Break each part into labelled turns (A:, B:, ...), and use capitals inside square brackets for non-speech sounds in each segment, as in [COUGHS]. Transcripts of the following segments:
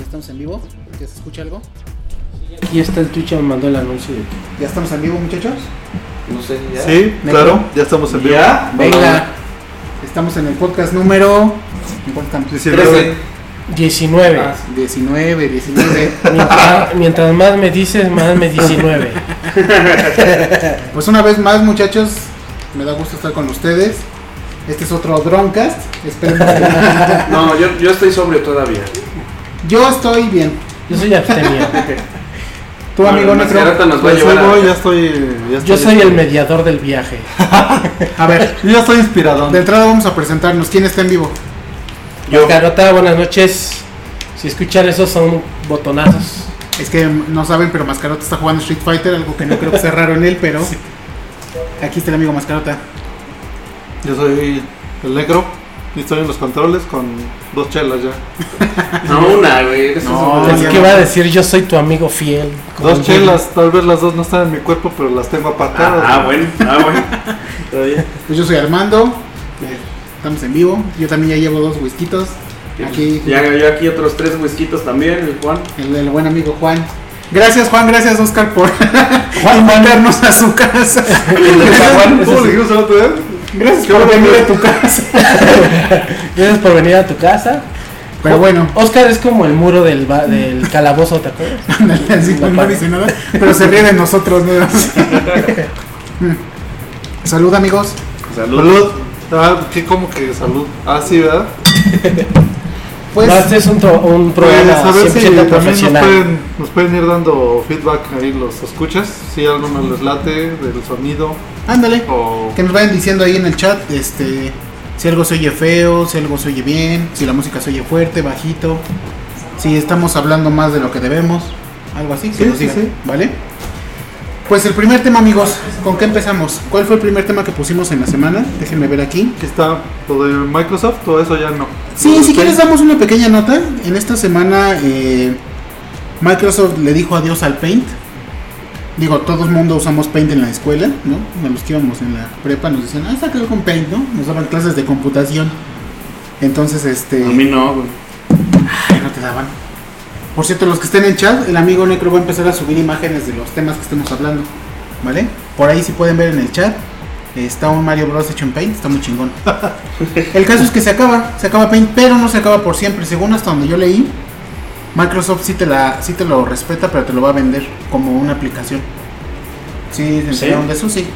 A: estamos en vivo. ¿Ya se escucha algo?
B: Aquí está el Twitch, me mandó el anuncio.
A: ¿Ya estamos en vivo, muchachos?
C: No sé, ya.
D: Sí,
A: ¿Neta?
D: claro, ya estamos en vivo.
C: ¿Ya?
A: Venga. Estamos en el podcast número. ¿Cuánto estamos?
D: 19.
B: 19.
A: 19, [LAUGHS] 19.
B: Ah, Mientras, mientras más me dices, más me 19.
A: Pues una vez más, muchachos, me da gusto estar con ustedes. Este es otro Dronecast. Esperemos que-
C: No, yo, yo estoy sobrio todavía.
A: Yo estoy bien.
B: Yo soy abstemio.
A: Tu
C: Bueno,
A: amigo
C: Mascarata
A: negro.
C: nos va a
D: Pues
C: llevar
D: ahí voy,
C: a-
D: ya estoy, ya estoy.
B: Yo soy el mediador del viaje.
A: A ver,
D: Yo ya estoy inspirado.
A: de entrada vamos a presentarnos. ¿Quién está en vivo?
C: Yo.
B: Carota, buenas noches. Si escuchan eso son botonazos.
A: Es que no saben, pero Mascarota está jugando Street Fighter, algo que no creo que sea raro en él, pero. Aquí está el amigo Mascarota.
D: Yo soy el negro y estoy en los controles con dos chelas ya.
C: No, una, güey. eres
A: No,
C: un-
B: Es
A: ya
B: que
A: no.
B: iba a decir yo soy tu amigo fiel.
D: Ah, Dos chelas, tal vez las dos no están en mi cuerpo, pero las tengo apartadas.
C: Ah, ah, bueno, ah, bueno. Está bien.
A: Pues yo soy Armando. eh, Estamos en vivo. Yo también ya llevo dos whiskitos. Aquí
C: Ya, yo aquí otros tres whiskitos también, el Juan.
A: el, el buen amigo Juan. Gracias Juan, gracias Oscar por
B: Juan, Juan,
A: invitarnos a su casa.
D: [LAUGHS] ¿Cómo le dijimos el otro día?
A: Gracias
D: Qué
A: por
D: bueno.
A: venir a tu casa.
B: gracias por venir a tu casa.
A: Pero bueno,
B: Oscar es como el muro del, ba- del calabozo, ¿te acuerdas?
A: así como no dice nada, pero se ríe de nosotros. ¿no? Salud amigos.
C: Salud.
D: Salud. Ah, ¿qué como que salud? Ah, sí, ¿verdad?
A: Pues
B: No, este es un, tro- un
D: Pues
B: programa
D: a ver si
B: 100%
D: también nos
B: profesional.
D: pueden, nos pueden ir dando feedback ahí los escuchas, si algo nos les late del sonido
A: ándale.
D: o
A: Que nos vayan diciendo ahí en el chat este si algo se oye feo, si algo se oye bien, si la música se oye fuerte, bajito, si estamos hablando más de lo que debemos, algo así, que
D: Sí,
A: nos
D: sí,
A: digan,
D: sí.
A: ¿vale? Pues el primer tema, amigos, ¿con qué empezamos? ¿Cuál fue el primer tema que pusimos en la semana? Déjenme ver aquí.
D: que está lo de Microsoft, todo eso ya no.
A: Sí,
D: Lo
A: si
D: de
A: quieres
D: Paint.
A: damos una pequeña nota. En esta semana eh, Microsoft le dijo adiós al Paint. Digo, todo el mundo usamos Paint en la escuela, ¿no? A los que íbamos en la prepa nos decían, ah, saca con Paint, ¿no? Nos daban clases de computación. Entonces, este...
C: A mí no, güey.
A: Ay, no te daban. Por cierto, los que estén en chat, el amigo Necro va a empezar a subir imágenes de los temas que estemos hablando. ¿Vale? Por ahí si pueden ver en el chat. Está un Mario Bros. hecho en Paint, está muy chingón. El caso es que se acaba, se acaba Paint, pero no se acaba por siempre. Según hasta donde yo leí, Microsoft sí te, la, sí te lo respeta, pero te lo va a vender como una aplicación. Sí, se enteraron de eso, sí.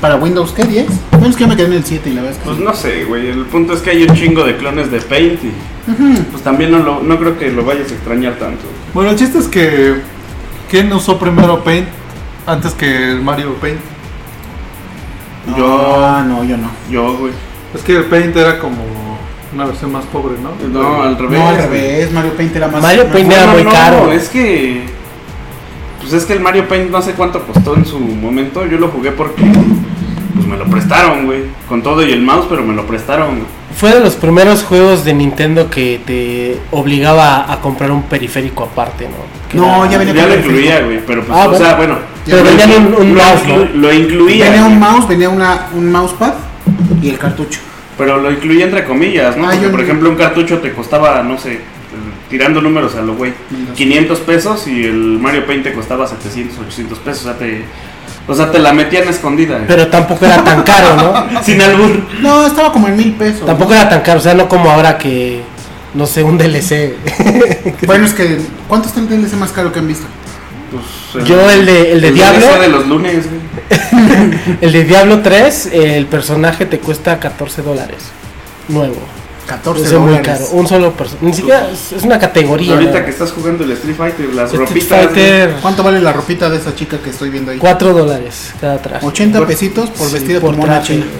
A: Para Windows, ¿qué? ¿10? Bueno, es que yo me quedé en el 7 y la verdad es que
C: Pues
A: sí.
C: no sé, güey. El punto es que hay un chingo de clones de Paint y. Pues también no, lo, no creo que lo vayas a extrañar tanto.
D: Bueno, el chiste es que ¿quién usó primero Paint antes que el Mario Paint?
A: No,
C: Yo,
A: Ah, no, yo no.
C: yo, güey.
D: Es que el Paint era como una versión más pobre, ¿no?
C: No, al revés.
A: No, al
C: güey.
A: revés, Mario Paint era más...
B: Mario
A: más-
B: Paint
C: No,
B: era
C: no,
B: muy
C: no,
B: caro.
C: Es que. Pues es que el Mario Paint no sé cuánto costó en su momento. Yo lo jugué porque. Pues me lo prestaron, güey. Con todo y el mouse, pero me lo prestaron. güey.
B: Fue de los primeros juegos de Nintendo que te obligaba a comprar un periférico aparte, ¿no? Que
A: No,
B: era-
A: ya venía
C: Ya
A: con
C: lo
A: el
C: incluía, güey. Pero pues,
B: Ah,
C: o
B: bueno.
C: sea, bueno.
B: Pero venían un- un
C: lo,
B: mouse, ¿no?
C: lo incluía.
A: Venía un
C: güey,
A: mouse, venía una, un mousepad y el cartucho.
C: Pero lo incluía entre comillas, ¿no?
A: Ah,
C: Porque,
A: yo
C: por
A: no-
C: ejemplo, un cartucho te costaba, no sé, tirando números a lo güey,
A: Mira.
C: 500 pesos y el Mario Paint te costaba 700, 800 pesos. O sea, te, o sea, te la metían escondida. güey.
B: Pero tampoco era tan
A: [LAUGHS]
B: caro, ¿no?
C: Sin albur.
A: No, estaba como en mil pesos.
B: Tampoco era tan caro, o sea, no como ahora que, no sé, un DLC.
A: Bueno, es que. ¿Cuánto está el DLC más caro que han visto?
C: Pues,
B: Yo, el de- el de Diablo.
C: DLC de los lunes, güey.
B: [LAUGHS] El de Diablo 3, el personaje te cuesta 14 dólares. Nuevo.
A: 14
B: Eso es muy
A: dólares.
B: caro. Un solo personaje. Ni siquiera es es una categoría.
C: Pues, Ahorita
B: ¿no?
C: que estás jugando el Street Fighter, las
B: Street
C: ropitas. güey.
B: Fighter,
A: ¿Cuánto vale la ropita de esa chica que estoy viendo ahí?
B: 4 dólares cada traje.
A: 80 pesitos por
B: Sí,
A: vestida por mono
B: traje,
A: china.
B: güey.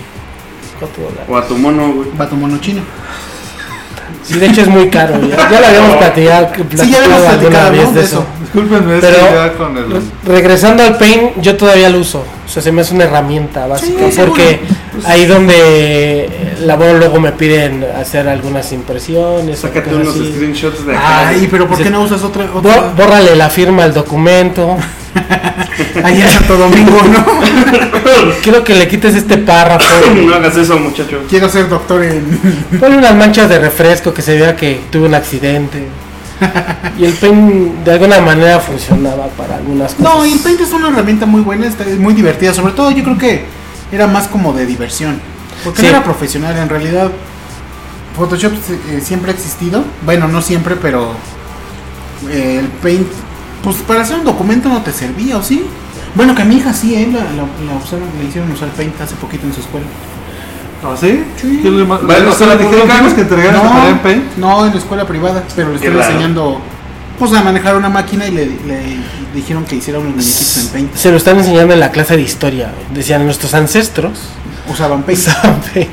B: 4 dólares.
C: O a tu mono, güey.
A: Va tu mono chino.
B: Sí, de hecho es muy caro. Ya, ya lo habíamos platicado,
A: Sí, ya habíamos
B: platicado alguna
A: platicado
B: vez
A: ¿no? de eso.
D: Disculpenme, es
B: Pero- Pues,
D: que ya con el
B: Re- Regresando al Paint, yo todavía lo uso. O sea, se me hace una herramienta básica.
A: Sí,
B: porque
A: seguro. Pues
B: ahí donde eh, laboro luego me piden hacer algunas impresiones. o
C: Sácate
B: cosas
C: unos
B: así.
C: screenshots de acá.
A: Ay, pero ¿por
B: Sí.
A: qué no usas otra?
B: Bó-
A: otra?
B: Bórrale la firma al documento.
A: Ahí en Santo Domingo, ¿no? [LAUGHS]
B: Quiero que le quites este párrafo.
C: [LAUGHS] no hagas eso, muchacho.
A: Quiero ser doctor en.
B: Ponle unas manchas de refresco que se vea que tuve un accidente. Y el Paint de alguna manera funcionaba para algunas cosas.
A: No, y el Paint es una herramienta muy buena, está- es muy divertida. Sobre todo yo creo que era más como de diversión. Porque
B: Sí.
A: no era profesional, en realidad Photoshop eh, siempre ha existido. Bueno, no siempre, pero eh, el Paint, pues para hacer un documento no te servía, ¿o sí? Bueno, que a mi hija sí, ¿eh? la, la- la usaron, le hicieron usar Paint hace poquito en su escuela.
D: ¿Ah, sí?
A: Sí.
D: ¿Quién le ma-
C: Bueno,
D: o sea, le
C: ¿sí
D: dijeron
C: publican?
D: tienes que entregar esta tarea en Paint?
A: no, en la escuela privada, pero le
C: Qué
A: estoy
C: raro.
A: enseñando pues a manejar una máquina y le, le dijeron que hiciera unos muñequitos en Paint.
B: Se lo están enseñando en la clase de historia. güey. Decían nuestros ancestros. [LAUGHS]
A: Usaban Paint.
C: [LAUGHS]
B: usaban Paint.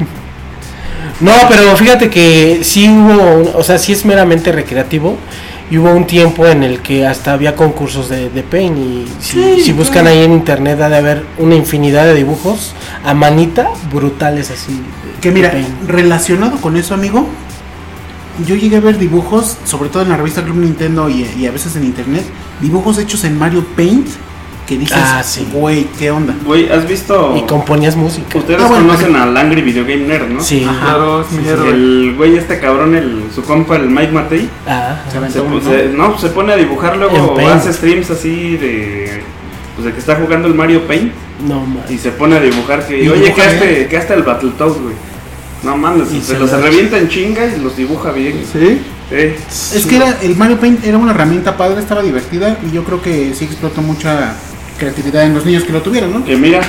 B: No, pero fíjate que sí hubo, un- o sea, sí es meramente recreativo. Y hubo un tiempo en el que hasta había concursos de, de Paint. Y si,
A: Sí,
B: si buscan
A: claro.
B: ahí en internet, ha de haber una infinidad de dibujos a manita brutales así. de-
A: Que
B: de
A: mira,
B: Paint.
A: relacionado con eso, amigo, yo llegué a ver dibujos, sobre todo en la revista Club Nintendo y, y a veces en internet, dibujos hechos en Mario Paint que dices,
B: Ah, sí.
A: güey, ¿qué onda?
C: Güey, ¿has visto?
B: Y componías música.
C: Ustedes
A: Ah, bueno,
C: conocen al Angry Video Game Nerd, ¿no?
B: Sí.
D: Claro, es mierda.
C: El güey, este cabrón, el, su compa, el Mike Matei,
B: Ah,
A: Se aventó
C: se,
A: uno,
C: pu-
A: ¿no?
C: se- no, se pone a dibujar
B: En
C: luego,
B: Paint.
C: hace streams así de, pues de que está jugando el Mario Paint
B: no man.
C: y se pone a dibujar que,
A: Y
C: oye,
A: dibuja
C: que hasta, que hasta el Battletoads, güey. No mames,
B: Y
C: se,
B: se
C: los
B: lo-
C: revienta en chinga y los dibuja bien.
D: ¿Sí?
C: Eh,
A: Es que era, el Mario Paint era una herramienta padre, estaba divertida y yo creo que sí explotó mucha creatividad en los niños que lo tuvieron, ¿no?
C: que mira,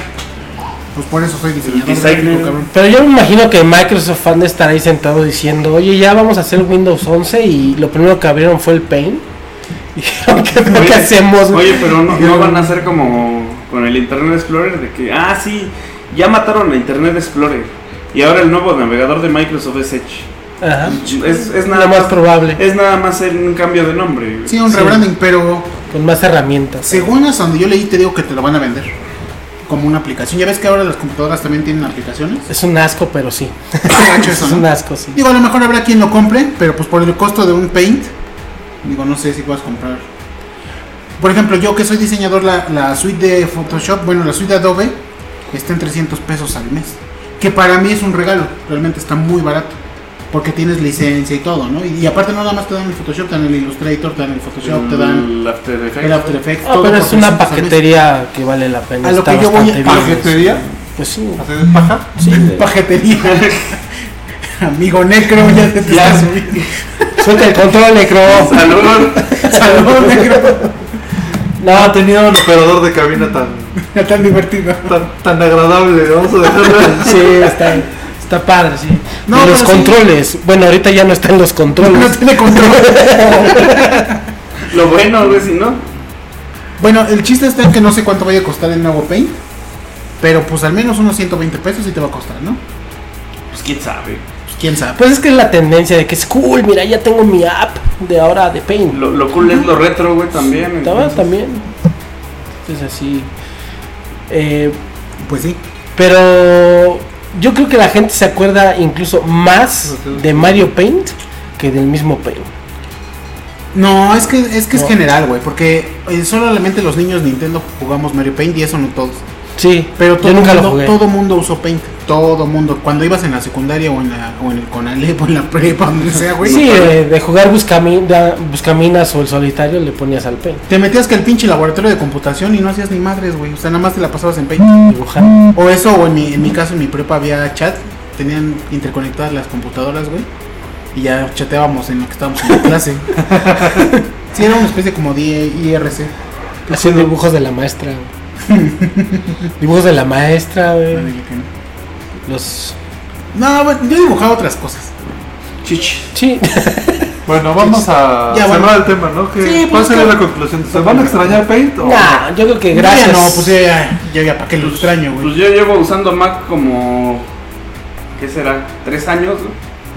A: Pues por eso soy diseñador
C: El designer.
A: gráfico, cabrón.
B: Pero yo me imagino que Microsoft fan de estar ahí sentado diciendo, oye, ya vamos a hacer Windows 11 y lo primero que abrieron fue el Paint. [LAUGHS] Y dijeron, ¿qué,
A: [LAUGHS]
B: es lo que
C: Oye,
B: hacemos?
C: Oye, pero no, no van a ser como con el Internet Explorer de que, ah, sí, ya mataron a Internet Explorer. Y ahora el nuevo navegador de Microsoft es Edge.
B: Ajá.
C: Es, es nada
B: Lo más
C: más,
B: probable,
C: es nada más un cambio de nombre. güey.
A: Sí, un
B: Sí.
A: rebranding, pero
B: con más herramientas.
A: según hasta donde yo leí te digo que te lo van a vender como una aplicación. Ya ves que ahora las computadoras también tienen aplicaciones.
B: [LAUGHS] Es un asco, pero sí.
A: Está gacho eso,
B: Es
A: ¿no?
B: un asco, sí.
A: Digo, a lo mejor habrá quien lo compre, pero pues por el costo de un paint, digo, no sé si puedas comprar. Por ejemplo, yo que soy diseñador, la, la suite de Photoshop, bueno, la suite de Adobe, está en 300 pesos al mes. Que para mí es un regalo, realmente está muy barato. Porque tienes licencia y todo, ¿no? Y, y aparte no nada más te dan el Photoshop, te dan el Illustrator, te dan el Photoshop, pues te dan
C: El Mm, After Effects.
A: el After Effects.
B: Ah,
A: todo
B: pero
A: por
B: es
A: 300
B: una
A: al mes.
B: paquetería que vale la pena.
A: A lo
B: está
A: que yo voy
B: bastante
A: a-
B: bien.
D: ¿Paquetería?
B: Pues sí.
D: ¿Así de paja?
B: sí.
A: Paquetería.
B: [LAUGHS]
A: Amigo Necro, ya te
B: Ya.
A: estás subiendo. [LAUGHS]
B: Suelta el control, necro.
C: Salud.
B: [LAUGHS]
A: Saludos, Necro.
D: No, ha
B: No,
D: tenido un operador de cabina tan,
A: Ya tan divertido.
D: tan, tan agradable. Vamos a dejarlo.
B: sí, está, está padre, sí.
A: No,
B: Y los
A: pero sí.
B: controles. Bueno, ahorita ya no están los
A: No
B: controles.
A: tiene control.
C: Lo bueno, güey, si no.
A: Bueno, el chiste está en que no sé cuánto vaya a costar el nuevo Paint. Pero pues al menos unos 120 pesos sí te va a costar, ¿no?
C: Pues quién sabe.
A: Pues quién sabe.
B: Pues es que es la tendencia de que es cool, mira, ya tengo mi app de ahora de Paint.
C: Lo, lo cool es lo retro, güey, también.
B: Estaba
C: entonces.
B: también. Es así. Eh,
A: Pues sí.
B: pero yo creo que la gente se acuerda incluso más de Mario Paint que del mismo Paint.
A: No, es que es, que es
B: No.
A: general, güey. Porque eh, solamente los niños Nintendo jugamos Mario Paint y eso no todos.
B: Sí,
A: Pero todo,
B: yo nunca
A: mundo,
B: lo jugué.
A: todo mundo usó Paint. Todo mundo. Cuando ibas en la secundaria o en, la, o en el Conalep o en la prepa, donde sea, güey.
B: Sí, eh, de, de jugar buscami- da- buscaminas o el solitario le ponías al Paint.
A: Te metías que el pinche laboratorio de computación y no hacías ni madres, güey. O sea, nada más te la pasabas en Paint.
B: Dibujar.
A: O eso, o en mi, en mi caso, en mi prepa había chat, tenían interconectadas las computadoras, güey. Y ya chateábamos en lo que estábamos en la
C: [LAUGHS]
A: clase. sí, era una especie como de IRC.
B: Haciendo dibujos de la maestra.
A: [LAUGHS]
B: dibujos de la maestra, güey. Los.
A: No, bueno, yo dibujaba otras cosas.
C: Chich.
B: Sí,
D: Bueno, vamos a
A: Ya,
D: cerrar
A: bueno.
D: el tema, ¿no? ¿Qué-
A: Sí,
D: ¿Cuál
A: pues,
D: sería
A: que-
D: la conclusión? ¿Se van a extrañar Paint? O...
B: nah, yo creo que
A: Yo
B: gracias.
A: ya no, pues yo ya, yo ya para qué lo extraño,
C: Pues
A: güey.
C: yo llevo usando Mac como. ¿Qué será? ¿Tres años? güey?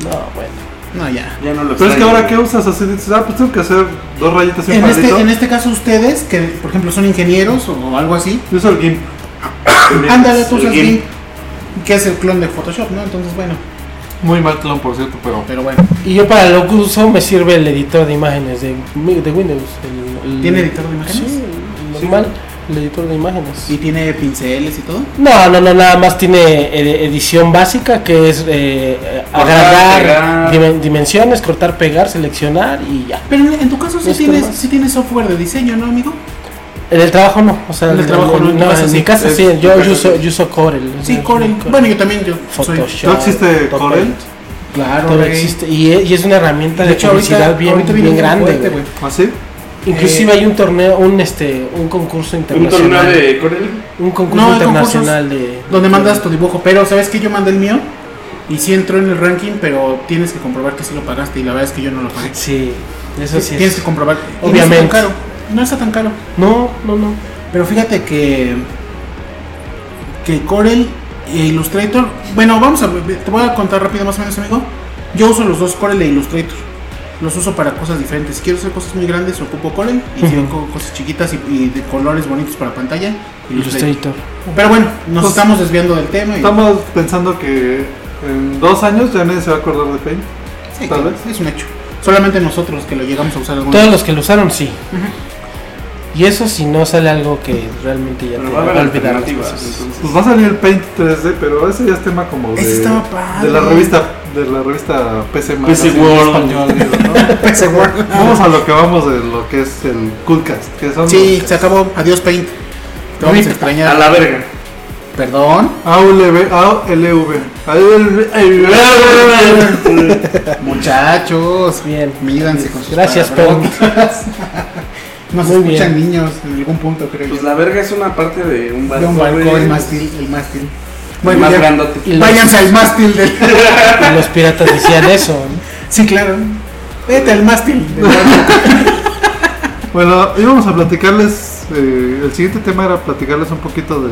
B: No, bueno.
A: No, ya.
C: Ya no lo
D: Pero es que
C: extraño,
D: ahora,
C: güey.
D: ¿qué usas? Así dices, ah, pues tengo que hacer dos rayitas y un
A: En este,
D: palito.
A: en este caso, ustedes, que por ejemplo son ingenieros o algo así,
D: Yo uso el GIMP.
C: Pues,
A: ándale, tú
C: el
A: usas
C: GIMP.
A: Gimp, que es el clon de Photoshop, ¿no? Entonces, bueno,
D: Muy mal clon, por cierto, pero...
A: pero bueno.
B: Y yo para lo que uso me sirve el editor de imágenes de, mi- de Windows. el- el-
A: ¿Tiene editor de imágenes?
B: Sí, el normal. el editor de imágenes.
A: ¿Y tiene pinceles y todo?
B: No, no, no, nada más tiene ed- edición básica que es eh, eh,
C: Cortar,
B: agregar
C: pegar.
B: dimen- dimensiones, cortar, pegar, seleccionar y ya.
A: Pero en tu caso sí
B: Esto
A: tienes,
B: más.
A: sí tienes software de diseño, ¿no, amigo?
B: En el trabajo no, o sea,
A: En el trabajo no, en tu casa
B: en
A: sí.
B: mi casa
D: Es-
B: sí,
D: en tu
B: yo,
D: casa
B: yo uso,
D: sí.
B: yo uso Corel. o
A: Sí,
B: sea,
A: Corel. Bueno, yo también, yo
B: Photoshop.
A: soy...
D: ¿No existe
B: Top
D: Corel?
B: Paint.
A: Claro,
B: Todo
A: güey.
B: existe y es, y es una herramienta de,
A: De hecho,
B: publicidad
A: ahorita,
B: bien,
A: ahorita viene
B: bien
A: muy
B: grande.
A: fuerte,
B: güey.
D: ¿Ah, sí?
B: Inclusive
A: Eh,
B: hay un torneo, un este, un concurso
C: Un torneo
B: internacional.
C: de Corel.
B: Un concurso
A: No, hay
B: internacional de
A: Donde
B: de-
A: mandas tu dibujo, pero ¿sabes que Yo mandé el mío y sí entró en el ranking, pero tienes que comprobar que sí lo pagaste y la verdad es que yo no lo pagué.
B: Sí, eso sí.
A: tienes
B: es.
A: que comprobar. Y
B: Obviamente.
A: No está tan caro. No está tan caro.
B: No, no, no.
A: Pero fíjate que que Corel e Illustrator, bueno, vamos a te voy a contar rápido más o menos, amigo. Yo uso los dos Corel e Illustrator. Los uso para cosas diferentes. Si quiero hacer cosas muy grandes, ocupo Corel y si
B: Ujú.
A: hago cosas chiquitas y, y de colores bonitos para pantalla, Illustrator.
B: Illustrator.
A: Pero bueno, nos
D: Pues-
A: estamos desviando del tema y
D: Estamos pensando que en dos años ya nadie se va a acordar de Paint.
A: Sí,
D: tal
A: que-
D: vez.
A: es un hecho. Solamente nosotros que lo llegamos a usar alguna
B: Todos
A: vez.
B: los que lo usaron, sí. Y eso si no sale algo que realmente ya
C: Pero
B: te
C: va a
B: va
C: haber
B: a olvidar las
C: alternativas.
B: cosas.
C: entonces.
D: Pues va a salir el Paint 3D, pero ese ya es tema como de,
A: Ese estaba padre.
D: de la revista de la revista PC Magazine
C: World.
D: español, digo, ¿no?
A: PC World.
D: Vamos a lo que vamos de lo que es el Coolcast, que son
A: Sí, se acabó. Adiós, Paint. Te vamos a
C: A
A: extrañar.
C: la verga.
A: Perdón.
D: AULV, ALV.
C: [LAUGHS]
A: Muchachos,
B: Bien.
A: mídanse con sus
B: Gracias,
A: palabras.
B: Paul.
A: [LAUGHS] Nos
B: Muy
A: escuchan niños en algún punto, creo.
C: Pues
A: yo.
C: la verga es una parte de un
A: De
C: barco.
A: un balcón,
C: güey.
A: el mástil, el mástil.
C: El
A: Bueno,
C: más
A: ya.
C: grandote.
B: Y los,
A: Váyanse al mástil del. [LAUGHS]
B: y los piratas decían eso. ¿no?
A: Sí, claro. Vete al mástil. del barco.
D: Bueno, íbamos a platicarles, eh, el siguiente tema era platicarles un poquito de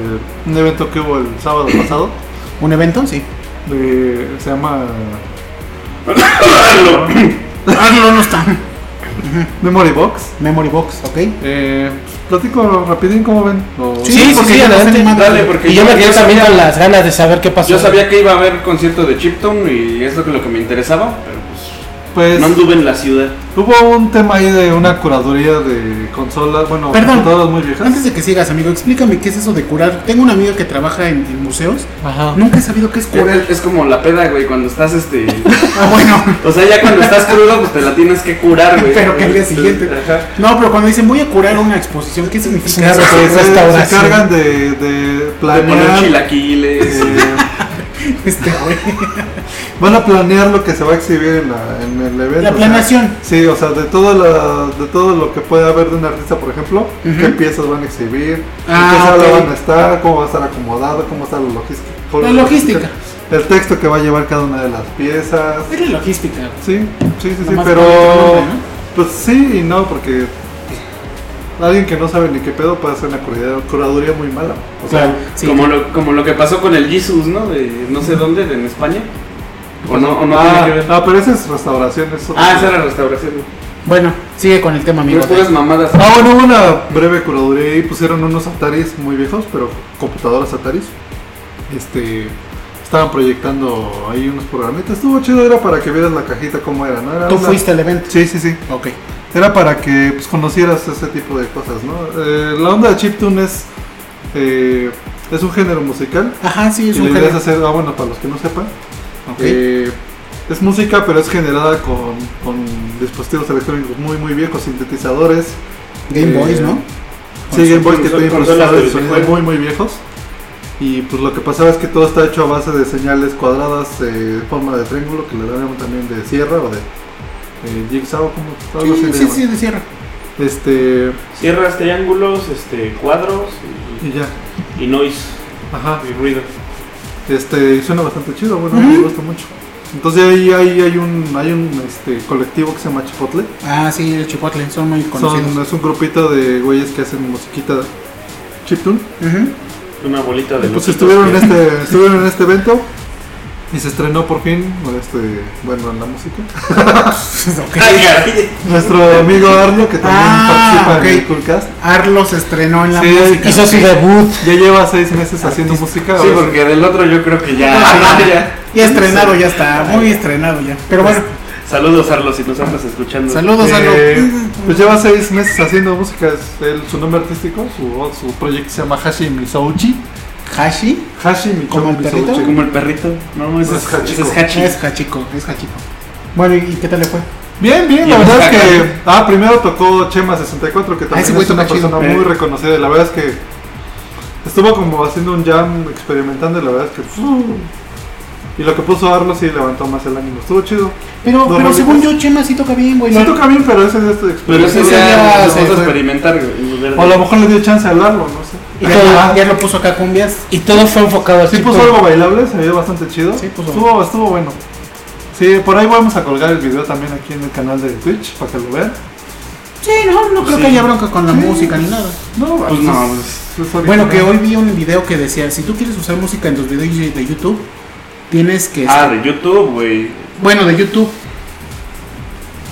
D: un evento que hubo el sábado pasado,
A: ¿Un evento? Sí.
D: de, se llama
A: Ah, no, no está.
D: Memory Box.
A: Memory Box, ¿ok?
D: Eh, platico rapidín, ¿cómo ven? O-
B: Sí, sí, sí,
A: ya no sé
B: adelante.
A: ni madre.
C: Dale, porque
B: Y yo me quedé también
C: sabía-
B: con las ganas de saber qué pasó.
C: Yo sabía que iba a haber concierto de Chiptune y es lo que, lo que me interesaba, pero pues
D: Pues
C: no anduve en la ciudad.
D: hubo un tema ahí de una curaduría de consolas, bueno,
A: Perdón.
D: computadoras muy viejas.
A: Antes de que sigas, amigo, explícame qué es eso de curar. Tengo un amigo que trabaja en, en museos.
B: Ajá.
A: Nunca he sabido qué es curar.
C: Es, es como la peda, güey, cuando estás este.
A: [LAUGHS] Ah, bueno.
C: O sea, ya cuando estás crudo, pues te la tienes que curar,
A: [LAUGHS]
C: güey.
A: Pero que al día siguiente.
C: Ajá.
A: No, pero cuando dicen voy a curar una exposición, ¿qué significa
B: Es
A: eso?
B: una
D: Se- se,
B: Restauración.
D: cargan de, de
C: Te ponen
D: planear.
C: chilaquiles.
D: eh,
A: [LAUGHS] Este, güey.
D: van a planear lo que se va a exhibir en, la- en el evento.
A: La
D: o sea,
A: planeación.
D: sí, o sea, de todo, la- de todo lo que puede haber de un artista, por ejemplo, qué piezas van a exhibir,
A: Ah,
D: en qué sala
A: ok.
D: van a estar, cómo va a estar acomodado, cómo está la logística.
A: La logística.
D: El texto que va a llevar cada una de las piezas.
A: Es la logística.
D: Sí, sí, sí, sí,
A: Nomás
D: pero.
A: no te nombre, ¿no?
D: Pues sí y no, porque. Alguien que no sabe ni qué pedo puede hacer una curida- curaduría muy mala. O sea,
A: Claro, sí.
C: como, lo, como lo que pasó con el Jesus, ¿no? De no sé dónde, de en España. O no, o no
D: ah,
C: tiene que ver.
D: ah, pero esa es restauración. es otra
C: Ah,
D: cosa.
C: esa era restauración. güey.
A: Bueno, sigue con el tema, amigo.
C: No puras mamadas.
D: Ah, bueno, hubo una breve curaduría y pusieron unos Ataris muy viejos, pero computadoras Ataris. Este. Estaban proyectando ahí unos programitas. Estuvo chido, era para que vieras la cajita cómo era, ¿no? Era
A: Tú
D: una-
A: fuiste al evento.
D: Sí, sí, sí.
A: Ok.
D: Era para que pues, conocieras ese tipo de cosas, ¿no? Eh, la onda de chiptune es, eh, es un género musical.
A: Ajá, sí, es
D: y la
A: un
D: idea es
A: género.
D: hacer, ah, bueno, para los que no sepan,
A: Ok.
D: eh, es música, pero es generada con, con dispositivos electrónicos muy, muy viejos, sintetizadores.
A: Game
D: eh,
A: Boys, ¿no?
D: Sí, Game Boys que
C: consolas
D: tienen
C: de
D: procesadores de
C: videojuegos.
D: sonido muy, muy viejos. Y pues lo que pasaba es que todo está hecho a base de señales cuadradas, eh, forma de triángulo, que le llaman también de sierra o de eh, jigsaw, como algo así
A: Sí,
D: le
A: sí,
D: llaman.
A: sí, de cierre.
D: Este,
C: Cierras triángulos, este, cuadros
D: y ya.
C: y, y noise
D: Ajá.
C: y ruido.
D: Este, y suena bastante chido, bueno, me gusta mucho. Entonces ahí, ahí hay un, hay un este, colectivo que se llama Chipotle.
A: Ah, sí, el Chipotle. Son muy
D: Son,
A: conocidos.
D: es un grupito de güeyes que hacen musiquita chiptune.
A: Ujú. [LAUGHS]
C: Una bolita de
D: Y pues
C: loquitos
D: estuvieron en,
C: que-
D: este, estuvieron en este evento y se estrenó por fin, este, bueno, en la música.
A: Ok.
C: [LAUGHS] Ay, caray.
D: Nuestro amigo Arlo, que también
A: Ah,
D: participa en
A: ok.
D: el Coolcast,
A: Arlo se estrenó en la
D: Sí,
A: música.
B: Hizo su
A: Ok.
B: debut.
D: ya lleva seis meses haciendo música.
C: Sí,
D: ahora
C: [LAUGHS] porque del otro yo creo que ya. ya.
D: Este,
A: Ya estrenado, ya está. Muy estrenado ya. Pero bueno,
C: Saludos, Arlo, si nos andas escuchando.
A: Saludos, Arlo.
D: Eh, pues lleva seis meses haciendo música, es él- su nombre artístico, su, su proyecto se llama Hashi Misouchi.
A: Hashi.
D: Hashi Michou
A: ¿Como el
D: Misouchi.
A: perrito?
C: Como el perrito. No, ese
D: Es
C: es, ese
D: Hachiko.
C: es Hachi.
A: Es Hachiko, es Hachiko. Bueno, ¿y qué tal le fue?
D: Bien, bien, la
C: Y
D: verdad es
C: Oaxaca.
D: que... Ah, primero tocó Chema64, que también
A: Ah, ese güey
D: es una
A: toca chido.
D: persona muy reconocida. y La verdad es que estuvo como haciendo un jam, experimentando, y la verdad es que... ¡fu! Y lo que puso Arlo sí levantó más el ánimo. Estuvo chido.
A: Pero,
D: No,
A: pero
D: no,
A: según
D: no.
A: yo, Chema Pues sí toca bien, güey.
D: Sí
A: ¿no?
D: toca bien, pero ese es esto de este
C: Pero ese
A: Ese
C: ya
A: ya
C: vamos
A: se
C: a
A: fue.
C: experimentar. güey, en vez de-
D: O a lo mejor le dio chance a hablarlo, no sé.
A: Y
B: Ah.
A: ya, ya lo puso acá cumbias.
B: Y todo fue enfocado al
D: Sí
B: tipo-
C: pues,
D: puso algo bailable, se vio bastante chido.
A: Sí, puso.
D: Estuvo, estuvo bueno. Sí, por ahí vamos a colgar el video también aquí en el canal de Twitch para que lo vean.
A: Sí, no, no creo
C: Sí.
A: que haya bronca con la
D: Sí.
A: música ni nada.
D: No,
C: Pues no, pues.
D: es
A: Bueno,
D: original.
A: que hoy vi un video que decía, si tú quieres usar música en tus videos de YouTube, tienes que...
C: Ah, de YouTube, güey.
A: Bueno, de YouTube.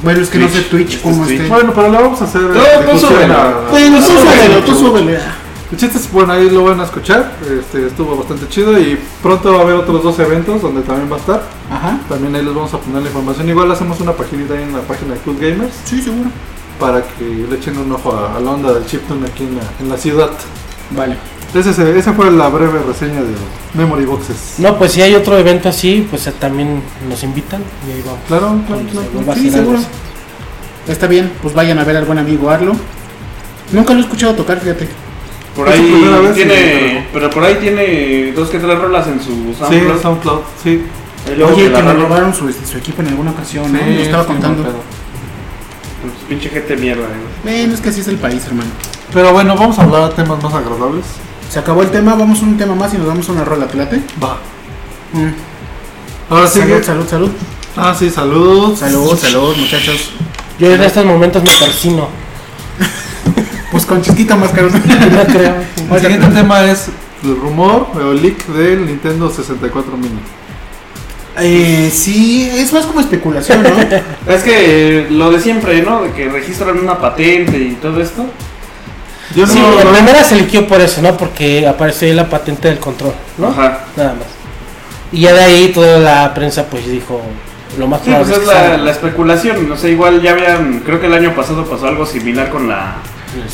A: Bueno, es que no sé
C: Twitch.
A: Twitch
C: Este
A: cómo
C: es
A: esté.
C: Twitch. Ah,
D: Bueno, pero lo vamos a hacer.
C: No,
D: este,
C: tú
D: funciona.
C: súbelo.
A: Bueno, tú
C: Bueno,
A: súbele, tú
C: tú
A: súbele.
D: El chiste es bueno, ahí lo van a escuchar. Este, estuvo bastante chido y pronto va a haber otros dos eventos donde también va a estar.
A: Ajá.
D: También ahí les vamos a poner la información. Igual hacemos una paginita ahí en la página de Cool Gamers
A: Sí, seguro.
D: para que le echen un ojo a, a la onda del chiptune aquí en la, en la ciudad.
A: Vale.
D: Ese se- esa fue la breve reseña de Memory Boxes.
B: No, pues si hay otro evento así, pues eh, también nos invitan y ahí vamos.
D: Claro, claro,
B: Cuando
D: claro.
B: se vuelva a
A: Sí,
B: hacer algo
A: seguro. Está bien, pues vayan a ver al buen amigo Arlo. Nunca lo he escuchado tocar, fíjate.
C: Por
D: Es su primera
C: ahí
D: vez
C: tiene.
D: y-
C: pero por ahí tiene dos que tres rolas en su
D: Sí,
C: SoundCloud.
D: SoundCloud, sí.
C: Ahí luego
A: Oye,
C: te la
A: que me
C: rolo.
A: robaron su, este, su equipo en alguna ocasión, ¿no?
D: Sí,
A: Me lo estaba
D: sí,
A: contando.
D: pero-
C: Pues, pinche gente mierda, ¿eh? güey.
A: Bueno, es que así es el país, hermano.
D: Pero bueno, vamos a hablar de temas más agradables.
A: Se acabó el tema, vamos a un tema más y nos damos una rola, ¿te late?
D: Va.
A: Mm.
D: Ahora sí.
A: Salud, salud, salud.
D: Ah, sí, saludos.
A: Salud, salud, muchachos.
B: Yo en estos momentos me persino.
A: Pues con chiquito más caro.
B: No
C: [LAUGHS]
B: creo.
D: El siguiente tema es el rumor o leak del Nintendo 64 Mini.
A: [LAUGHS] Eh, sí, es más como especulación, ¿no?
C: Es que eh, lo de siempre, ¿no? De que registran una patente y todo esto.
D: Yo
B: Sí,
D: no,
B: la
D: no-
B: primera se liqueó por eso, ¿no? Porque apareció ahí la patente del control, ¿no?
C: Ajá.
B: Nada más. Y ya de ahí toda la prensa pues dijo lo más
C: Sí,
B: probable
C: pues
B: es
C: es
B: que
C: la,
B: salga.
C: la especulación. No sé, igual ya habían. Creo que el año pasado pasó algo similar con la,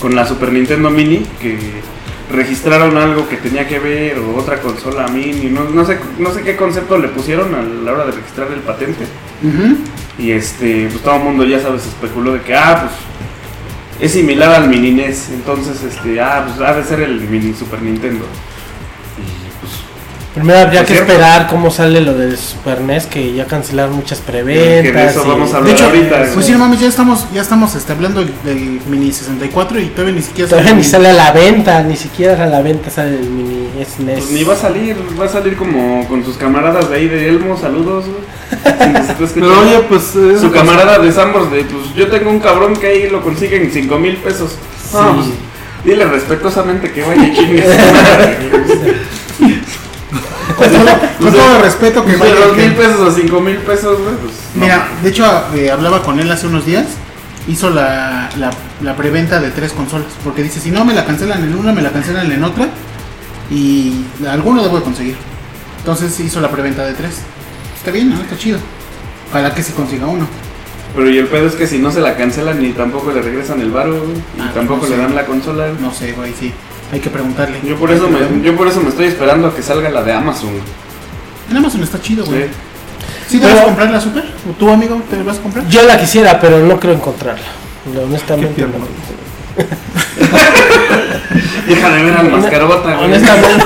C: con la Super Nintendo Mini. Que registraron algo que tenía que ver o otra consola mini. No, no, sé, no sé qué concepto le pusieron a la hora de registrar el patente.
A: Ujú.
C: Y este, pues todo el mundo ya sabes, especuló de que, ah, pues es similar al mini NES, entonces este, ah, pues ha de ser el mini Super Nintendo. Y pues,
B: Primero habría
C: Por
B: que
C: cierto.
B: esperar cómo sale lo del Super NES, que ya cancelaron muchas preventas.
C: Que de eso
B: y-
C: vamos a
A: De
C: hablar
A: hecho,
C: ahorita.
A: pues sí,
C: güey.
A: no mames, ya estamos, ya estamos este, hablando del, del Mini 64 y todavía ni siquiera
B: Todavía ni
A: el-
B: sale a la venta, ni siquiera a la venta sale el mini E SNES.
C: Pues ni va a salir, va a salir como con sus camaradas de ahí de Elmo, saludos. güey. Si nos [LAUGHS] está escuchando.
D: Pero oye, pues. es-
C: su
D: [LAUGHS]
C: camarada de Sambors de, pues yo tengo un cabrón que ahí lo consigue en 5 mil pesos. Ah, pues, dile respetuosamente que [LAUGHS] vaya y chingue su madre.
D: pues,
A: Con todo, con todo el respeto que
C: De
A: vaya,
C: dos mil
A: que-
C: pesos a cinco mil pesos, güey, pues, no
A: Mira, de hecho eh, hablaba con él hace unos días. Hizo la, la, la preventa de tres consolas. Porque dice, si no me la cancelan en una, me la cancelan en otra. Y alguno debo de conseguir. Entonces hizo la preventa de tres. Está bien, ¿no? Está chido. Ojalá que se consiga uno.
C: Pero y el pedo es que si no se la cancelan ni tampoco le regresan el varo, güey, y
A: Ah,
C: tampoco
A: no
C: le
A: sé.
C: dan la consola. güey.
A: No sé, güey, sí. Hay que preguntarle.
C: Yo por eso me, yo por eso me estoy esperando a que salga la de Amazon.
A: En Amazon está chido, güey.
C: güey.
A: ¿Sí te vas a
B: Pero-
A: comprar la Super? ¿O tú, amigo, te vas a comprar?
B: Yo la quisiera, pero no creo encontrarla. No,
D: Qué
B: Honestamente,
D: tierno.
B: no.
C: Deja de ver al mascarota, güey. [LAUGHS]
B: honestamente,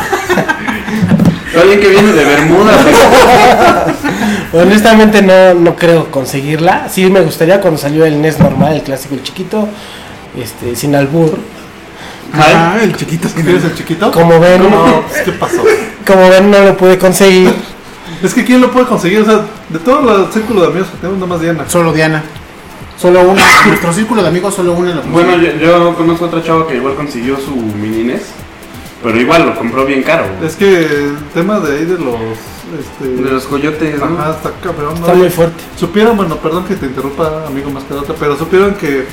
C: Alguien que viene de Bermuda, [LAUGHS] güey.
B: honestamente no, no creo conseguirla. Sí me gustaría cuando salió el NES normal, el clásico, el chiquito, este, sin albur.
C: Ay,
A: el chiquito.
D: ¿Quieres ah, el chiquito?
B: Como ven,
D: No, pues, ¿qué pasó?
B: como ven no lo pude conseguir.
D: Es que ¿quién lo puede conseguir? O sea, de todo el círculo de amigos que tenemos, nada más Diana.
A: Solo Diana. Solo una. En nuestro círculo de amigos, solo una la
C: Bueno, yo, yo conozco a otra chava que igual consiguió su mini NES, pero igual lo compró bien caro. güey.
D: Es que el tema de ahí de los. Este,
C: De los coyotes, ¿no?
D: Ajá, está cabrón. ¿no?
B: Está muy fuerte.
D: Supieron, bueno, perdón que te interrumpa, amigo más que pero supieron que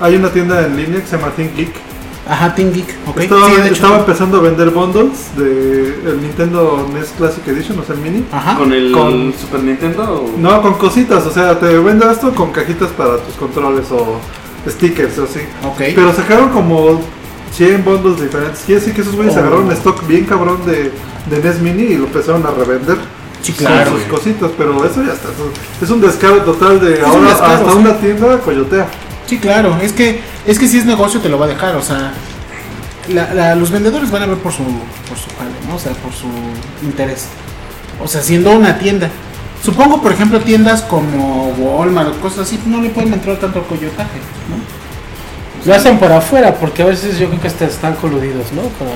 D: hay una tienda en línea que se llama Think Geek
A: Ajá, Team Geek, ok.
D: Estaba,
A: sí, de hecho,
D: estaba empezando a vender bundles de el Nintendo NES Classic Edition, o sea, el mini.
A: Ajá.
C: ¿Con el
D: Con-
C: Super Nintendo? o-
D: No, con cositas, o sea, te vendo esto con cajitas para tus controles o stickers o así.
A: Ok.
D: Pero sacaron como 100 bundles diferentes. Quiere decir que esos güeyes
B: Oh.
D: agarraron stock bien cabrón de, de NES Mini y lo empezaron a revender.
A: sí,
D: con
A: claro.
D: sus cositas, pero eso ya está. eso- Es un descaro total de
A: un
D: ahora
A: descaro,
D: hasta
A: sí.
D: una tienda coyotea.
A: Sí, claro. Es que, es que si es negocio te lo va a dejar, o sea. la- la- los vendedores van a ver por su, por su jale, ¿no? O sea, por su interés. O sea, siendo una tienda. Supongo, por ejemplo, tiendas como Walmart o cosas así, no le pueden entrar tanto coyotaje, ¿no?
B: Lo hacen por afuera, porque a veces yo creo que hasta están coludidos, ¿no? Con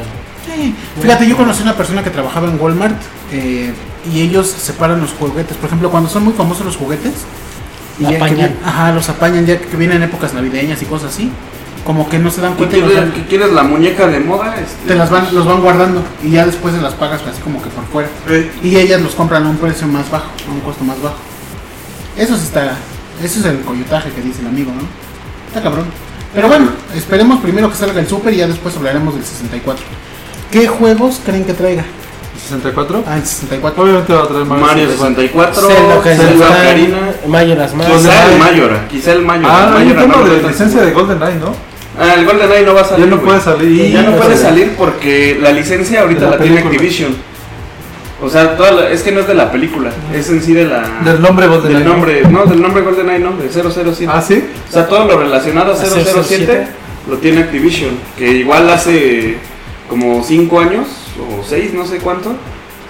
A: Sí. Fíjate, yo conocí una persona que trabajaba en Walmart eh, y ellos separan los juguetes. Por ejemplo, cuando son muy famosos los juguetes, ya que
B: Apañan.
A: vi- ajá, los apañan ya que vienen épocas navideñas y cosas así. Como que no se dan
C: ¿Qué
D: pues,
A: cuenta y los
C: quieres,
A: dan-
C: qué quieres, la muñeca de moda? Este,
A: te las van, los van guardando y ya después se las pagas así como que por fuera.
C: eh,
A: Y ellas los compran a un precio más bajo, a un costo más bajo. Eso sí está, eso es el coyotaje que dice el amigo, ¿no? Está cabrón. Pero bueno, esperemos primero que salga el Super y ya después hablaremos del 64. ¿Qué juegos creen que traiga?
D: ¿64?
A: Ah, el 64.
D: Obviamente va a traer Mario,
C: Mario
D: 64.
C: 64,
B: Zelda Ocarina
C: Zelda
B: of Time,
C: Ocarina.
B: Majora's Mask.
C: Quizá el
D: Zelda.
C: Mayora, quizá el Mayora.
D: Ah,
C: el
D: hay un
C: Mayora
D: tema
C: no lo
D: de
C: está-
D: licencia de GoldenEye, ¿no?
C: Ah, el Golden Eye no va a
D: Ya
C: salir.
D: no
C: güey.
D: puede salir.
C: Ya no
B: puede
C: puede salir porque la licencia ahorita
D: De la
C: la, tiene
D: película.
C: Activision. O sea, toda la- es que no es de la película, es en sí de la
D: Del nombre GoldenEye.
C: del
D: ¿no?
C: nombre, no, del nombre GoldenEye no, de 007.
D: Ah, sí.
C: O sea, todo lo relacionado a
B: ¿A
C: 007
B: 007?
C: lo tiene Activision, que igual hace como 5 años o 6, no sé cuánto,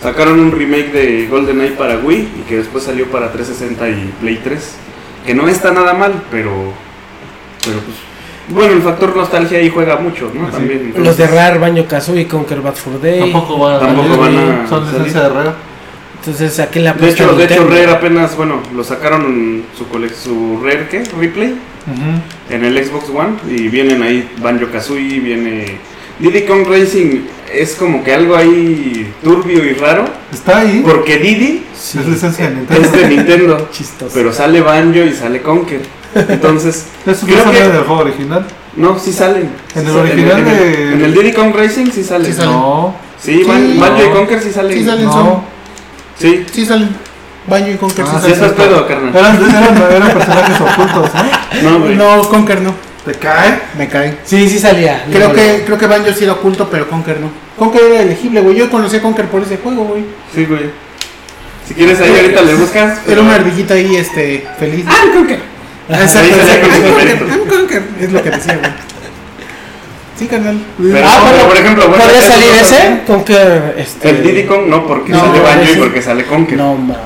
C: sacaron un remake de GoldenEye para Wii y que después salió para 360 y Play 3, que no está nada mal, pero pero pues bueno, el factor nostalgia ahí juega mucho, ¿no?
D: Sí.
C: También.
B: Los
C: entonces,
B: de Rar, Banjo Kazooie, Conquer Bad Fur Day.
D: van
C: Tampoco van a
D: Son
C: salir.
D: licencia de reo.
B: Entonces, ¿a qué le
C: de hecho,
B: apuesta
C: de hecho
B: pues, Nintendo?
C: Rare apenas, bueno, lo sacaron su cole- su Rare ¿qué? Replay en el Xbox One y vienen ahí Banjo Kazooie, viene Diddy Kong Racing es como que algo ahí turbio y raro
D: Está ahí.
C: porque Diddy
B: Sí,
D: Es licencia de Nintendo.
C: es de Nintendo, [LAUGHS]
B: chistoso.
C: pero sale Banjo y sale Conker. Entonces,
D: Eso no
C: creo
D: sale
C: que-
D: del juego original.
C: no, sí salen.
D: En el
C: Sí salen,
D: original
C: en el-
D: de-
C: en el Diddy Kong Racing sí salen.
A: Sí
C: Sí,
A: salen.
D: No.
C: Ban-
A: Sí.
C: Banjo y Conker sí salen.
A: Sí salen.
D: No.
C: Sí.
A: Sí salen Baño y Conker.
D: Ah,
A: sí
C: Sí,
A: salen.
C: eso es pedo, carnal.
D: Eran, Ah, eran, eran personajes ocultos, ¿no?
C: No, güey.
A: No, Conker no.
D: ¿Te cae?
A: Me cae.
B: Sí, sí salía.
A: Creo
B: Luego,
A: que, creo que Banjo sí era oculto, pero Conker no. Conker era elegible, güey. Yo conocí a Conker por ese juego, güey.
C: Sí, güey. Si quieres ahí ahorita le buscas.
A: Era una ardillita ahí, este, feliz. ¡Ah, Conker! Exacto,
C: Ahí salía
A: exacto.
C: con
A: ¡Ay,
C: su
A: Conker!
C: perrito.
A: ¡Ay, Conker! Es lo que decía, güey. Sí, carnal.
C: Pero,
B: Ah, pero,
C: por ejemplo, bueno,
B: ¿Podría
C: ese
B: salir
C: no sale.
B: ese? Conquer. Este...
C: El Diddy Kong no, porque
A: No,
C: sale Banjo y
B: ese-
C: porque sale Conker.
B: No mames.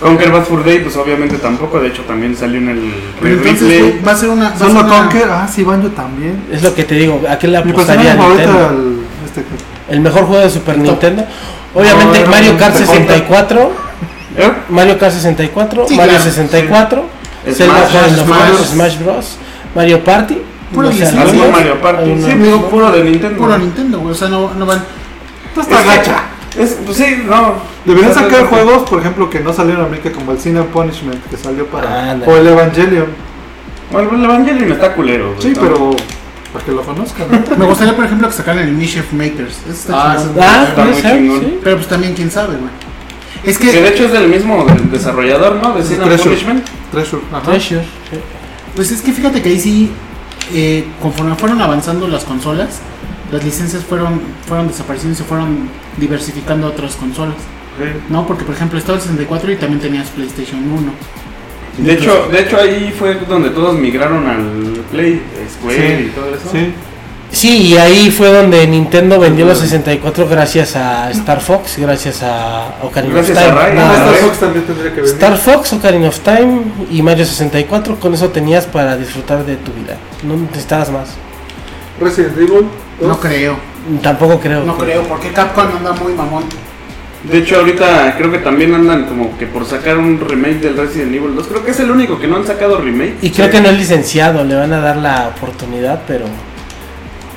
C: Conker Bad Fur Day, pues obviamente tampoco. De hecho, también salió en el
A: Pero entonces,
C: replay.
A: güey, va a ser una. va a ser
D: Solo
A: una-
D: Conker. Ah, sí, Banjo también.
B: Es lo que te digo. ¿A qué le
D: Mi
B: apostaría
D: personaje favorito
B: Pues Nintendo?
D: era el. Este.
B: El mejor juego de Super Nintendo. Obviamente,
D: No, no,
B: Mario
D: no,
B: Kart
D: no, no, no.
B: 64.
C: ¿Eh?
B: Mario Kart 64.
A: Sí,
B: Mario
A: claro,
B: 64.
C: sí.
B: Zelda
C: Smash,
A: Smash,
B: Mario Bros.
A: Bros.
B: Smash Bros. Mario Party.
A: Puro
B: sé,
A: diseño.
B: ¿no?
C: Así Mario Party.
B: Hay una-
C: Sí, digo, puro de Nintendo.
A: Puro Nintendo, güey. O sea, no, no van.
D: Esta
C: Es que- Es, pues sí, no.
D: este, Deberían
C: Está
D: sacar
C: gacha.
D: juegos, por ejemplo, que no salieron en América, como el Sin and Punishment, que salió para.
B: Ah, no.
D: o el Evangelion.
C: Bueno, el Evangelion está culero. güey,
D: Sí,
C: ¿no?
D: pero. Para que lo conozcan. ¿no? [LAUGHS]
A: Me gustaría, por ejemplo, que sacaran el Mischief Makers. Ese está
D: Ah,
A: chingón.
B: Ah,
C: Está
B: puede
C: muy
B: ser,
C: chingón.
B: sí.
A: Pero pues también, quién sabe, güey. Es que.
C: Que de hecho es del mismo del desarrollador, ¿no? De Sin and
D: Treasure.
C: Punishment.
D: Treasure. Ah, Ajá.
B: Treasure. sí.
A: Pues es que fíjate que ahí sí, eh, conforme fueron avanzando las consolas, las licencias fueron, fueron desapareciendo y se fueron diversificando a otras consolas. No, porque por ejemplo estaba el 64 y también tenías PlayStation 1.
C: De hecho, de hecho, ahí fue donde todos migraron al Play, Square y todo eso.
D: Sí.
B: Sí, y ahí fue donde Nintendo vendió los
C: Ujú.
B: 64 gracias a Star Fox, gracias a Ocarina
C: Gracias
B: of Time.
C: a Ray,
B: Nada
D: Ah, Star
B: más.
C: ¿eh?
D: Fox también tendría que venir.
B: Star Fox, Ocarina of Time y Mario 64, con eso tenías para disfrutar de tu vida. No necesitabas más.
D: Resident Evil.
A: No creo,
B: Tampoco creo.
A: no creo, porque Capcom anda muy mamón.
C: De hecho, ahorita creo que también andan como que por sacar un remake del Resident Evil 2. Creo que es el único que no han sacado remake.
B: Y creo que no es licenciado, le van a dar la oportunidad, pero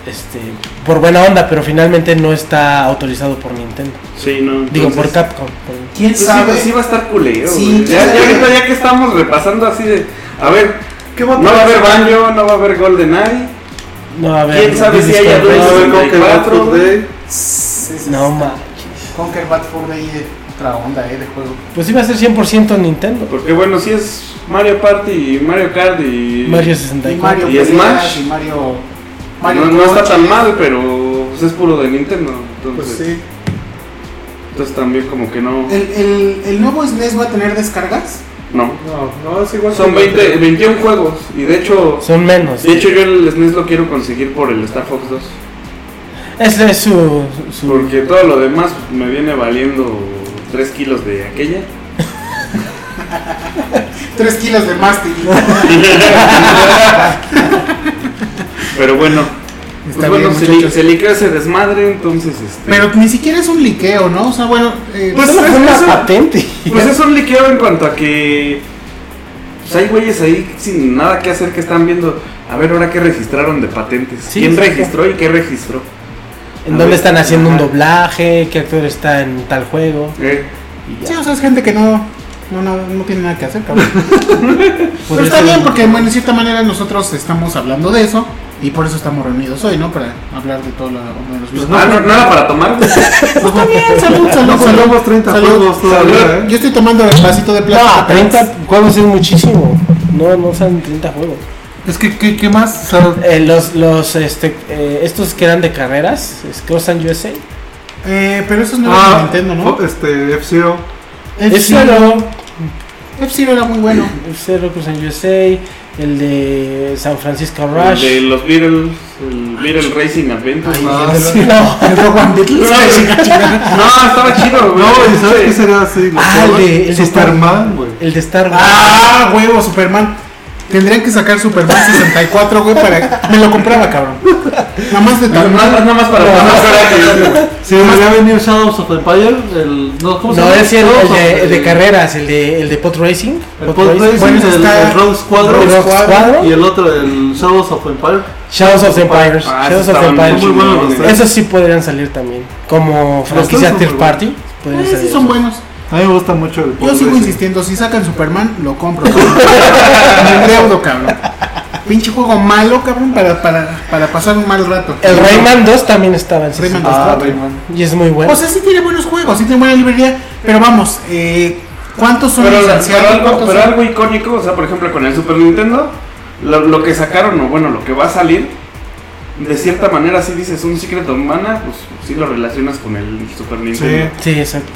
B: este por buena onda, pero finalmente no está autorizado por Nintendo.
C: Sí, no.
B: Digo,
C: entonces-
B: por Capcom. por-
A: ¿Quién
C: Pues Sí,
A: sabe?
C: sí, sí va a estar culero.
A: Sí,
C: güey. ya,
A: sí.
C: ya ahorita ya que estamos repasando así de, a ver,
D: ¿Qué
C: no va a haber Banjo, no va a haber GoldenEye,
B: No, a ver.
C: ¿Quién sabe si
B: disculpa,
C: haya
D: Voy a ver
C: dueños?
D: con que
C: 64,
D: Bad Fur Day.
B: No, ma.
A: Conquer Bad Fur Day eh, otra onda, eh, de juego.
B: Pues iba a ser 100% Nintendo.
C: Porque bueno, si es Mario Party y Mario Kart y.
B: Mario
A: Y
B: 64.
A: Mario
C: ¿Y
A: Peleas,
C: Smash?
A: y Mario. Mario
C: no, no está
A: Coches.
C: tan mal, pero pues, es puro de Nintendo.
D: Pues
C: Entonces,
D: sí.
C: entonces también como que no.
A: ¿El, el, el nuevo SNES va a tener descargas?
C: No.
D: No, no, es igual.
C: Son
D: que-
C: 20, 21 juegos. Y de hecho,
B: Son menos.
C: de hecho yo el SNES lo quiero conseguir por el Star Fox 2.
B: Ese es su. su-
C: Porque todo lo demás me viene valiendo 3 kilos de aquella.
A: 3 kilos de mástil.
C: Pero bueno. pues
A: Está
C: bueno,
A: bien,
C: se, li,
A: muchachos.
C: se liquea ese desmadre, entonces este.
A: [LAUGHS] Pero ni siquiera es un liqueo, ¿no? O sea, bueno. eh,
C: Pues
B: Solo
C: es
B: fue una
C: eso.
B: patente.
C: Pues es un liqueo en cuanto a que. Pues hay güeyes ahí sin nada que hacer que están viendo. A ver, ahora qué registraron de patentes.
B: Sí,
C: ¿Quién
B: exacto.
C: registró y qué registró?
B: ¿En
C: A
B: dónde
C: ver,
B: están haciendo un
C: ajá.
B: doblaje? ¿Qué actor está en tal juego?
C: Eh,
B: Y ya.
A: sí, o sea, es gente que no. No, no, no tiene nada que hacer,
C: [LAUGHS]
A: cabrón. Pero
B: Podría
A: Pues está
B: ser-
A: bien, porque bueno, de cierta manera nosotros estamos hablando de eso y por eso estamos reunidos hoy, ¿no? Para hablar de todo lo de los videojuegos.
C: ah, no, no era para tomar.
A: Pues está bien, salud,
D: No
A: salud, salud.
D: compramos 30
A: Salud.
D: juegos todavía, ¿eh?
A: Yo estoy tomando el vasito de
B: No,
A: plata.
B: 30 juegos es muchísimo. No, no son 30 juegos.
D: Es que, ¿qué, qué más? O sea,
B: Eh, los, los, este, eh, estos que eran de carreras, es Cross and USA.
A: Eh, pero eso no era de
D: ah,
A: Nintendo, ¿no?
D: oh, Este, F-Zero.
B: Es
A: F-Zero
B: cero,
A: F-Zero era muy bueno.
B: es cero Cross and USA. El de San Francisco Rush.
C: De los Beatles, el Beatle Racing Adventure.
A: Ay,
D: Ah,
A: el-
D: sí.
B: No.
A: el Rock and Beatles.
C: [LAUGHS] No, estaba chido, güey.
D: No, ¿y sabes qué sería así? Lo
B: [LAUGHS] Ah, el
D: peor?
B: de- el de
D: Superman, güey.
B: El de Star Wars.
A: Ah, huevo, Superman. Tendrían que sacar Superman 64, güey, para... Me lo compraba, cabrón. Nada más de
C: Nada
A: tan
C: más, nada más para tomar.
D: Si hubiera venido Shadows of Empire, el. No, ¿cómo se
B: no,
D: llama?
B: es el,
D: Shadows
B: el
D: of-
B: de, el de carreras, el de, el de Pot Racing.
D: El Pod Racing,
A: Bueno,
D: el,
A: está-
D: el Rogue Squadron.
B: Rogue Squadron.
D: Y el otro, el Shadows of Empire.
B: Shadows of Empires.
C: Ah,
B: Shadows of
C: estaban
B: Empires.
D: muy buenos los tres.
B: Esos sí podrían salir también. Como franquicia
D: son
B: Third
D: muy
B: Party. podrían
A: Eh, sí
B: salir.
A: son buenos.
D: A mí me gusta mucho el Pod
A: Yo sigo
D: Racing.
A: insistiendo, si sacan Superman, lo compro. cabrón. Me endeudo, cabrón. Pinche juego malo, cabrón, para, para, para pasar un mal rato.
B: El Rayman 2 también estaba en
A: Rayman
B: 64.
D: Ah,
A: Está
D: Rayman.
B: Y es muy bueno.
A: O sea, sí tiene buenos juegos, sí tiene buena librería, pero vamos, eh, ¿cuántos son
C: Pero, la- pero
A: licenciados?
C: algo,
A: ¿Cuántos
C: pero
A: son?
C: algo icónico, o sea, por ejemplo, con el Super Nintendo, lo, lo que sacaron, o bueno, lo que va a salir, de cierta manera, si dices un Secret of Mana, pues sí lo relacionas con el Super Nintendo.
B: sí, exacto.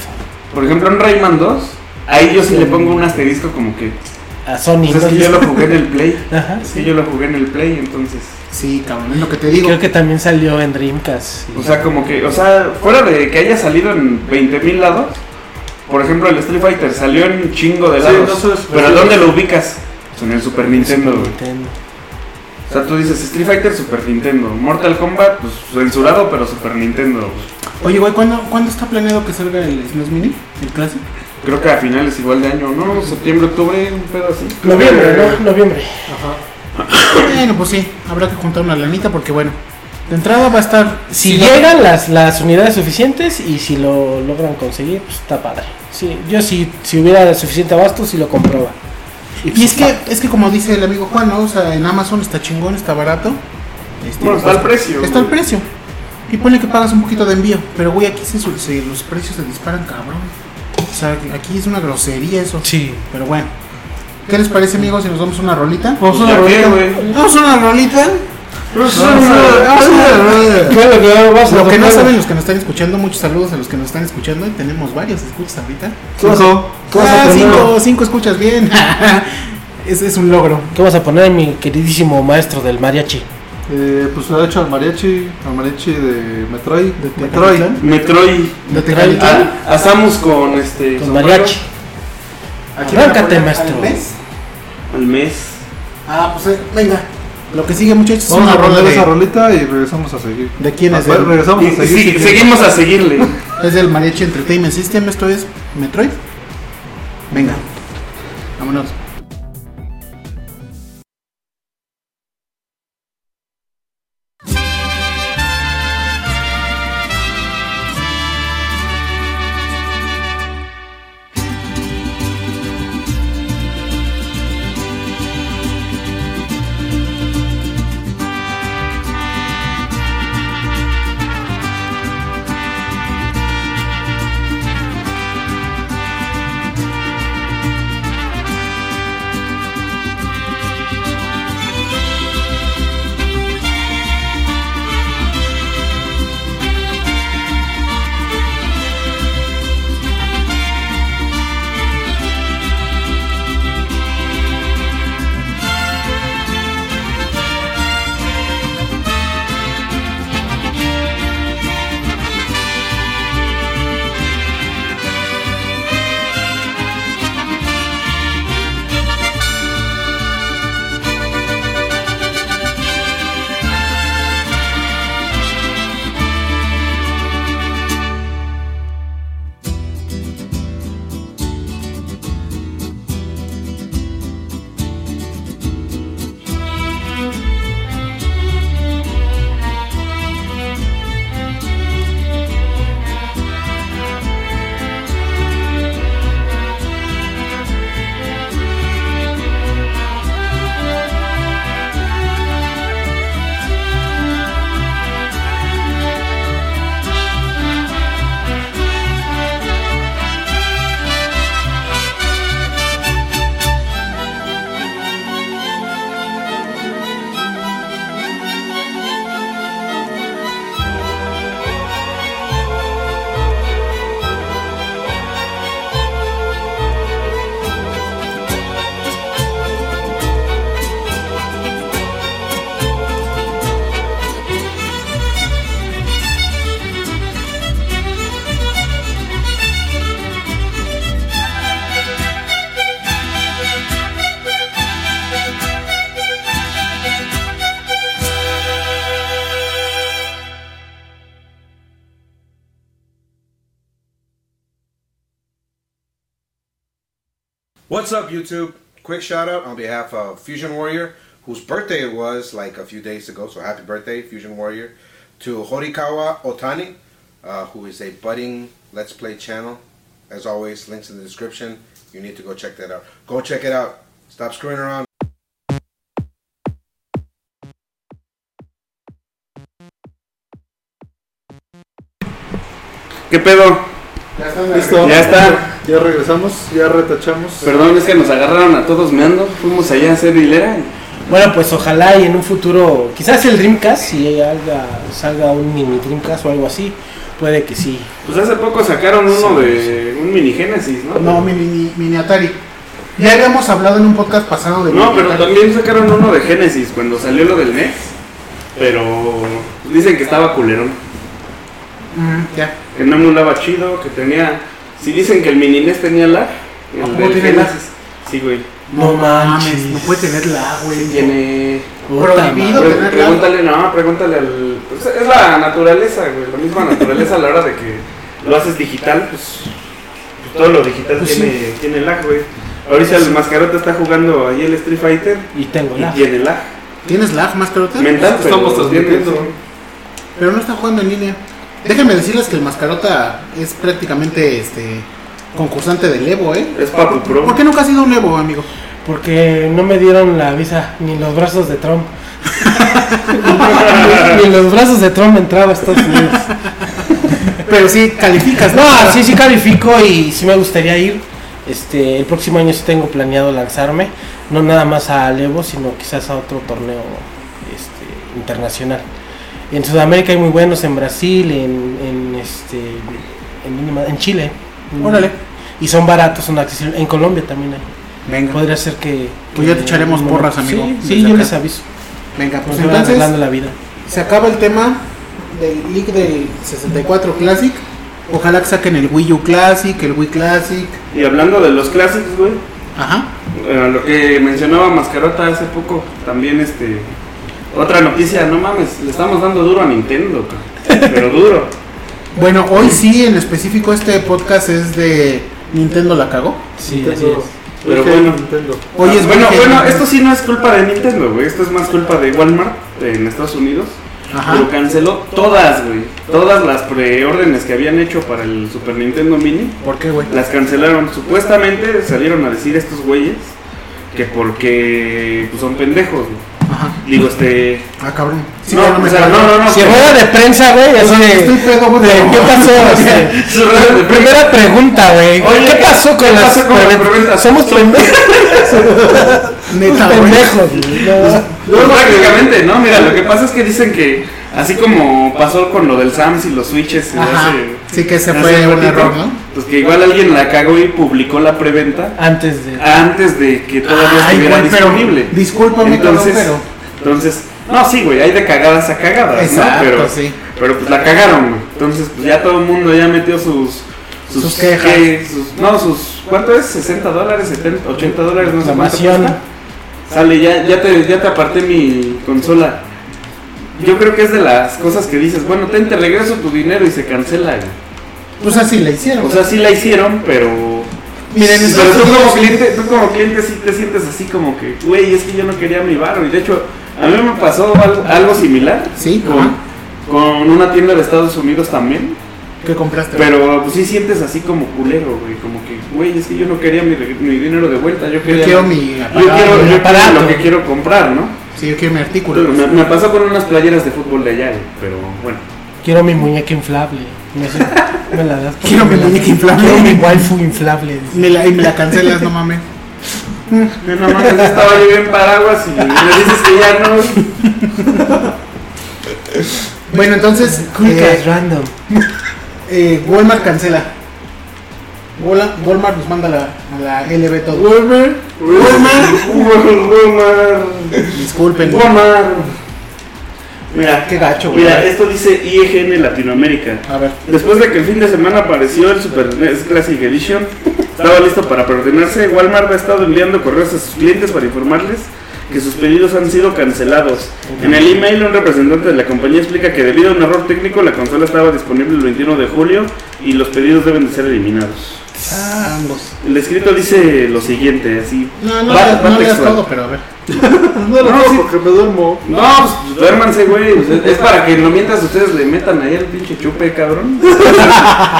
C: Por ejemplo, en Rayman 2, ahí yo sí le pongo un asterisco como que,
B: A Sony.
C: pues es que
B: ¿no?
C: yo lo jugué en el Play.
B: Ajá,
C: Es que
B: sí.
C: yo lo jugué en el Play, entonces.
A: Sí, cabrón, es lo que te
B: Y
A: digo.
B: Creo que también salió en Dreamcast.
C: O sea, como que, o sea, fuera de que haya salido en 20.000 lados, por ejemplo, el Street Fighter salió en un chingo de
D: Sí,
C: lados.
D: no sabes-
C: pero ¿dónde lo ubicas? Pues en el Super Nintendo, güey.
B: Nintendo.
C: O sea, tú dices Street Fighter, Super Nintendo. Mortal Kombat, pues censurado, pero Super Nintendo. güey.
A: Oye, güey, ¿cuándo, ¿cuándo está planeado que salga el SNES Mini? ¿El Classic?
C: Creo que a finales igual de año, ¿no? Septiembre, octubre, un pedo así.
B: Noviembre, ¿no? Noviembre.
A: Bueno, pues sí, habrá que juntar una lanita porque, bueno, de entrada va a estar...
B: Si
A: sí,
B: llegan las, las unidades suficientes y si lo logran conseguir, pues está padre. Sí, yo si, si hubiera suficiente abasto, sí lo compraba.
A: Y es que, es que como dice el amigo Juan, ¿no? O sea, en Amazon está chingón, está barato. Este,
C: Bueno, está
A: pues,
C: el precio,
A: Está el
C: güey.
A: precio. Y pone que pagas un poquito de envío. Pero, güey, aquí se, su- se- los precios se disparan, cabrón. O sea, aquí es una grosería eso.
B: Sí.
A: Pero bueno. ¿Qué les parece, amigos, si nos damos Pues una rolita?
D: Vamos a
C: ¿Ya
D: una
C: qué,
D: rolita.
C: güey?
A: Vamos a una rolita.
D: Vamos a una- vamos a una rolita.
B: Claro que ahora vamos a
A: Lo que no
B: tocar-
A: saben los que nos están escuchando, muchos saludos a los que nos están escuchando. Tenemos varios escuchas ahorita.
D: Cinco.
B: ¿Qué vas a
A: Ah,
B: poner?
A: cinco, cinco escuchas bien. [LAUGHS] Ese es un logro.
B: ¿Qué vas a poner, mi queridísimo maestro del mariachi?
D: Eh, pues de hecho al mariachi, al mariachi de Metroid.
A: De
D: Metroid.
A: Tecatitlán.
C: Metroid.
A: ¿De
B: Tecalitlán.
C: A, a Samus con este.
B: Con
C: sombrero
B: mariachi. Arráncate, maestro.
C: Al mes.
A: Ah, pues eh, venga. Lo que sigue, muchachos, es
D: Vamos
A: una
D: a
A: rola
D: poner esa
A: de,
D: rolita y regresamos a seguir.
A: de quién es.
D: Ah, bueno,
A: El,
D: regresamos
C: Y-
D: a seguir.
C: sí,
D: si quieres.
C: seguimos a seguirle.
A: es del Mariachi Entertainment System. Esto es Metroid. Venga, vámonos.
E: 「 What's up, YouTube? Quick shout out on behalf of Fusion Warrior, whose birthday it was like a few days ago. So happy birthday, Fusion Warrior, to Horikawa Otani, uh, who is a budding Let's Play channel. As always, links in the description. You need to go check that out. Go check it out. Stop screwing around.
C: ¿Qué pedo?
D: Listo.
C: Ya está.
D: Ya regresamos, ya retachamos.
C: Perdón, es que nos agarraron a todos meando. Fuimos allá a hacer hilera. y-
B: Bueno, pues ojalá y en un futuro, quizás el Dreamcast, si salga, salga un mini Dreamcast o algo así, puede que sí.
C: Pues hace poco sacaron uno de un mini Génesis, ¿no?
A: No, mi, mi, mi Atari. Ya habíamos hablado en un podcast pasado de
C: No,
A: mi
C: pero
A: Atari.
C: también sacaron uno de Génesis cuando salió lo del NES. Pero dicen que estaba culerón.
A: Mm, ya.
C: Que no emulaba chido, que tenía. Si dicen que el mini NES tenía lag,
A: ¿A
C: el
A: poco
C: del
A: tiene lag?
C: Genesis. Sí, güey.
B: No manches.
A: no puede tener la, güey.
C: Tiene.
B: Puta
A: Prohibido.
B: madre.
C: Pre-
A: tener
C: pregúntale, no, pregúntale al. pues, es la naturaleza, güey. La misma naturaleza a la hora de que lo haces digital, pues. pues, todo lo digital
B: Pues
C: tiene, tiene lag, güey. Ahorita el mascarota está jugando ahí el Street Fighter
B: Y tengo
C: y
B: la.
C: tiene lag.
A: ¿Tienes lag, mascarota?
C: Mental, pero
D: Estamos transmitiendo.
C: tiene-
A: Pero no está jugando en línea. Déjenme decirles que el mascarota es prácticamente este concursante del Evo, ¿eh?
C: Es Papu Pro.
A: ¿Por qué nunca ha sido un Evo, amigo?
B: Porque no me dieron la visa, ni los brazos de
A: [LAUGHS]
B: Trump. [LAUGHS] ni, ni los brazos de Trump entraba a Estados Unidos.
A: Pero sí calificas, ¿no?
B: No, Ah, sí, sí califico y sí me gustaría ir. Este, el próximo año sí tengo planeado lanzarme, no nada más a Levo, sino quizás a otro torneo este, internacional. En Sudamérica hay muy buenos, en Brasil, en, en, este, en, dónde más, en Chile.
A: Órale.
B: Y son baratos, son accesibles. En Colombia también hay.
A: Venga,
B: Podría ser que.
A: Pues
B: que-
A: ya te echaremos porras, amigo,
B: Sí,
A: desde
B: sí yo
A: acá.
B: les aviso.
A: venga, pues
B: Nos van arreglando
A: entonces
B: la vida.
A: se acaba el tema del leak del 64 Classic. Ojalá que saquen el Wii U Classic, el Wii Classic.
C: Y hablando de los clásicos, güey.
A: Ajá.
C: eh, lo que mencionaba Mascarota hace poco, también este. Otra noticia, no mames, le estamos dando duro a Nintendo, cabrón, pero
A: [LAUGHS]
C: duro.
A: Bueno, hoy sí, en específico este podcast es de Nintendo la cagó.
B: Sí, así
D: Nintendo.
B: es.
C: Pero
D: Ok,
C: bueno.
D: Nintendo.
A: Hoy es
C: bueno,
A: Virgen.
C: bueno, esto sí no es culpa de Nintendo, güey. Esto es más culpa de Walmart en Estados Unidos.
A: Ajá.
C: Pero canceló todas, güey. Todas las preórdenes que habían hecho para el Super Nintendo Mini.
A: ¿Por qué, güey?
C: Las cancelaron. Supuestamente salieron a decir estos güeyes que porque pues, son pendejos, güey.
A: Ajá.
C: Digo, este.
A: Ah, cabrón. Sí,
C: no,
A: ya no me
C: o sea,
A: acuerdo.
C: no, no, no.
B: Si
C: pero-
B: rueda de prensa, güey, así de.
A: Pues Estoy pedo, güey.
B: de, ¿Qué
A: [LAUGHS]
B: pasó? Este,
C: Su rueda de prensa.
B: Primera pregunta, güey.
C: Oye,
B: ¿Qué pasó con
C: ¿qué
B: las
C: pasó con las preventas?
B: Somos pendejos.
C: [LAUGHS] Ah,
A: Neta, güey.
B: pendejos. güey, no.
C: Pues prácticamente, ¿no? Mira, lo que pasa es que dicen que así como pasó con lo del Sams y los switches, ¿no?
A: Ajá.
C: Hace-
A: Sí, que se
C: hace
A: fue un
C: ratito,
A: error, ¿no?
C: Pues que igual alguien la cagó y publicó la preventa
B: Antes de.
C: antes de que todavía
A: Ay,
C: estuviera
A: güey, pero-
C: disponible.
A: discúlpame,
C: entonces,
A: cabrón,
C: entonces, no, sí, güey, hay de cagadas a cagadas,
A: Exacto,
C: ¿no? Pero,
A: sí.
C: pero pues la cagaron, güey. Entonces, pues ya todo el mundo ya metió sus.
A: Sus quejas.
C: que- sus- no, sus. ¿Cuánto es? ¿60 dólares? 70, ¿80 dólares? No sé cuánto
B: Reclamación.
C: cuesta. Sale, ya, ya, te, ya te aparté mi consola. Yo creo que es de las cosas que dices, bueno, ten, te regreso tu dinero y se cancela. güey.
A: Pues así la hicieron.
C: O sea, sí la hicieron, pero.
A: Miren,
C: Sí,
A: Estados
C: pero tú
A: Unidos-
C: como cliente, tú como cliente sí te sientes así como que, güey, es que yo no quería mi barro. Y de hecho, a mí me pasó algo, algo similar
A: Sí,
C: con,
A: ajá.
C: con una tienda de Estados Unidos también.
A: ¿Qué compraste?
C: Pero pues sí sientes así como culero, güey. Como que, güey, es que yo no quería mi, re- mi dinero de vuelta. Yo
A: yo
C: quería.
A: quiero mi
C: yo quiero-
A: aparato.
C: yo quiero
B: aparato.
C: lo que quiero comprar, ¿no?
A: Sí, yo quiero mi artículo.
C: Me, me pasó con unas playeras de fútbol de allá, güey, pero bueno.
B: Quiero mi muñeca inflable. No sé, me la das. porque
A: Quiero mi
B: me la-
A: muñeca inflable.
B: Quiero mi waifu inflable.
A: Me la, y me la cancelas, no mames.
C: Yo nada más estaba yo en paraguas y me dices que ya [LAUGHS] no.
A: Bueno, entonces,
B: Cuicas
A: eh,
B: random.
A: eh, Walmart cancela. Wala- Walmart nos manda la, a la LB todo.
C: Walmart, Walmart,
A: Disculpen.
C: Walmart. Mira,
A: Qué gacho, güey.
C: mira, esto dice IEGN Latinoamérica.
A: A ver.
C: Después de que el fin de semana apareció el Super NES Classic Edition, estaba listo para preordenarse. Walmart ha estado enviando correos a sus clientes para informarles que sus pedidos han sido cancelados. En el email, un representante de la compañía explica que debido a un error técnico, la consola estaba disponible el 21 de julio y los pedidos deben de ser eliminados.
A: Ah, ambos.
C: El escrito dice lo siguiente, así.
A: No, no,
C: va-
A: leas-
C: va
A: no leas
C: textual.
A: todo, pero a ver.
D: Pues No, no, porque me duermo.
C: No, pues, duérmanse, güey. pues, es, es para que lo mientras ustedes le metan ahí el pinche chupe, cabrón. [LAUGHS]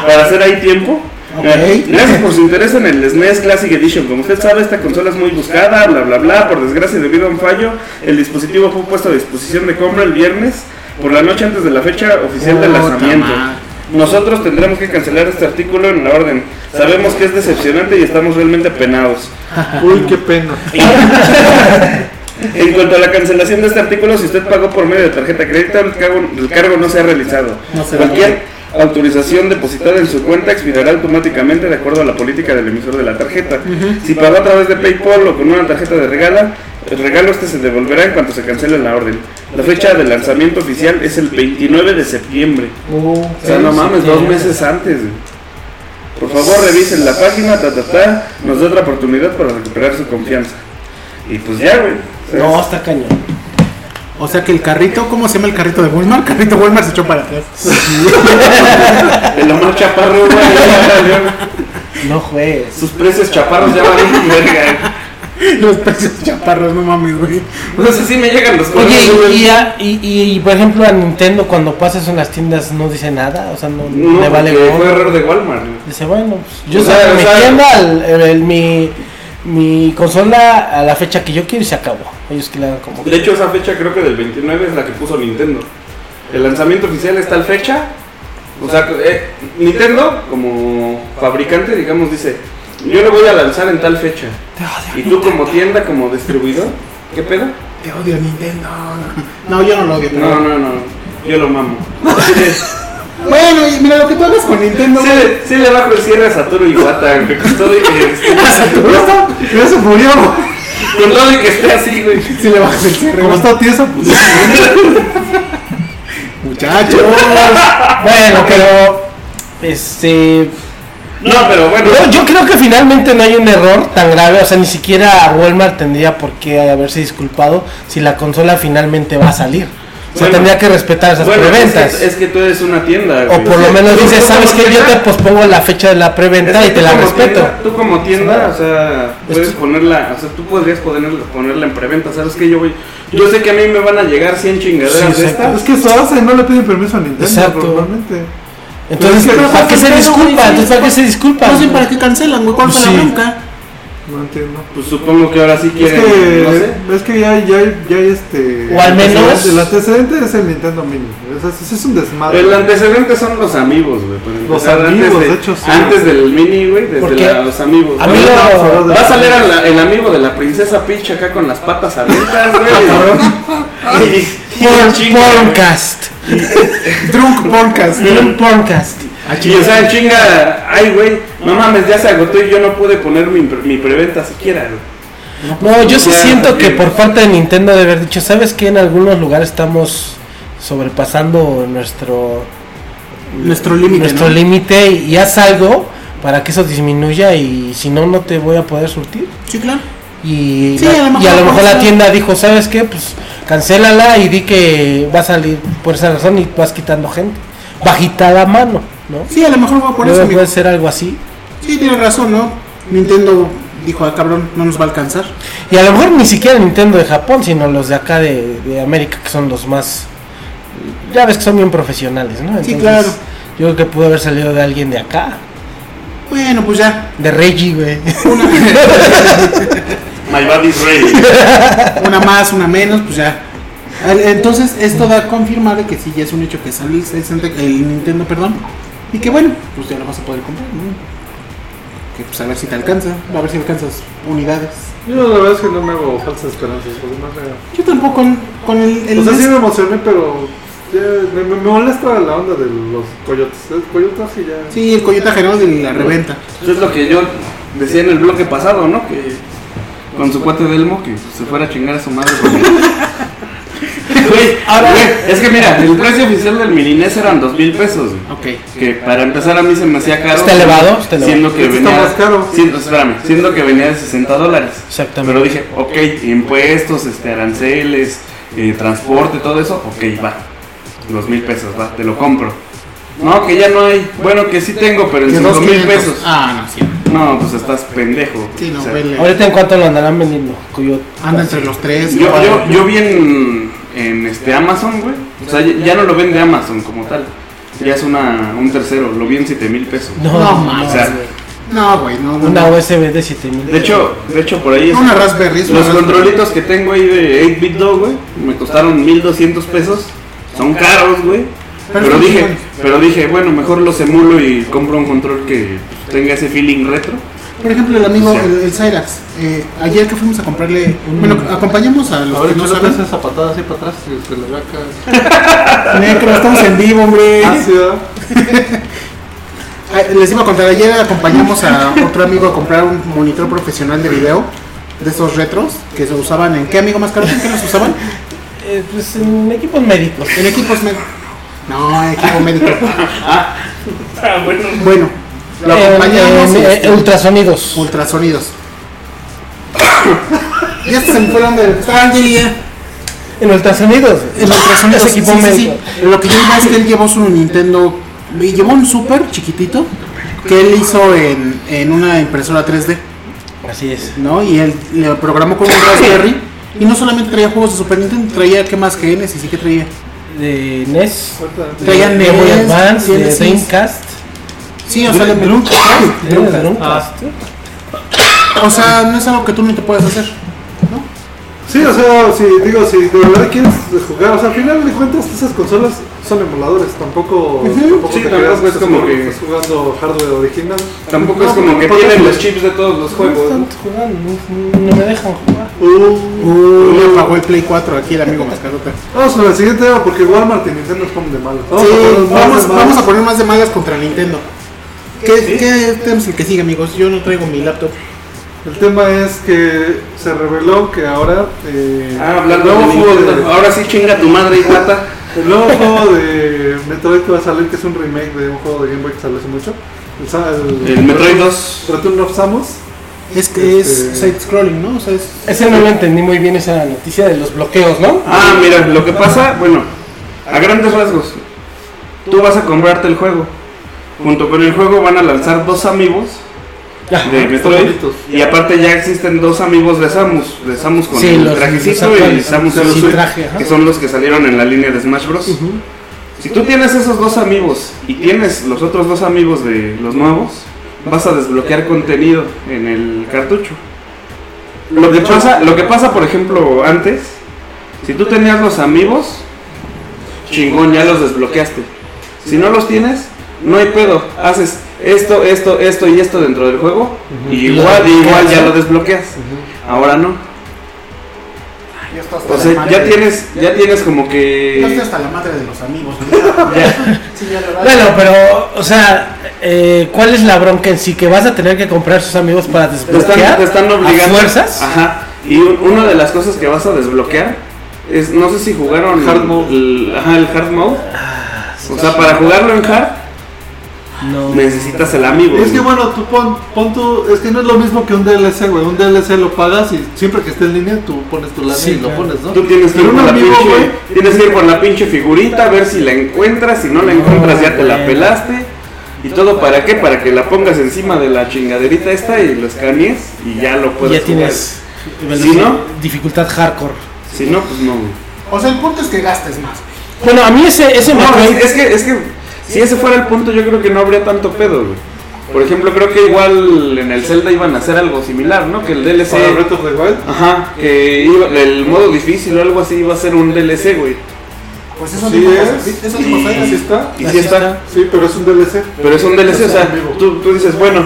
C: para hacer ahí tiempo.
A: Ok.
C: Eh, Gracias por su interés en el SNES Classic Edition. Como usted sabe, esta consola es muy buscada, bla, bla, bla. Por desgracia, debido a un fallo, el dispositivo fue puesto a disposición de compra el viernes por la noche antes de la fecha oficial de
A: Puta
C: lanzamiento.
A: madre.
C: Nosotros tendremos que cancelar este artículo en la orden. Sabemos que es decepcionante y estamos realmente apenados.
D: Uy, qué pena.
C: En cuanto a la cancelación de este artículo, si usted pagó por medio de tarjeta de crédito, el cargo, el cargo no se ha realizado.
A: No se
C: Cualquier autorización depositada en su cuenta expirará automáticamente de acuerdo a la política del emisor de la tarjeta. Si pagó a través de PayPal o con una tarjeta de regala, el regalo este se devolverá en cuanto se cancele la orden. La fecha de lanzamiento oficial es el 29 de septiembre. O sea, no mames, dos meses antes. güey. Por favor, revisen la página, ta, ta, ta. Nos da otra oportunidad para recuperar su confianza. Y pues ya, güey. O sea,
B: No, está cañón.
A: O sea que el carrito, ¿cómo se llama el carrito de Walmart? El carrito Walmart se echó para atrás. [LAUGHS]
C: El Omar Chaparro, güey, ya valió.
B: No juegues.
C: Sus precios chaparros ya van verga.
A: Los precios chaparros, no mames, güey.
C: güey. No sé si me llegan los
B: Oye,
C: correos,
B: y,
C: güey.
B: y a- y- y, por ejemplo a Nintendo cuando pasas en las tiendas no dice nada, o sea, no,
C: No,
B: le vale
C: porque
B: gorro.
C: fue error de Walmart. güey.
B: Dice, bueno, pues, yo
C: O sea,
B: saco
C: o
B: mi
C: sea-
B: tienda, el- el- el- mi, mi consola a la fecha que yo quiero y se acabó. Ellos que le hagan como...
C: De hecho, esa fecha creo que del 29 es la que puso Nintendo. El lanzamiento oficial es tal fecha. O sea, eh, Nintendo, como fabricante, digamos, dice: Yo lo voy a lanzar en tal fecha. Y tú, como tienda, como distribuidor, ¿qué pedo?
A: Te odio Nintendo. No, yo no lo odio, pero.
C: No, no, no. Yo lo mamo.
A: Bueno, y mira lo que tú hagas con Nintendo.
C: Sí, le- sí le bajo el cierre a Satoru Iwata, güey. Con todo y que esté,
D: Ya se [LAUGHS] murió.
C: con todo y que esté así, güey.
A: Si le bajas el cierre.
D: Como está tiesa, pues.
A: Muchacho.
B: [LAUGHS] Bueno, pero... Este...
C: No, pero bueno.
B: Yo, yo creo que finalmente no hay un error tan grave, o sea, ni siquiera Walmart tendría por qué haberse disculpado si la consola finalmente va a salir. O sea,
C: Bueno.
B: tendría que respetar esas
C: Bueno, pues, es
B: preventas.
C: que, es pues, que tú eres una tienda, güey.
B: o por lo menos
C: Tú-
B: dices,
C: tú
B: ¿sabes
C: como
B: qué? Yo te
C: tienda-
B: pospongo la fecha de la
C: es
B: preventa
C: que
B: y te
C: tú
B: la
C: como
B: respeto.
C: tienda- tú como tienda, o sea, puedes
B: Esto-
C: ponerla, o sea, tú podrías ponerla, ponerla en preventa, ¿sabes qué? Yo voy, yo sé que a mí me van a llegar 100 chingaderas
B: Sí,
C: de
B: exacto.
C: estas.
D: Es que eso hace, no le piden permiso a Nintendo
B: Exacto.
D: normalmente.
B: Entonces,
D: Pero es que
B: ¿para
D: no
B: qué
D: hacen
B: se
D: pedo,
A: güey,
B: disculpa?
A: sí,
B: Entonces, ¿para qué se disculpa?
A: No sé para qué cancelan, güey. ¿Cuál fue
B: Sí.
A: la bronca?
D: No entiendo.
C: Pues supongo que ahora sí
D: Es
C: quieren,
D: que,
C: Eh, no sé.
D: es que ya, ya, ya hay este.
B: O al menos-
D: El antecedente es el Nintendo Mini. O sea, sí es un desmadre.
C: El antecedente son los amigos, güey. para
D: Los
C: empezar,
D: amigos,
C: antes
D: de hecho, sí.
C: Antes del mini, güey, desde
B: Porque
C: la- los amigos.
B: A mí
C: Ahorita
B: lo-
C: vamos a hablar de- Va a
D: los
C: salir a la- el amigo de la princesa Peach acá con las patas abiertas, güey. [LAUGHS] Y- Ah, y-
B: Por-
C: chinga, güey.
B: Porncast.
A: Drunk podcast.
B: Un Porncast.
C: Y o sea, en chinga, ay, güey, no mames, ya se agotó y yo no pude poner mi, pre- mi preventa siquiera, güey.
B: No, yo sí
C: Ya,
B: siento que
C: bien.
B: por parte de Nintendo de haber dicho, ¿sabes qué? En algunos lugares estamos sobrepasando nuestro
A: Nuestro límite.
B: nuestro
A: ¿no?
B: límite y haz algo para que eso disminuya y si no, no te voy a poder surtir.
A: Sí, claro.
B: Y,
A: Sí,
B: la-
A: a lo mejor
B: y a lo
A: por
B: mejor la
A: eso.
B: tienda dijo, ¿sabes qué? Pues cancélala y di que va a salir por esa razón y vas quitando gente. Bajita la mano, ¿no?
A: Sí, a lo mejor va por
B: Luego
A: eso, amigo.
B: puede ser algo así.
A: Sí, tiene razón, ¿no? Nintendo dijo, ah, cabrón, no nos va a alcanzar.
B: Y a lo mejor ni siquiera el Nintendo de Japón, sino los de acá de, de América, que son los más... Ya ves que son bien profesionales, ¿no?
A: Sí, claro.
B: Yo creo que pudo haber salido de alguien de acá.
A: Bueno, pues ya.
B: De
A: [LAUGHS]
B: Reggie, güey.
C: My body's ready.
D: [LAUGHS]
A: Una más, una menos, pues ya. Al- Entonces, esto da confirmado que sí, ya es un hecho que salí es ante- el Nintendo, perdón. Y que bueno, pues ya lo vas a poder comprar, ¿no? Que pues a ver si te alcanza, a ver si alcanzas unidades.
D: Yo la verdad es que no me hago falsas esperanzas. Pues, más allá.
A: Yo tampoco con, con el... el
C: Pues
D: o sea, sí
A: mes-
D: me emocioné, pero ya me, me- me molesta la onda de los coyotes. El coyote así ya.
A: sí, el coyotaje, ¿no? De la reventa.
C: Eso Pues es lo que yo decía en el bloque pasado, ¿no? Que con su cuate Delmo que se fuera a chingar a su madre. porque- Güey, güey, es que mira, el precio oficial del mini NES eran dos mil pesos. güey.
A: Ok.
C: Que para empezar a mí se me hacía caro.
B: Está elevado, está elevado.
C: Siendo que
D: Este está
C: venía.
D: más caro.
C: Siendo, espérame, siendo que venía de 60 dólares.
B: Exactamente.
C: Pero eh, dije, ok, impuestos, este, aranceles, eh, transporte, todo eso, ok, va. Dos mil pesos, va, te lo compro. No, que ya no hay. Bueno, que sí tengo, pero en
A: Que
C: cinco
A: dos
C: mil
A: quinientos.
C: pesos.
A: Ah, no, sí.
C: No, pues estás pendejo.
A: Sí, no,
C: O sea,
A: vele.
B: Ahorita en cuanto lo andarán vendiendo, cuyo
A: Anda entre los tres.
C: Yo,
A: cuatro.
C: yo, yo vi en, en este Amazon, güey. O sea, ya ya no lo vende Amazon como tal. Ya es una, un tercero, lo vi en 7 mil pesos.
B: No,
A: No,
B: no,
A: mames,
C: o sea,
A: güey. No, güey, no, no.
B: Una
A: no.
B: USB de 7000.
C: De hecho, de hecho por ahí es-
A: Una Raspberry. es una
C: los
A: Raspberry.
C: controlitos que tengo ahí de 8-bit dog, güey, me costaron 1200 pesos. Son caros, güey.
A: Pero
C: Pero
A: son
C: dije,
A: chingones.
C: pero dije, bueno, mejor los emulo y compro un control que tenga ese feeling retro.
A: Por ejemplo, el amigo,
C: Sí.
A: el, el Cyrax. eh, ayer que fuimos a comprarle. Bueno, acompañamos a los
D: Ahora
A: que no
D: échale
A: saben.
D: esa patada así para atrás y se le ve acá.
A: [LAUGHS] Necro, estamos en vivo, hombre.
D: Ácida.
A: Ah, Les iba a contar, ayer acompañamos a otro amigo a comprar un monitor profesional de video de esos retros que se usaban en qué amigo más caro en qué los usaban
B: Eh, pues en equipos médicos.
A: en equipos médicos no en equipo médico
C: Ah, bueno.
A: bueno lo
B: Eh,
A: acompañamos
B: eh,
A: este,
B: eh, ultrasonidos.
A: ultrasonidos [COUGHS] ya se me fue la onda del- Ah, ya, ya.
B: En ultrasonidos.
A: [LAUGHS] En los trasfondos,
B: Es
A: sí,
B: equipo
A: sí, sí,
B: médico.
A: sí. Lo que yo iba es que él llevó su Nintendo, llevó un super chiquitito que él hizo en, en una impresora 3D,
B: Así es.
A: ¿no? Y él le programó con un Raspberry y no solamente traía juegos de Super Nintendo, traía qué más que Genesis y qué traía.
B: De NES.
A: Traía
B: de Game Boy
A: NES,
B: Advance, de
A: Genesis.
B: Dreamcast.
A: Sí, o sea, le-
B: Era de
A: Dreamcast. Ah.
B: Dreamcast.
A: O sea, no es algo que tú no te puedas hacer.
D: Sí, o sea, si digo, si de verdad quieres jugar, o sea, al final de cuentas esas consolas son emuladores, tampoco, tampoco
C: Sí,
D: te
C: tampoco
D: creas
C: es
D: estás
C: como
D: jugando-
C: que-
D: estás jugando hardware original.
C: Tampoco es
D: No,
C: como que
D: por
C: tienen
D: ejemplo,
C: los chips de todos los
D: no
C: juegos.
D: están-
C: ¿no?
B: jugando, no, no me dejan jugar.
A: Uh, le apagó el Play 4 aquí el amigo Mascarota. Oh,
D: Vamos con el siguiente tema porque Walmart y Nintendo son de malos.
A: Sí,
D: poner más
A: vamos,
D: de malos.
A: vamos a poner más de malas contra Nintendo. ¿Qué, qué tema es el que sigue, amigos? Yo no traigo mi laptop.
D: El tema es que se reveló que ahora eh,
C: Ah, hablando de
D: el
C: eh.
D: nuevo juego
C: Nintendo. Ahora sí chinga tu madre y guata.
D: El nuevo juego de Metroid que va a salir, que es un remake de un juego de Game Boy que salió hace mucho. El, sa-
C: El Metroid 2.
D: Return of Samus.
A: Es que es
D: Este-
A: side-scrolling, ¿no? O sea, es...
B: Ese no lo entendí muy bien, esa noticia de los bloqueos, ¿no?
C: Ah, mira, lo que pasa, bueno, a grandes rasgos, tú vas a comprarte el juego. Junto con el juego van a lanzar dos amigos de Metroid.
D: bonitos.
C: Y aparte ya existen dos amigos de Samus, de Samus con
B: Sí,
C: el
B: los-
C: trajecito
B: los
C: y
B: actuales,
C: Samus
B: los sin
C: Ultimate,
B: traje, ajá.
C: que son los que salieron en la línea de Smash Bros. Si tú tienes esos dos amigos y tienes los otros dos amigos de los nuevos, vas a desbloquear contenido en el cartucho. Lo que pasa, lo que pasa por ejemplo, antes, si tú tenías los amigos, chingón, ya los desbloqueaste. Si no los tienes, no hay pedo. Haces esto, esto, esto y esto dentro del juego. Y igual, igual ya lo desbloqueas. Ahora no.
A: Ya está hasta
C: O
A: la
C: sea,
A: madre
C: ya
A: de-
C: tienes, ya tienes como
A: Ya está
C: que.
A: hasta la madre de los amigos. ¿no?
C: ya.
A: Sí, Eh, [LAUGHS] ya lo
B: Bueno, pero, o sea, eh, ¿cuál es la bronca en sí? ¿Que vas a tener que comprar sus amigos para
C: Te
B: desbloquear?
C: están, te están obligando.
B: ¿A fuerzas?
C: Ajá. Y un- una de las cosas que vas a desbloquear es, no sé si jugaron
D: Hard mode.
C: El, ajá, el hard mode. O sea, para jugarlo en hard
B: Ah, No.
C: necesitas el amigo.
D: Es que
C: güey.
D: bueno, tú pon, pon tu. Es que no es lo mismo que un DLC, güey. Un DLC lo pagas y siempre que esté en línea tú pones tu lana
B: Sí,
D: y lo
B: claro.
D: pones, ¿no?
C: Tú tienes que, ir
D: Pero
C: por
D: un
C: la
D: amigo,
C: pinche,
D: güey.
C: tienes que ir por la pinche figurita, a ver si la encuentras, si no la encuentras ya te la
B: güey.
C: pelaste. ¿Y todo para qué? Para que la pongas encima de la chingaderita esta y lo escanees y ya lo puedes
B: ya tienes
C: Sí, ¿no?
B: dificultad hardcore.
C: jugar. Si no, pues no. güey.
A: O sea, el punto es que gastes más. güey.
B: Bueno, a mí ese, ese
C: [LAUGHS] No,
B: Metroid-
C: es, es que, es que si ese fuera el punto, yo creo que no habría tanto pedo, güey. Por ejemplo, creo que igual en el Zelda iban a hacer algo similar, ¿no? Que el DLC.
D: Para Breath of the Wild.
C: Ajá, que iba- el modo difícil o algo así iba a ser un DLC, güey.
A: Pues eso
D: Sí,
A: dijo
D: es.
A: José- Eso dijo
C: Y,
A: José,
C: y
A: así
C: sí
A: está.
C: está.
B: Así está.
D: Sí, pero es un DLC.
C: Pero es un DLC, o sea, tú, tú dices, bueno,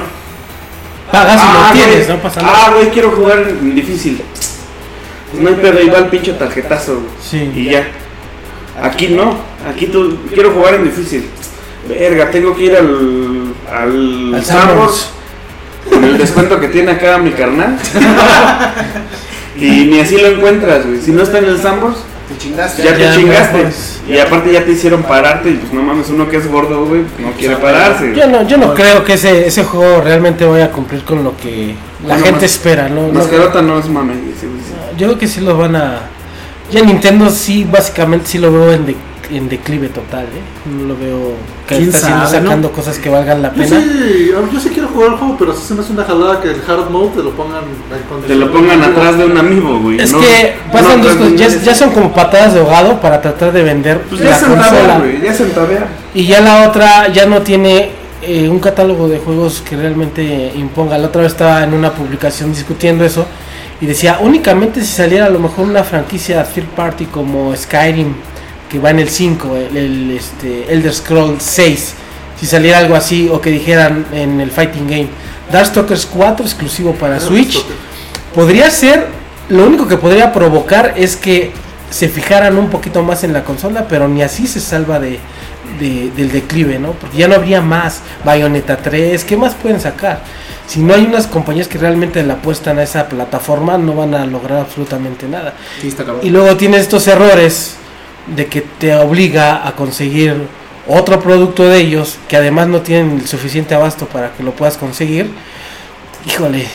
B: pagas y Ah, lo
C: Ah, güey,
B: tienes, no pasa nada.
C: Ah, güey, quiero jugar en difícil. Pues no hay pedo, ahí va el pinche tarjetazo, güey.
B: Sí.
C: Y ya. Aquí no, aquí tú quiero jugar en difícil. Verga, tengo que ir al. al.
B: Al
C: Starbucks con el descuento que tiene acá mi carnal. y ni así lo encuentras, güey. Si no está en el Sambors,
A: Te chingaste.
C: Ya te
B: Ya,
C: chingaste.
B: pues.
C: y aparte ya te hicieron pararte. Y pues no mames, uno que es gordo, güey, pues, no quiere pararse.
B: Yo no, yo no creo que ese, ese juego realmente vaya a cumplir con lo que la
C: Bueno,
B: gente
C: mas-
B: espera. No, No-
C: Mascarota no es mame. ese güey sí.
B: yo creo que sí lo van a... Ya Nintendo sí, básicamente sí lo veo en, de- en declive total. ¿eh? No lo veo que
A: ¿Quién
B: está haciendo,
A: sabe, no?
B: sacando cosas que valgan la
D: Yo
B: pena.
D: sí, yo sí quiero jugar el juego, pero sí se me hace una jalada que el hard mode te lo pongan en condición-
C: Te lo pongan atrás de un amigo, güey.
B: Es
C: no-
B: que
C: no
B: pasan dos
C: atrás de un-
B: cosas, ya, ya son como patadas de ahogado para tratar de vender
C: Pues ya
B: la
C: sentaba,
B: consola.
C: güey. Ya sentaba.
B: Y ya la otra ya no tiene eh, un catálogo de juegos que realmente imponga. La otra vez estaba en una publicación discutiendo eso y decía, únicamente si saliera a lo mejor una franquicia third party como Skyrim, que va en el 5, el, el, este, Elder Scrolls 6, si saliera algo así o que dijeran en el Fighting Game, Darkstalkers 4 exclusivo para Switch, podría ser, lo único que podría provocar es que se fijaran un poquito más en la consola, pero ni así se salva de, de- del declive, ¿no? Porque ya no habría más Bayonetta 3, ¿qué más pueden sacar? Si no hay unas compañías que realmente le apuestan a esa plataforma, no van a lograr absolutamente nada.
A: Sí, está cabrón.
B: Y luego tiene estos errores de que te obliga a conseguir otro producto de ellos que además no tienen el suficiente abasto para que lo puedas conseguir. Híjole,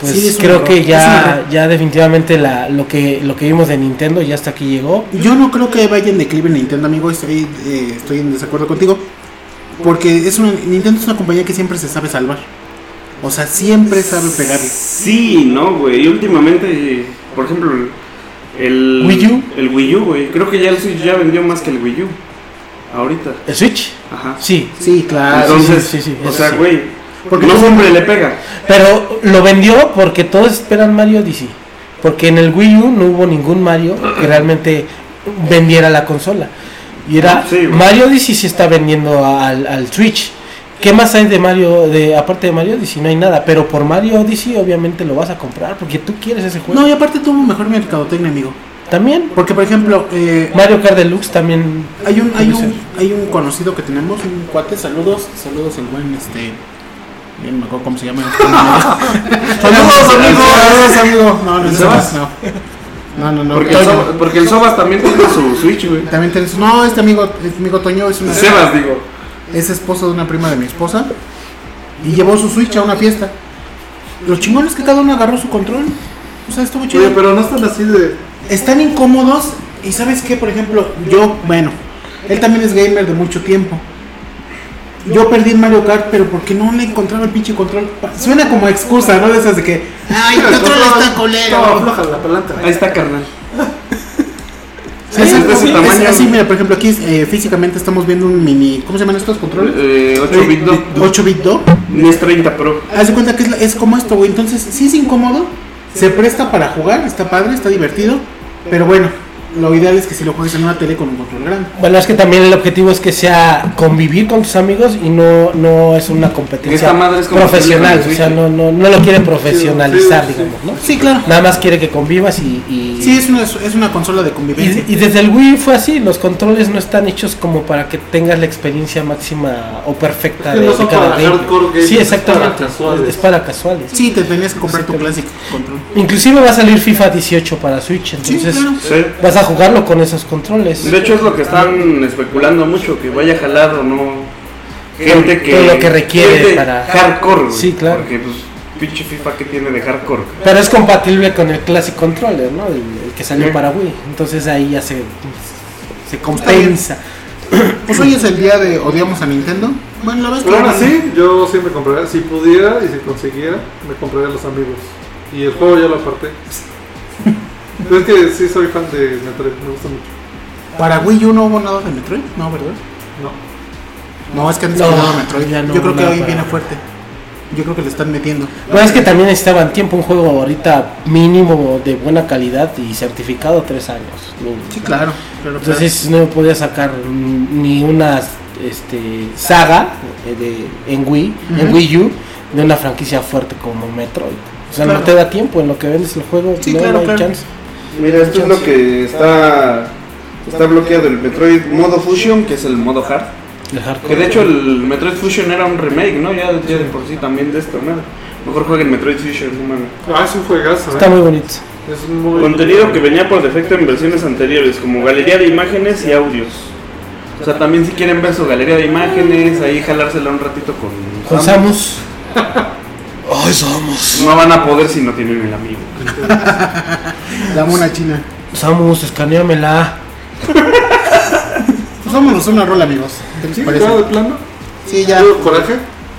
B: pues
A: Sí, es un
B: creo
A: error,
B: que
A: es un
B: ya,
A: error.
B: ya definitivamente la, lo, que, lo que vimos de Nintendo ya hasta aquí llegó.
A: Yo no creo que vaya en declive Nintendo, amigo. Estoy, eh, estoy en desacuerdo contigo. Porque es una, Nintendo es una compañía que siempre se sabe salvar. O sea, siempre sabe pegar.
C: Sí, no, güey. Y últimamente, por ejemplo, el
B: Wii U.
C: el Wii U, güey. Creo que ya el Switch ya vendió más que el Wii U. Ahorita.
B: ¿El Switch?
C: Ajá.
B: Ah, Sí,
A: Sí, claro.
C: Entonces,
B: sí, sí, sí,
C: o
B: eso
C: sea,
B: sí.
C: güey,
A: Porque
C: no
A: tú-
C: siempre le pega.
B: pero lo vendió porque todos esperan Mario Odyssey. Porque en el Wii U no hubo ningún Mario que realmente vendiera la consola. Y era
C: Sí, güey.
B: Mario Odyssey sí está vendiendo al, al Switch. ¿Qué más hay de Mario, de aparte de Mario Odyssey? No hay nada, pero por Mario Odyssey obviamente lo vas a comprar porque tú quieres ese juego.
A: No, y aparte tuvo mejor mercadotecnia, amigo.
B: También
A: Porque, por ejemplo, eh,
B: Mario Kart Deluxe también.
A: hay, un, hay,
B: puede
A: un,
B: ser.
A: hay un conocido que tenemos, un cuate. Saludos, saludos, el buen este. Bien, me acuerdo cómo se [LAUGHS] llama.
D: Saludos, amigo.
A: Saludos, amigo. No, no,
D: ¿El
A: no.
D: Sebas?
A: No, no, no. no.
C: Porque el,
A: Toño.
C: Soba- porque el Sobas también tiene su Switch, güey.
A: También tenés. No, este amigo, este amigo Toño es una.
C: Sebas, digo.
A: es esposo de una prima de mi esposa y llevó su Switch a una fiesta. Los chingones que cada uno agarró su control. O sea, estuvo chido.
D: Oye, pero no están así de.
A: Están incómodos y sabes qué, por ejemplo, yo, bueno, él también es gamer de mucho tiempo. Yo perdí en Mario Kart, pero porque no le encontraba el pinche control. Pa- Suena como excusa, ¿no? De esas de que, ay, el control está
D: Estaba
A: colero.
D: floja la palanca.
C: Ahí está, carnal.
A: Sí, es,
C: es de ese
A: es
C: tamaño.
A: así, mira, por ejemplo, aquí eh, físicamente estamos viendo un mini, ¿cómo se llaman estos controles?
C: Eh, 8 bit no.
A: 8 bit do.
C: NES 30 Pro.
A: Haz de cuenta que es, la- es como esto, güey. Entonces, sí es incómodo. Se presta para jugar, está padre, está divertido. Pero bueno, lo ideal es que si lo juegues en una tele con un control grande.
B: Bueno, es que también el objetivo es que sea convivir con tus amigos y no, no es una competencia
C: Esta madre es compatible
B: profesional.
C: con el
B: O sea,
C: Switch.
B: no, no, no lo quiere profesionalizar,
D: sí, sí.
B: digamos, ¿no?
A: Sí, claro.
B: Nada más quiere que convivas y. y-
A: Sí, es una, es una consola de convivencia.
B: y- y desde el Wii fue así, los controles no están hechos como para que tengas la experiencia máxima o perfecta
D: Es que
B: de,
D: no
B: de
D: son
B: cada
D: para
B: gameplay.
D: hardcore gamers,
B: Sí,
D: es para
B: exactamente.
D: casuales.
B: Es para casuales.
A: Sí, te tenías que comprar tu Classic Control.
B: Inclusive va a salir FIFA 18 para Switch,
A: Sí,
B: entonces
A: claro.
C: Sí.
B: vas a jugarlo con esos controles.
C: De hecho, es lo que están especulando mucho, que vaya a jalar o no. Gente que.
B: Todo lo que requiere
C: gente
B: para-
C: Hardcore, güey.
B: Sí, claro.
C: Porque, pues, pinche FIFA que tiene de hardcore.
B: Pero es compatible con el Classic Controller, ¿no? El, el que salió para Wii. Entonces ahí ya se, se compensa.
A: Pues hoy es el día de odiamos a Nintendo. Bueno, la verdad es que
D: Pero aún así, yo sí me compraría. Si pudiera y si consiguiera, me compraría los amigos. Y el juego ya lo aparté.
B: [LAUGHS]
D: es que sí soy fan de Metroid, me gusta mucho.
A: Para Wii U no hubo nada de Metroid, ¿no, verdad?
D: No.
A: No, es que antes
B: No,
A: no, nada de Metroid.
B: ya no
A: Yo creo
B: hubo
A: que
B: nada
A: hoy
B: para-
A: viene fuerte. Yo creo que le están metiendo.
B: Bueno, es que también necesitaban tiempo, un juego ahorita mínimo de buena calidad y certificado tres años. mínimo.
A: Sí, claro. claro, claro.
B: Entonces no podía sacar ni una este, saga eh, de, en, Wii, en
A: Ujú.
B: Wii U de una franquicia fuerte como Metroid. O sea,
A: Claro.
B: no te da tiempo en lo que vendes el juego,
A: Sí,
B: no,
A: claro,
B: no hay
A: claro.
B: chance.
C: Mira, esto es lo que está. Está bloqueado el Metroid Modo Fusion, que es el modo hard.
B: El hardcore.
C: Que de hecho el Metroid Fusion era un remake, ¿no? Ya, ya de por sí también de esto, ¿no? Mejor jueguen Metroid Fusion, no mames.
D: Ah, es un juegazo,
B: Está
D: ¿eh?
B: muy bonito.
D: Es muy.
C: Contenido que venía por defecto en versiones anteriores, como galería de imágenes y audios. O sea, también si quieren ver su galería de imágenes, ahí jalársela un ratito con...
B: Con Pues Samus.
C: No van a poder si no tienen el amigo.
A: La mona china.
B: Samus, escaneamela.
A: Pues vámonos a una rola, amigos. ¿Qué les
D: ¿Sí?
A: parece?
D: ¿Claro, de plano?
A: Sí, ya.
D: ¿Puro coraje?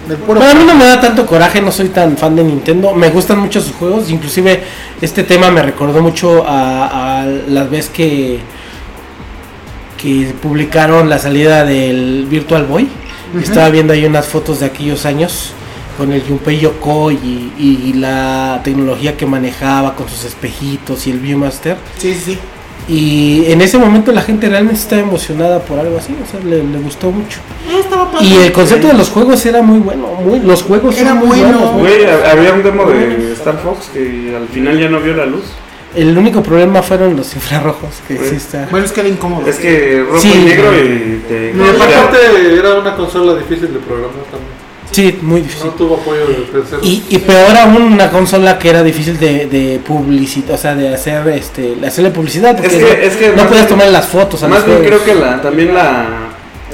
A: Del puro.
B: Bueno, a mí no me da tanto coraje, no soy tan fan de Nintendo. Me gustan mucho sus juegos. Inclusive este tema me recordó mucho a, a la vez que, que publicaron la salida del Virtual Boy. Estaba viendo ahí unas fotos de aquellos años con el Junpei Yoko y, y- y la tecnología que manejaba con sus espejitos y el Viewmaster.
A: Sí, sí, sí.
B: Y en ese momento la gente realmente estaba emocionada por algo así, o sea, le, le gustó mucho.
A: Eh,
B: Y el concepto de los juegos era muy bueno, muy, los juegos
A: Era
B: eran muy
A: bueno.
B: buenos, muy-
C: Güey, ha- había un demo de Star Fox que al final ya no vio la luz.
B: El único problema fueron los infrarrojos, que
C: Güey.
B: sí está.
A: Bueno, es que era incómodo.
C: Es que rojo
B: Sí.
C: y negro y te...
D: No, y aparte era una consola difícil de programar también.
B: Sí, muy difícil.
D: No tuvo apoyo de terceros.
B: Y, y peor aún una consola que era difícil de, de publicitar, o sea, de hacer este, de hacerle publicidad, porque
C: Es
B: no,
C: que, es que
B: no
C: más
B: podías
C: bien-
B: tomar las fotos a los
C: Más
A: pues,
C: bien
B: juegos.
C: creo que la, también la,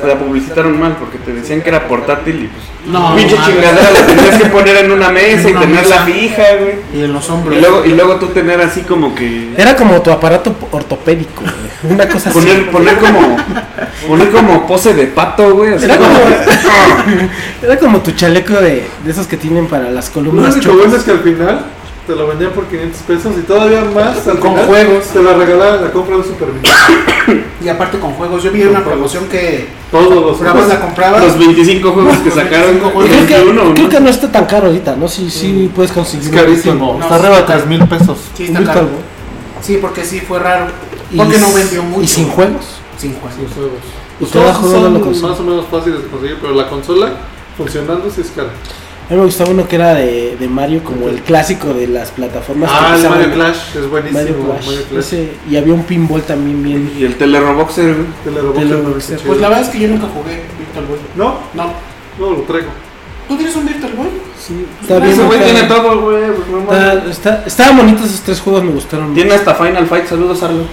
C: la publicitaron mal, porque te decían que era portátil y pues...
A: No,
C: pinche
A: mames.
C: chingadera la tenías que poner en una mesa y
A: En una
C: tenerla
A: mesa.
C: fija, güey.
A: Y en los hombros.
C: Y luego, y luego tú tener así como que...
B: Era como tu aparato ortopédico, güey, una cosa así.
C: [LAUGHS] Poner, poner como poner como pose de pato, güey. así
B: Era
C: como-
B: como,
C: [LAUGHS]
B: era como tu chaleco de, de esos que tienen para las
D: Lo
B: columnas
D: único
B: chocas.
D: bueno es que al final te lo vendían por 500 pesos y todavía más al
A: Con
D: final,
A: juegos.
D: Te la regalaban la compra de un Super Nintendo.
A: Y aparte con juegos. Yo vi una promoción que
D: Todos los
A: comprabas, la
D: juegos.
A: comprabas.
C: ah, Los 25 juegos que sacaron.
A: 25
B: Y
A: juegos.
B: creo, que,
C: 21, ¿no? Mm.
B: creo que no está tan caro ahorita, ¿no? Sí, sí puedes conseguir.
D: Es carísimo.
A: No,
D: está arriba de
A: sí.
D: 3 mil pesos.
A: Sí,
B: un
A: está
B: Virtual
A: claro.
B: Boy.
A: Sí, porque sí, fue raro.
B: Y
A: Porque no
B: s-
A: vendió mucho.
B: Y sin juegos.
A: Sin juegos.
D: Los juegos.
B: Y
D: Los
B: cada
D: juegos
B: juego no
D: son
B: lo consigo.
D: más o menos fáciles de conseguir, pero la consola funcionando sí es cara.
B: A mí me gustaba uno que era de, de Mario, como el clásico de las plataformas. que
D: Ah, el
B: usaban.
D: Mario Clash es buenísimo.
B: Mario Clash.
D: Mario Clash.
B: Ese- y había un pinball también bien.
C: Y el teleroboxer, güey.
D: Te la robó
B: Te lo-
D: Nintendo, qué
B: pues
D: chido.
A: Pues la verdad es que yo nunca jugué Virtual Boy.
D: No,
A: No.
D: no lo traigo.
A: ¿Tú tienes un Virtual Boy?
B: Sí, está bien.
C: Ese güey
B: acá.
C: tiene todo, güey. pues, no mames.
B: Está- está- estaban bonitos esos tres juegos, me gustaron.
C: Tiene hasta Final Fight. Saludos, Arlo.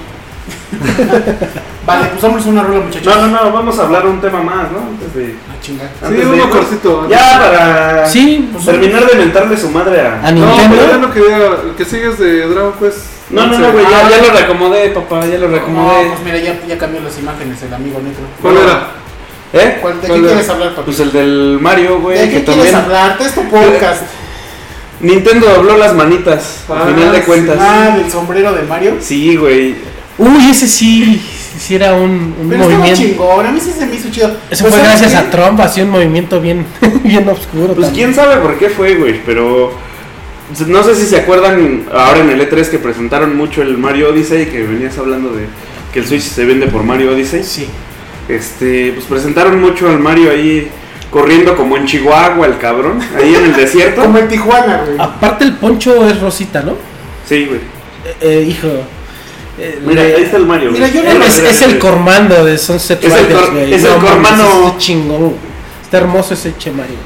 A: Vale, pues vámonos a una rola, muchachos.
C: No, no, no. Vamos a hablar un tema más, ¿no? Antes de.
A: A chingar.
C: antes
D: uno
C: de irnos.
D: cortito.
C: Ya para.
B: Sí,
C: Terminar de mentarle su madre a.
B: a
D: No,
B: Nintendo.
D: pero ya no quería. El que sigues de Dragon Quest. Ah,
C: No, Ah, no, no, güey. Ya, ya lo reacomodé, papá. Ya lo reacomodé.
A: No, pues mira, ya, ya cambió las imágenes el amigo negro.
D: ¿Cuál era?
C: ¿Eh?
A: ¿Cuál- ¿De qué
C: ¿Cuál era?
A: quieres hablar, papi?
C: Pues el del Mario, güey.
A: ¿De qué
C: que
A: quieres
C: también.
A: hablar? Es tu podcast.
C: Nintendo dobló las manitas.
D: Ah,
C: al final de
D: sí.
C: cuentas.
A: Ah, del sombrero de Mario.
C: Sí, güey.
B: Uy, ese sí, sí era un, un
A: Pero estaba
B: movimiento.
A: chingón. A mí sí se me hizo chido.
B: Eso
A: Pues,
B: fue
A: ¿sabes
B: gracias
A: qué?
B: a Trump, hacía un movimiento bien, [LAUGHS] bien oscuro.
C: Pues
B: también.
C: quién sabe por qué fue, güey, pero no sé si se acuerdan ahora en el E3 que presentaron mucho el Mario Odyssey que venías hablando de que el Switch se vende por Mario Odyssey.
B: Sí.
C: Este, pues presentaron mucho al Mario ahí corriendo como en Chihuahua, el cabrón, ahí en el
A: [LAUGHS]
C: desierto.
A: Como en Tijuana, güey.
B: Aparte el poncho es rosita, ¿no?
C: Sí, güey.
B: Eh, eh, hijo. eh,
C: Mira,
B: le-
C: ahí está el Mario.
A: Mira,
C: güey.
A: yo no
C: Eh,
A: lo-
B: es,
C: mira,
B: es
C: mira,
B: el
C: mira.
B: Cormando de Sunset
C: Es el cor-
B: Riders, güey.
C: es el
B: mames,
C: Cormano.
B: está chingón. Está hermoso ese Che Mario.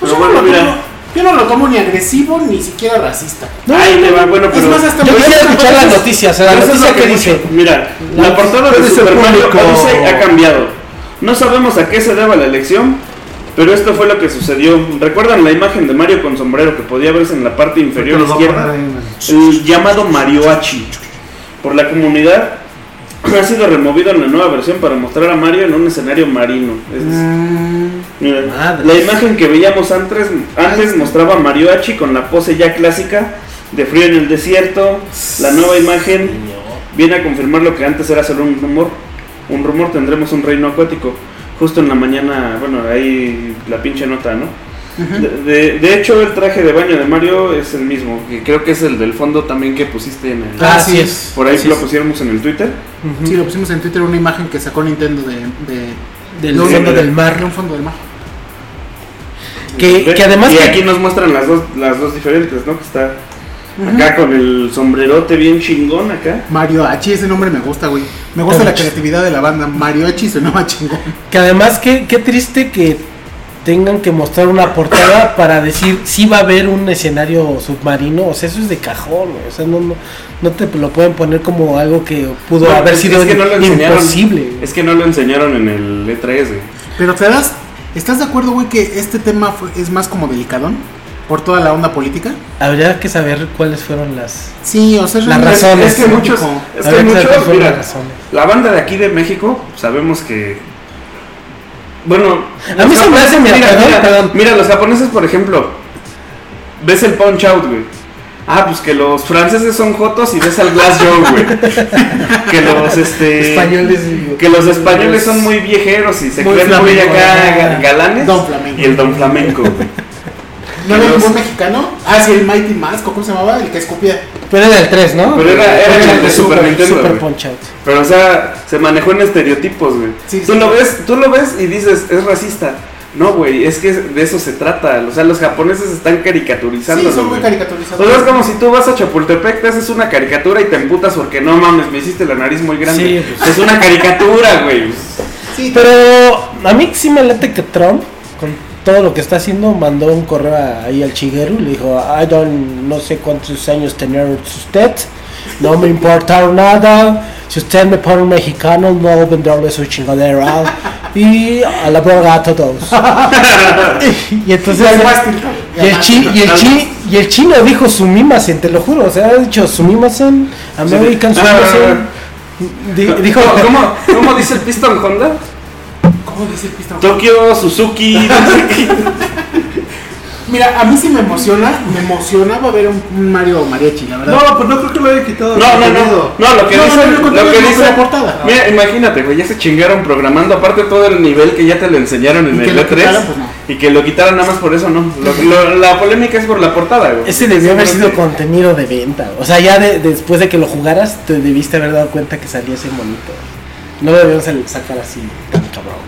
A: Pues
C: Pero
A: yo, no
C: bueno,
A: lo
C: mira.
A: tomo- yo no lo tomo ni agresivo ni siquiera racista. pues.
C: Ahí te va, bueno, pero
A: es más, hasta
B: Yo
A: me
B: quisiera
A: gusta-
B: escuchar las noticias. La
C: Pero eso es
B: noticia
C: lo
B: que dice.
C: mucho- Mira, la
B: La-
C: portada de
D: dice
C: Super
D: el
C: Mario
D: público.
C: Odyssey ha cambiado. No sabemos a qué se deba la elección, pero esto fue lo que sucedió. ¿Recuerdan la imagen de Mario con sombrero que podía verse en la parte inferior
D: Te lo voy a poner
C: izquierda?
D: ahí en el-
C: El llamado Marioachi. Por la comunidad ha sido removido en la nueva versión para mostrar a Mario en un escenario marino. Es-
A: Mm,
C: Mira,
B: Madres.
C: la imagen que veíamos antes, antes mostraba a Mariachi con la pose ya clásica de frío en el desierto. La nueva imagen viene a confirmar lo que antes era solo un rumor. Un rumor tendremos un reino acuático. Justo en la mañana, bueno, ahí la pinche nota, ¿no? De, de- de hecho, el traje de baño de Mario es el mismo, que creo que es el del fondo también que pusiste en el...
A: Ah,
B: Así
A: sí.
B: es.
C: Por ahí
B: así
C: lo
B: es.
C: pusiéramos en el Twitter.
B: Ujú.
A: Sí, lo pusimos en Twitter una imagen que sacó Nintendo de, de,
B: Del
A: de un-
B: fondo
A: de-
B: del mar.
A: de un fondo del mar.
B: Que, que además
C: y
B: que-
C: aquí nos muestran las dos, las dos diferentes, ¿no? Que está acá con el sombrerote bien chingón acá.
A: Mario Hachi, ese nombre me gusta, güey. Me gusta la
B: Hachi.
A: creatividad de la banda. Mario Hachi sonaba chingón.
B: Que además, qué, qué triste que tengan que mostrar una portada para decir si va a haber un escenario submarino, o sea, eso es de cajón, güey. o sea, no, no, no te lo pueden poner como algo que pudo
C: No,
B: haber
C: es-
B: sido
C: es que no lo enseñaron.
B: imposible. güey.
C: Es que no lo enseñaron en el E3, güey.
A: Pero te das, ¿estás de acuerdo, güey, que este tema fue- es más como delicadón? Por toda la onda política.
B: Habría que saber cuáles fueron las,
A: Sí, o sea,
B: Las
A: realmente-
B: razones.
C: Es que muchos, es que
B: habría que saber cuáles
C: muchos,
B: fueron las
C: mira,
B: razones.
C: la banda de aquí de México, sabemos que. Bueno,
B: A mí
C: los
B: se me hace,
C: japoneses-
B: mira, perdón,
C: mira,
B: perdón.
C: mira, los japoneses, por ejemplo, ves el Punch Out, güey. Ah, pues que los franceses son jotos y ves al Glass Joe,
B: [LAUGHS]
C: güey. que los este
B: españoles. digo.
C: que los españoles son muy viejeros y se
A: Pues, Muy
C: creen muy
A: flamenco,
C: acá
A: ajá.
C: ga- galanes.
A: Don Flamenco.
C: Y el Don Flamenco, güey.
A: ¿No era
C: Los-
A: un mexicano? Ah, sí, el Mighty Mask, ¿o ¿cómo se llamaba? El que escupía.
B: Pero era el 3, ¿no?
C: Pero era, era el de Super Nintendo,
B: Super
C: güey.
B: Punch Out.
C: Pero o sea, se manejó en estereotipos, güey.
A: Sí,
C: tú
A: sí.
C: lo ves, tú lo ves y dices, es racista. No, güey, es que de eso se trata. O sea, los japoneses están caricaturizando.
A: Sí, son muy
C: O sea, es
A: caricaturizados.
C: como si tú vas a Chapultepec, te haces una caricatura y te emputas porque no mames, me hiciste la nariz muy grande.
B: Sí, pues.
C: Es una caricatura, güey.
A: Sí, pero...
B: Pero a mí sí me late que Trump, con todo lo que está haciendo, mandó un correo a- ahí al chiguero y le dijo, I don't, no sé cuántos años tener usted, no me importa nada, si usted me pone un mexicano, no venderle su chingadera. Y a la verga a
C: [LAUGHS]
B: todos. y entonces... Y el, chi- y, el chi- y el chino dijo sumimasen, te lo juro. O sea, ha dicho sumimasen, American
C: Ah, ah,
B: sumimasen. Di- Dijo,
C: ¿Cómo,
A: [LAUGHS]
C: cómo dice el Piston Honda?
A: ¿Cómo dice el pistón?
C: Tokio, Suzuki, no sé qué.
A: Mira, a mí sí me emociona, me emocionaba ver un, un Mario Mariachi, la verdad.
D: No, pues no creo que lo haya quitado.
C: No, no, no.
D: Contenido.
C: No, lo que
A: No, no,
C: dicen,
A: no, el contenido
C: lo que
A: no fue
C: dicen-
A: la portada.
C: Mira, imagínate, güey, ya se chingaron programando aparte todo el nivel que ya te lo enseñaron en
A: Y que
C: el
A: lo
C: E3
A: quitaran, pues, no.
C: y que lo quitaran nada más por eso, no. Lo- lo- la polémica es por la portada, güey.
B: Ese debió haber sido
C: Seguramente-
B: contenido de venta. O sea, ya de- después de que lo jugaras, te debiste haber dado cuenta que salía ese monito. No lo debíamos sal- sacar así tan cabrón.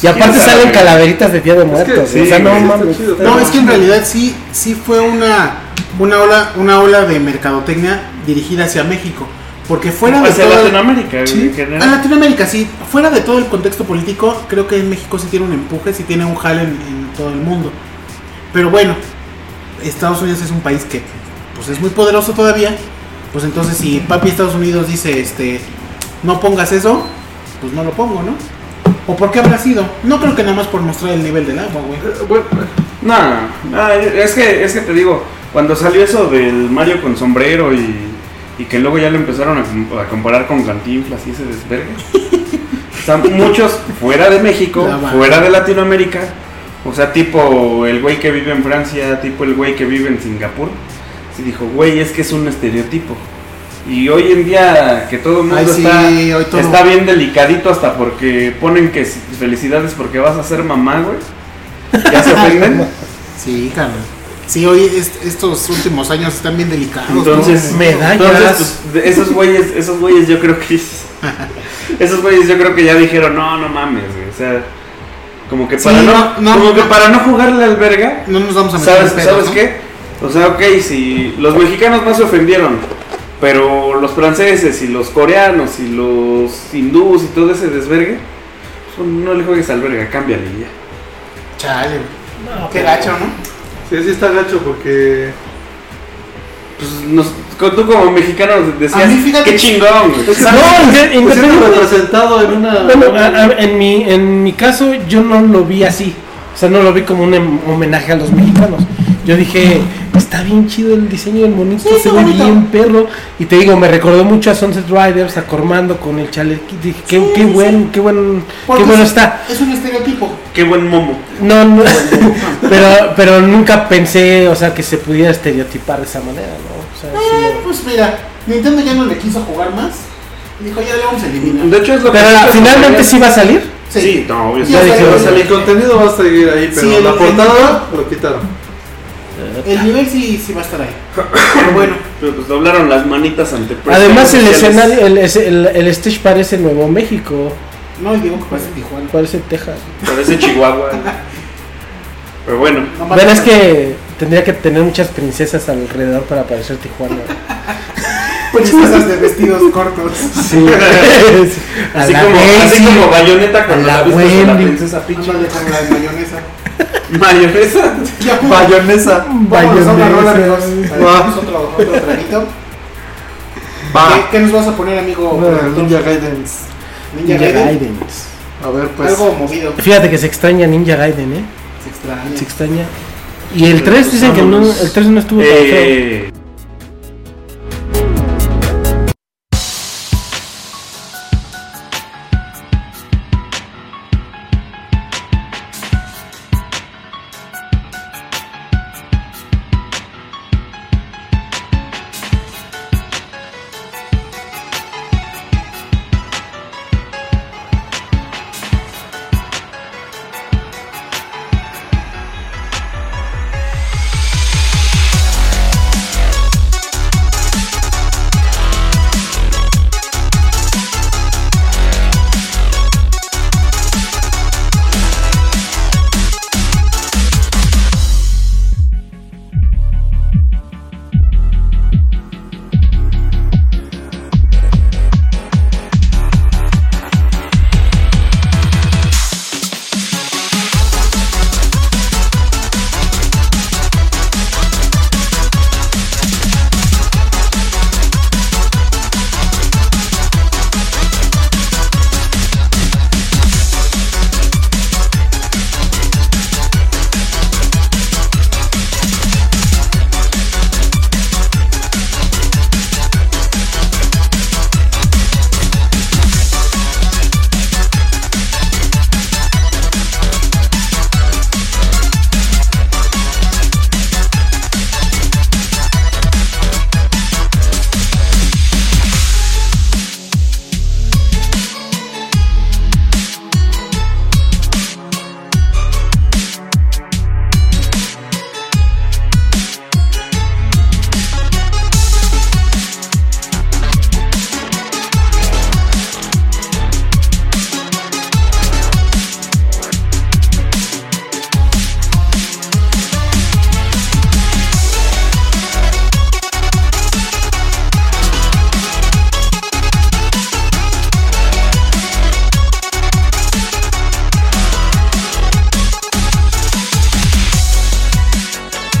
B: Y aparte
C: quién sabe,
B: salen
C: güey.
B: calaveritas de Día de Muertos.
D: sí,
B: o sea,
D: [LAUGHS]
B: no
D: güey, está
B: mames.
D: chido.
A: No, es que en realidad sí, sí fue una, una ola, una ola de mercadotecnia dirigida hacia México. Porque fuera de
C: Hacia
A: todo-
C: Latinoamérica, güey,
A: Sí. Ah,
C: en general.
A: A Latinoamérica, sí. Fuera de todo el contexto político, creo que en México sí tiene un empuje, sí tiene un jale en, en todo el mundo. Pero bueno, Estados Unidos es un país que pues es muy poderoso todavía. Pues entonces si papi Estados Unidos dice, este, no pongas eso, pues no lo pongo, ¿no? ¿O por qué habrá sido? No creo que nada más por mostrar el nivel del agua, güey.
D: Eh, Bueno,
C: No, no, Ah, es que, es que te digo, cuando salió eso del Mario con sombrero y, y que luego ya lo empezaron a, com- a comparar con Cantinflas y ese desvergue.
A: [LAUGHS]
C: o sea, muchos fuera de México,
A: La banda.
C: fuera de Latinoamérica, o sea, tipo el güey que vive en Francia, tipo el güey que vive en Singapur, sí dijo, güey, es que es un estereotipo. Y hoy en día que todo el mundo
A: Ay, sí,
C: está,
A: hoy todo-
C: está bien delicadito hasta porque ponen que si- felicidades porque vas a ser mamá, güey. Ya
A: [LAUGHS]
C: se ofenden.
A: Sí, Carlos. Sí, hoy est- estos últimos años están bien delicados. ¿no?
C: Entonces,
B: Medallas.
C: entonces, pues, de- esos güeyes, esos güeyes yo creo que [LAUGHS] esos güeyes yo creo que ya dijeron, "No, no mames", güey", o sea, como que
A: Sí,
C: para no,
A: no, no,
C: como que
A: no.
C: para no jugarle al verga,
A: no nos vamos a meter
C: ¿sabes
A: en pedos,
C: sabes
A: ¿no?
C: qué? O sea, ok, si los mexicanos no se ofendieron, pero los franceses y los coreanos y los hindús y todo ese desvergue, pues, no le juegues al verga, cámbiale y ya.
A: Chale, güey. Qué gacho, ¿no?
D: sí, sí está gacho porque.
C: Pues nos- tú como mexicano decías,
A: A mí, fíjate-
C: "Qué chingón", güey".
B: No, inde-
D: Me siento
B: independiente-
D: pues, representado en una.
B: Bueno, a- a- en, mi, en mi caso yo no lo vi así. O sea, no lo vi como un em- homenaje a los mexicanos. Yo dije, está bien chido el diseño del monito,
A: Sí,
B: se
A: está
B: ve
A: bonito.
B: bien perro. Y te digo, me recordó mucho a Sunset Riders, a Cormando con el chalequito. Dije, qué,
A: Sí,
B: qué
A: sí.
B: buen, qué buen, qué
A: Porque
B: bueno
A: es-
B: está.
A: Es un estereotipo.
C: Qué buen momo.
B: No, no, pero, pero nunca pensé, o sea, que se pudiera estereotipar de esa manera, ¿no? O sea, Ah, sí,
A: Eh, pues mira, Nintendo ya no le quiso jugar más. Dijo, ya le vamos a eliminar.
C: De hecho es lo que
B: Pero la-
C: muchas
B: finalmente
C: compañías-
B: sí va a salir.
C: Sí, no, obvio,
A: Ya
C: sí.
A: salió,
D: O sea,
B: eh,
D: el contenido va a seguir ahí, pero
A: Sí, el-
D: la portada lo quitaron.
A: El nivel sí, sí va a estar ahí. Pero bueno,
C: Pero, pues doblaron las manitas ante precios
B: Además, el
C: sociales.
B: escenario, el, el, el stage parece Nuevo México,
A: no el dibujo parece Tijuana.
B: parece Texas.
C: Parece Chihuahua. Pero bueno,
A: No
B: Bueno,
A: mames.
B: es que tendría que tener muchas princesas alrededor para parecer Tijuana. pues,
A: Princesas de vestidos cortos.
B: [LAUGHS] Sí. A
C: [LAUGHS] Así
B: la
C: como, así
B: Daisy.
C: como bayoneta cuando
B: A
C: la,
B: la
C: viste a la
B: Wendy.
C: princesa Peach.
A: Ándale con la de mayonesa.
C: [LAUGHS] Mayonesa.
A: Ya, pues,
D: Bayonesa.
A: vámonos a una rola,
B: Bayonesa.
A: amigos. Adelantamos otro, otro traguito. ¿Qué,
C: Ah.
D: Va.
A: qué nos vas a poner, amigo?
D: Una
A: productor?
D: Ninja Gaidens.
A: Ninja
B: Ninja
A: Gaiden.
B: Gaiden.
D: A ver, pues.
A: Algo movido.
B: Fíjate que se extraña Ninja Gaiden, ¿eh?
A: Se extraña.
B: Se extraña. Y el 3 dicen que no, el 3 no estuvo tan feo.
C: Eh,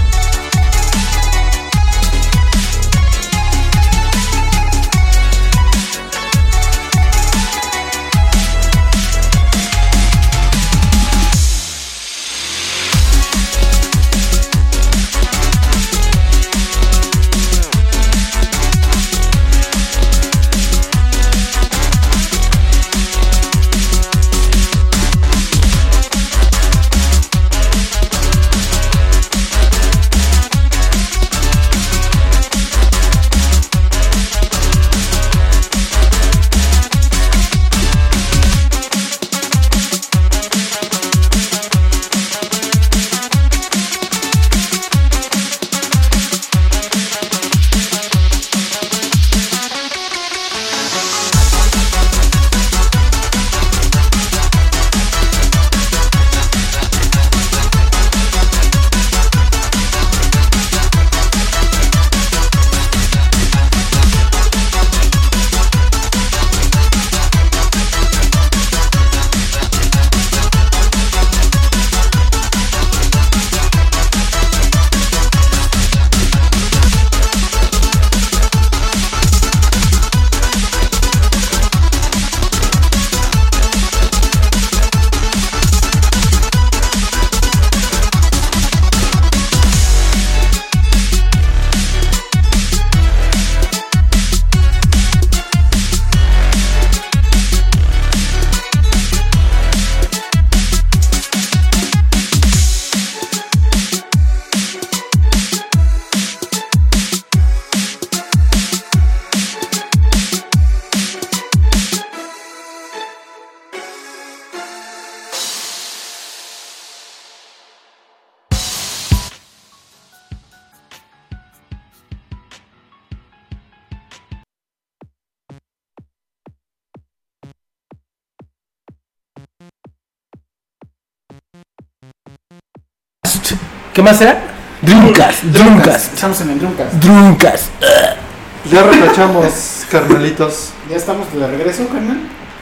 B: ¿Qué más era? Dreamcast, Dreamcast,
A: Estamos en el Dreamcast.
B: Dreamcast.
D: Ya retachamos, carnalitos.
A: Ya estamos de regreso, carnal.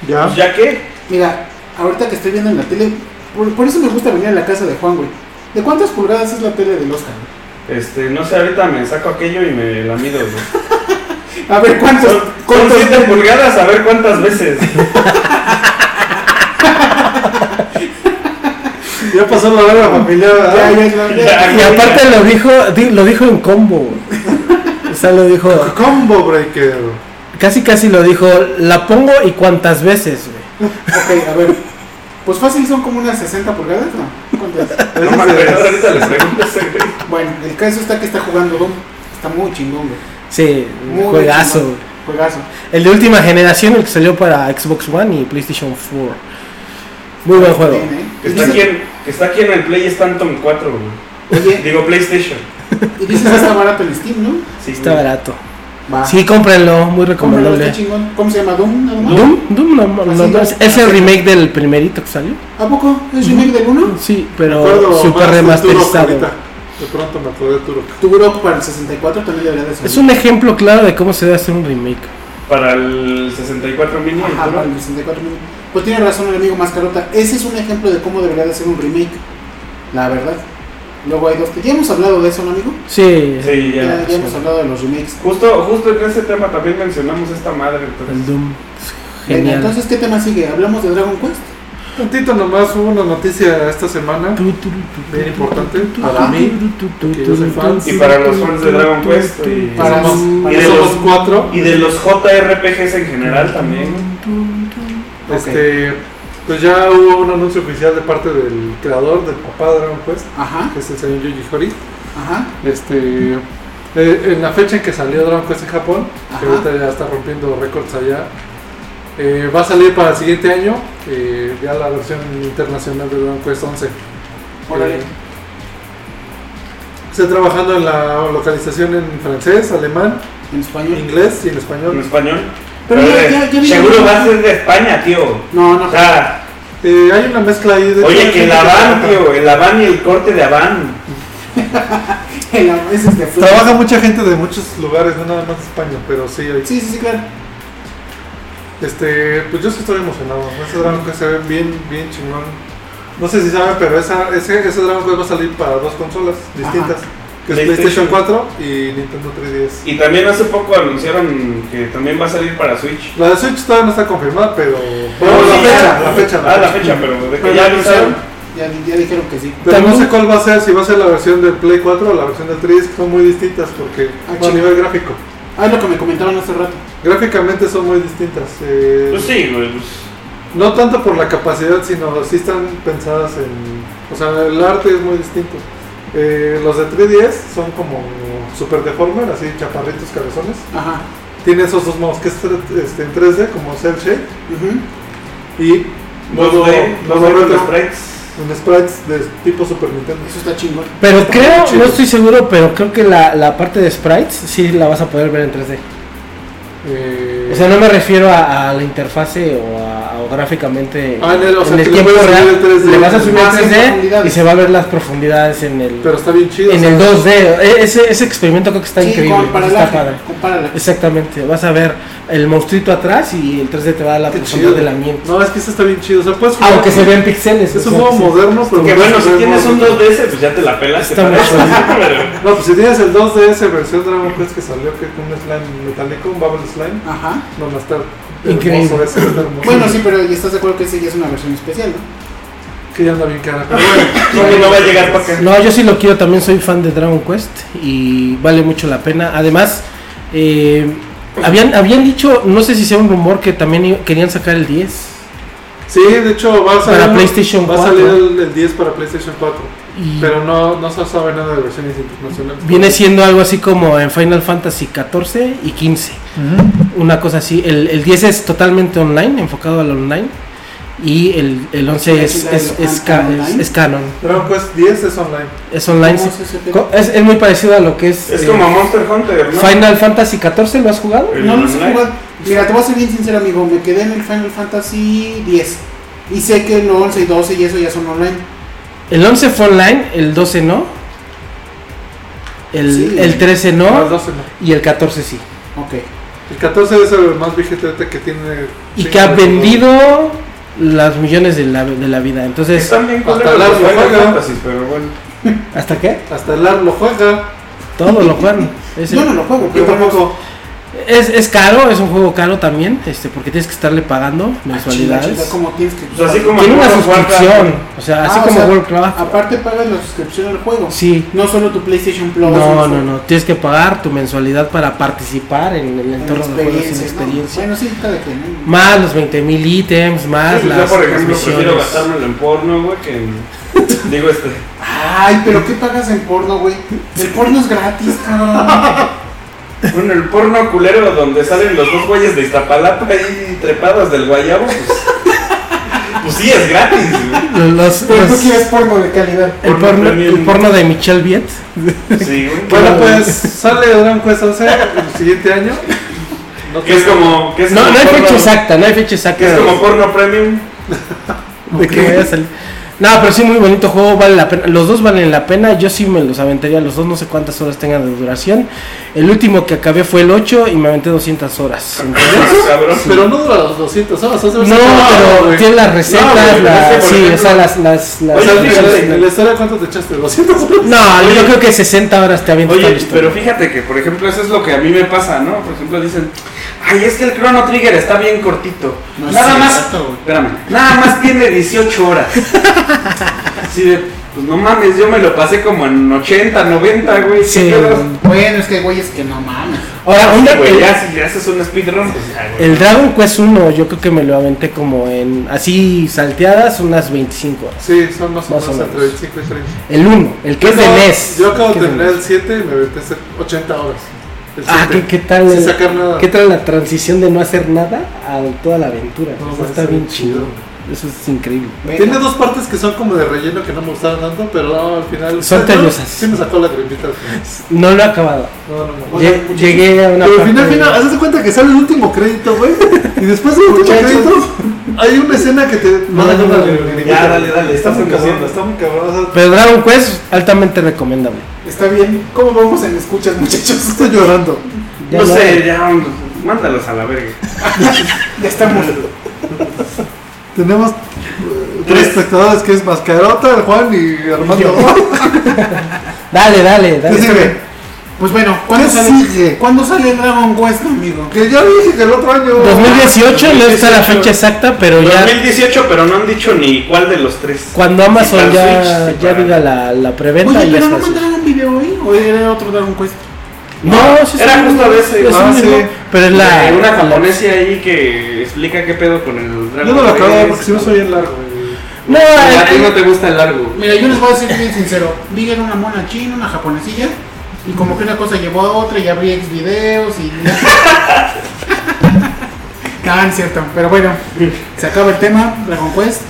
D: Ya.
C: Pues ya que,
A: Mira, ahorita que estoy viendo en la tele, por, por eso me gusta venir a la casa de Juan, güey. ¿De cuántas pulgadas es la tele del Oscar?
C: este, no sé, ahorita me saco aquello y me la mido. güey.
A: A ver, ¿cuántos?
C: Son, son
A: cuántos-
C: 7 pulgadas, a ver cuántas veces.
D: Ya pasó la hora familiar.
A: Ya,
D: ¿verdad?
A: ya, ya, ya.
C: Ya.
B: [LAUGHS] Y aparte lo dijo, di- lo dijo en combo. güey. O sea, lo dijo,
D: Combo Breaker.
B: casi casi lo dijo, la pongo y cuantas veces, güey.
A: Ok, a ver. Pues fácil son como unas 60 pulgadas, ¿no? ¿Cuántas?
C: No me acuerdo, ahorita les pregunto a ese güey.
A: Bueno, el caso está que está jugando Doom. Está muy chingón, güey.
B: Sí,
A: Muy
B: juegazo.
A: chingón.
B: güey.
A: Juegazo.
B: El de última generación, el que salió para Xbox One y PlayStation 4. Muy buen juego.
A: Bien, ¿eh?
C: Que está, aquí en, que está aquí en el Play Stanton 4, güey.
A: Oye,
C: Digo PlayStation.
A: y dices que está barato en Steam, ¿no?
C: Sí,
B: Está barato.
A: Va.
B: Sí, cómprenlo, muy
A: ¿Cómo,
B: recomendable.
A: chingón? ¿Cómo se llama? ¿Doom? nada más?
B: Doom, Doom no, no,
A: Así
B: no,
A: no.
B: es es el remake del primerito que salió.
A: ¿A poco? ¿Es remake del 1?
B: Sí,
D: Recuerdo
B: pero super
D: más de Turok
B: remasterizado.
D: ahorita. De pronto me acordé de Turok.
A: Turok para el 64 también debería de salir.
B: Es un ejemplo claro de cómo se debe hacer un remake.
C: Para el 64 mini.
A: Ajá, para el 64 mil. Pues tiene razón el amigo Mascarota. Ese es un ejemplo de cómo debería de ser un remake. La verdad. Luego hay dos. Ya hemos hablado de eso, ¿no, amigo?
B: Sí,
C: Sí,
A: Ya,
C: ya.
A: ya hemos hablado de los remakes.
C: Justo, justo en ese tema también mencionamos esta madre.
B: el
C: Entonces.
B: Doom.
A: Venga,
B: Genial.
A: entonces, ¿qué tema sigue? ¿Hablamos de Dragon Quest?
D: Tantito nomás hubo una noticia esta semana.
B: Tu, tu, tu, tu,
D: Bien importante
B: tu,
D: para
B: tu,
D: mí.
B: tu, tu, tu,
D: que yo soy
B: tu,
D: fan.
B: tu,
C: Y para
B: tu,
C: los
B: tu,
C: fans de
B: tu,
C: Dragon
B: tu,
C: Quest
B: tu,
C: y-
B: tu,
A: Para-
D: Somos,
A: para
D: somos
C: los-
D: cuatro.
C: Y de los JRPGs en general también.
A: Ok.
D: Este, pues ya hubo un anuncio oficial de parte del creador, del papá de Dragon Quest,
A: Ajá,
D: que es el señor Yuji Horii.
A: ajá.
D: Este, eh, en la fecha en que salió Dragon Quest en Japón, que
A: Ajá.
D: ahorita ya está rompiendo récords allá, eh, va a salir para el siguiente año eh, ya la versión internacional de Dragon Quest 11.
A: Órale.
D: Eh, Estoy trabajando en la localización en francés, alemán,
A: En español.
D: inglés y en
C: En
D: español.
C: español.
A: Pero ya-
C: eh,
A: ya- ya vi-
C: seguro va a ser de España, tío.
A: No,
C: O
A: no.
C: sea,
D: Eh, hay una mezcla ahí de...
C: oye, que el Avan, tío. El Avan y el corte de Avan.
A: [LAUGHS] el- ese es de Flash.
D: Trabaja mucha gente de muchos lugares, no nada más de España, pero sí hay.
A: Sí, sí, sí, claro.
D: Este, pues yo sí estoy emocionado. Ese Dragon Quest se ve bien, bien chingón. No sé si saben, pero esa, ese, ese Dragon Quest va a salir para dos consolas distintas. Que es
C: PlayStation.
D: PlayStation 4 y Nintendo 3DS.
C: Y también hace poco anunciaron que también va a salir para Switch.
D: La de Switch todavía no está confirmada, pero...
A: No,
D: la,
A: sí,
D: fecha,
A: ya.
D: la fecha,
C: Ah, la fecha, pero de que
D: Pero
C: ya
D: ya
C: avisaron.
D: anunciaron.
A: Ya, ya dijeron que sí.
D: Pero no
B: También-
D: sé cuál va a ser, si va a ser la versión del Play 4 o la versión del 3DS, que son muy distintas porque...
A: Ah,
D: a
A: chica.
D: nivel gráfico.
A: Ah, es lo que me comentaron hace rato.
D: Gráficamente son muy distintas. eh,
C: Pues sí, güey. pues,
D: No tanto por la capacidad, sino sí están pensadas en... O sea, el arte es muy distinto. Eh, los de 3DS son como super deformer, así chaparritos cabezones.
A: Ajá.
D: Tiene esos dos modos que es tre- este, en 3D, como Cell Shade,
A: Ujú.
D: y modo,
C: 2D,
D: modo
C: 2D con
D: retro,
C: sprites.
D: con sprites de tipo Super Nintendo.
A: Eso está chingón.
B: Pero creo,
D: chido.
B: no estoy seguro, pero creo que la, la parte de sprites sí la vas a poder ver en 3D.
D: Eh,
B: O sea, no me refiero a, a la interfase o, a, o gráficamente
D: Ah, en el- o sea, que le
B: tiempo
D: puedes subir
B: real.
D: el 3D.
B: Le vas a subir
A: Ah, sí,
B: el 3D y
A: profundidades.
B: se va a ver las profundidades en el,
D: pero está bien chido. o
B: en
D: sea,
B: el 2D. E- Ese, ese experimento creo que está
A: sí,
B: increíble.
A: compárala,
B: Está padre.
A: compárala.
B: Exactamente, vas a ver el monstruito atrás y el 3D te va a dar la
D: qué
B: profundidad
D: chido.
B: del ambiente.
D: No, es que este está bien chido. O sea, puedes jugar-
B: Aunque se vean pixeles.
D: Es
B: o
D: un
B: sea,
D: juego
B: sí.
D: moderno, pero...
C: Que
D: no
C: bueno,
D: se
C: si
D: ve
C: tienes un
D: moderno.
C: 2DS, pues ya te la pelas.
B: Está
C: ¿sabes?
D: No, pues si tienes el 2DS versión Dragon Quest que salió que con un slime metálico, un bubble slime,
A: Ajá.
D: no va a estar
B: Increíble.
D: hermoso ese, está hermoso.
A: Bueno, sí, pero ¿estás de acuerdo que ese ya es una versión especial, no?
D: que ya anda bien cara,
B: [LAUGHS]
D: pero bueno.
C: No, no va a llegar para acá.
B: No, yo sí lo quiero, también soy fan de Dragon Quest y vale mucho la pena. Además, eh, habían, habían dicho, no sé si sea un rumor, que también i- querían sacar el 10.
D: Sí, de hecho va a salir
B: Para PlayStation
D: va a salir
B: 4.
D: el, el 10 para PlayStation 4,
B: Y
D: pero no no se sabe nada de versiones internacionales.
B: viene siendo algo así como en Final Fantasy 14 y 15. Una cosa así. El, el 10 es totalmente online, enfocado al online. Y el, el 11 es, es, es, ca- es- es canon.
D: Dragon Quest 10 es online.
B: Es online.
A: ¿Cómo
B: sí.
A: es ese pedo?
B: Co- Es, es muy parecido a lo que es,
C: Es
B: eh,
C: como Monster Hunter, ¿no?
B: Final Fantasy 14. ¿Lo has jugado?
C: El
A: No, no sé
C: online.
A: jugar. Mira, te voy a ser bien sincero, amigo. Me quedé en el Final Fantasy 10. Y sé que el 11 y 12 y eso ya son online.
B: El 11 fue online, el 12 no. El,
A: Sí.
B: el 13
D: Las
B: no.
D: 12 no.
B: Y el 14 sí.
A: Ok.
D: El 14 es el más vigente ahorita que tiene.
B: Y que ha vendido las millones de la, de la vida. Entonces,
F: Están bien
D: hasta
F: culeros
D: la
F: los Final
D: roja.
F: Fantasy, pero bueno.
B: ¿hasta qué?
D: Hasta el AR lo juega.
B: Todo
A: [LAUGHS]
B: lo juegan. Es,
A: Yo no lo juego,
D: Yo
A: pero
D: tampoco.
B: es, es caro, es un juego caro también, este, porque tienes que estarle pagando
A: Ah, chinga,
B: mensualidades.
A: ¿cómo tienes que-
F: Pues así como
B: Tiene
F: el
B: una
F: World of Warcraft,
B: suscripción, o sea,
A: Ah,
B: así
A: o
B: como
A: sea,
B: Warcraft.
A: Aparte pagas la suscripción al juego.
B: Sí.
A: No solo tu PlayStation Plus.
B: No, no, no, tienes que pagar tu mensualidad para participar en el
A: En
B: entorno de juegos sin
A: experiencia. ¿no?
B: experiencia.
A: Bueno, sí, cada quien. ¿eh? ¿no?
B: Más los 20.000 ítems, más
F: Sí,
B: las
F: yo, por ejemplo, prefiero
B: transmisiones.
F: gastármelo en porno, güey, que en... Digo, este...
A: Ay, pero ¿qué pagas en porno, güey? El porno es gratis,
B: [LAUGHS]
A: cabrón.
F: Bueno, el porno culero donde salen los dos güeyes de Iztapalapa ahí trepados del guayabo, pues... Pues sí, es gratis, güey.
B: Los-
F: [LAUGHS]
A: Pero tú
B: los-
A: quieres porno de calidad.
B: el, porno,
F: premium.
B: el porno de Michelle Viet.
F: Sí, güey.
D: Bueno, pues sale Dragon Quest 11 el siguiente año. No
F: Que es como... Que es
B: No,
F: como
B: no hay
F: porno-
B: fecha exacta, no hay fecha
F: Que
B: exacta.
F: es como porno premium.
B: de que vaya a salir. No, pero sí, muy bonito juego, vale la pena. Los dos valen la pena. Yo sí me los aventaría los dos, no sé cuántas horas tengan de duración. El último que acabé fue el 8 y me aventé 200 horas.
F: Cabrón.
D: Pero no dura los 200 horas. hace
B: No,
D: unos años.
B: pero
D: güey.
B: tiene las recetas, la-
F: güey, pero es que, por
B: sí,
F: ejemplo-
B: o sea, las... las, las-
D: O sea,
F: Oye, fíjate,
D: en la historia, ¿cuánto te echaste? ¿200 horas?
B: no,
F: Oye.
B: yo creo que 60 horas te avientas toda la
F: Oye,
B: historia.
F: pero fíjate que, por ejemplo, eso es lo que a mí me pasa, ¿no? Por ejemplo, dicen, ay, es que el Chrono Trigger está bien cortito.
A: No es
F: nada más,
A: cierto, güey.
F: espérame, nada más tiene 18 horas. Así de, pues no mames, yo me lo pasé como en 80, 90, güey. ¿qué
B: Sí,
F: pedo?
A: Bueno, es que güey, es que no mames.
B: Ahora, un
F: Sí,
B: dato-
F: güey, ya si le haces un speedrun, pues ya, güey.
B: el Dragon Quest 1 yo creo que me lo aventé como en, así salteadas, unas 25 horas.
D: Sí, son más o
B: Más o
D: menos entre
B: menos.
D: 25 y 30.
B: El 1, el que es de
D: Yo acabo-
B: NES.
D: Yo acabo
B: que
D: de
B: es de
D: terminar
B: NES.
D: el 7 y me metí 80 horas. El
B: Ah, ¿qué,
D: siete.
B: qué tal?
D: Sin
B: el-
D: sacar nada.
B: ¿Qué tal la transición de no hacer nada a toda la aventura?
D: No,
B: Eso
D: güey,
B: está
D: está
B: bien
D: bien
B: chido.
D: chido.
B: Eso es increíble.
D: Tiene dos partes que son como de relleno que no me gustaron tanto, pero no, al final.
B: Son
D: no,
B: tediosas.
D: Sí me sacó la grimita. al final.
B: No lo he acabado.
D: No, no, no.
B: Lle- llegué a una
D: Pero al
B: parte
D: final,
B: de-
D: final, haz de cuenta que sale el último crédito, güey. Y después del último
A: Muchachos.
D: crédito, hay una escena que te.
B: No, no, no,
F: ya, dale,
D: Está
F: dale, estás
D: muy cabrón,
F: haciendo.
D: está muy cabrón. o sea,
B: Pero Dragon Quest, altamente recomendable.
A: Está bien. ¿Cómo vamos en escuchas, muchachos?
D: Estoy llorando.
B: Ya
F: no
B: lo-
F: sé, ya, pues, mándalos a la verga.
A: Ya estamos.
D: Tenemos eh, tres espectadores que es Mascarota, el Juan y Armando.
B: Dale, dale,
D: ¿Qué
B: dale.
D: sigue?
A: Pues bueno, ¿cuándo
D: ¿Qué
A: sale?
D: sigue?
A: ¿Cuándo sale Dragon Quest, amigo?
D: Que ya dije que el otro año.
B: 2018, no está la
F: 2018.
B: fecha exacta, pero ya
F: 2018, pero no han dicho ni cuál de los tres.
B: cuando Amazon
F: Para
B: ya,
F: Switch, sí,
B: ya
F: para-
B: diga la, la preventa,
A: Oye,
B: ya
A: pero
B: está.
A: no mandaron un video hoy. ¿O era otro Dragon Quest?
B: No, sí
F: Era
B: está-
F: justo de ese,
B: es
D: ah,
B: un
D: sí.
B: libro, Pero es la.
F: De una
B: la-
F: japonesa ahí que explica qué pedo con el Dragon
D: Yo no lo
F: Quest,
D: acabo porque si no
F: ¿no?
D: soy el largo.
B: No,
F: Como a ti
B: eh,
F: no te gusta el largo.
A: Mira, yo les voy a decir bien sincero. Vi que era una mona china, una japonesilla. Y como que una cosa llevó a otra y abrí ex videos y.
B: [LAUGHS]
A: no, no es cierto. Pero bueno, se acaba el tema. Dragon Quest.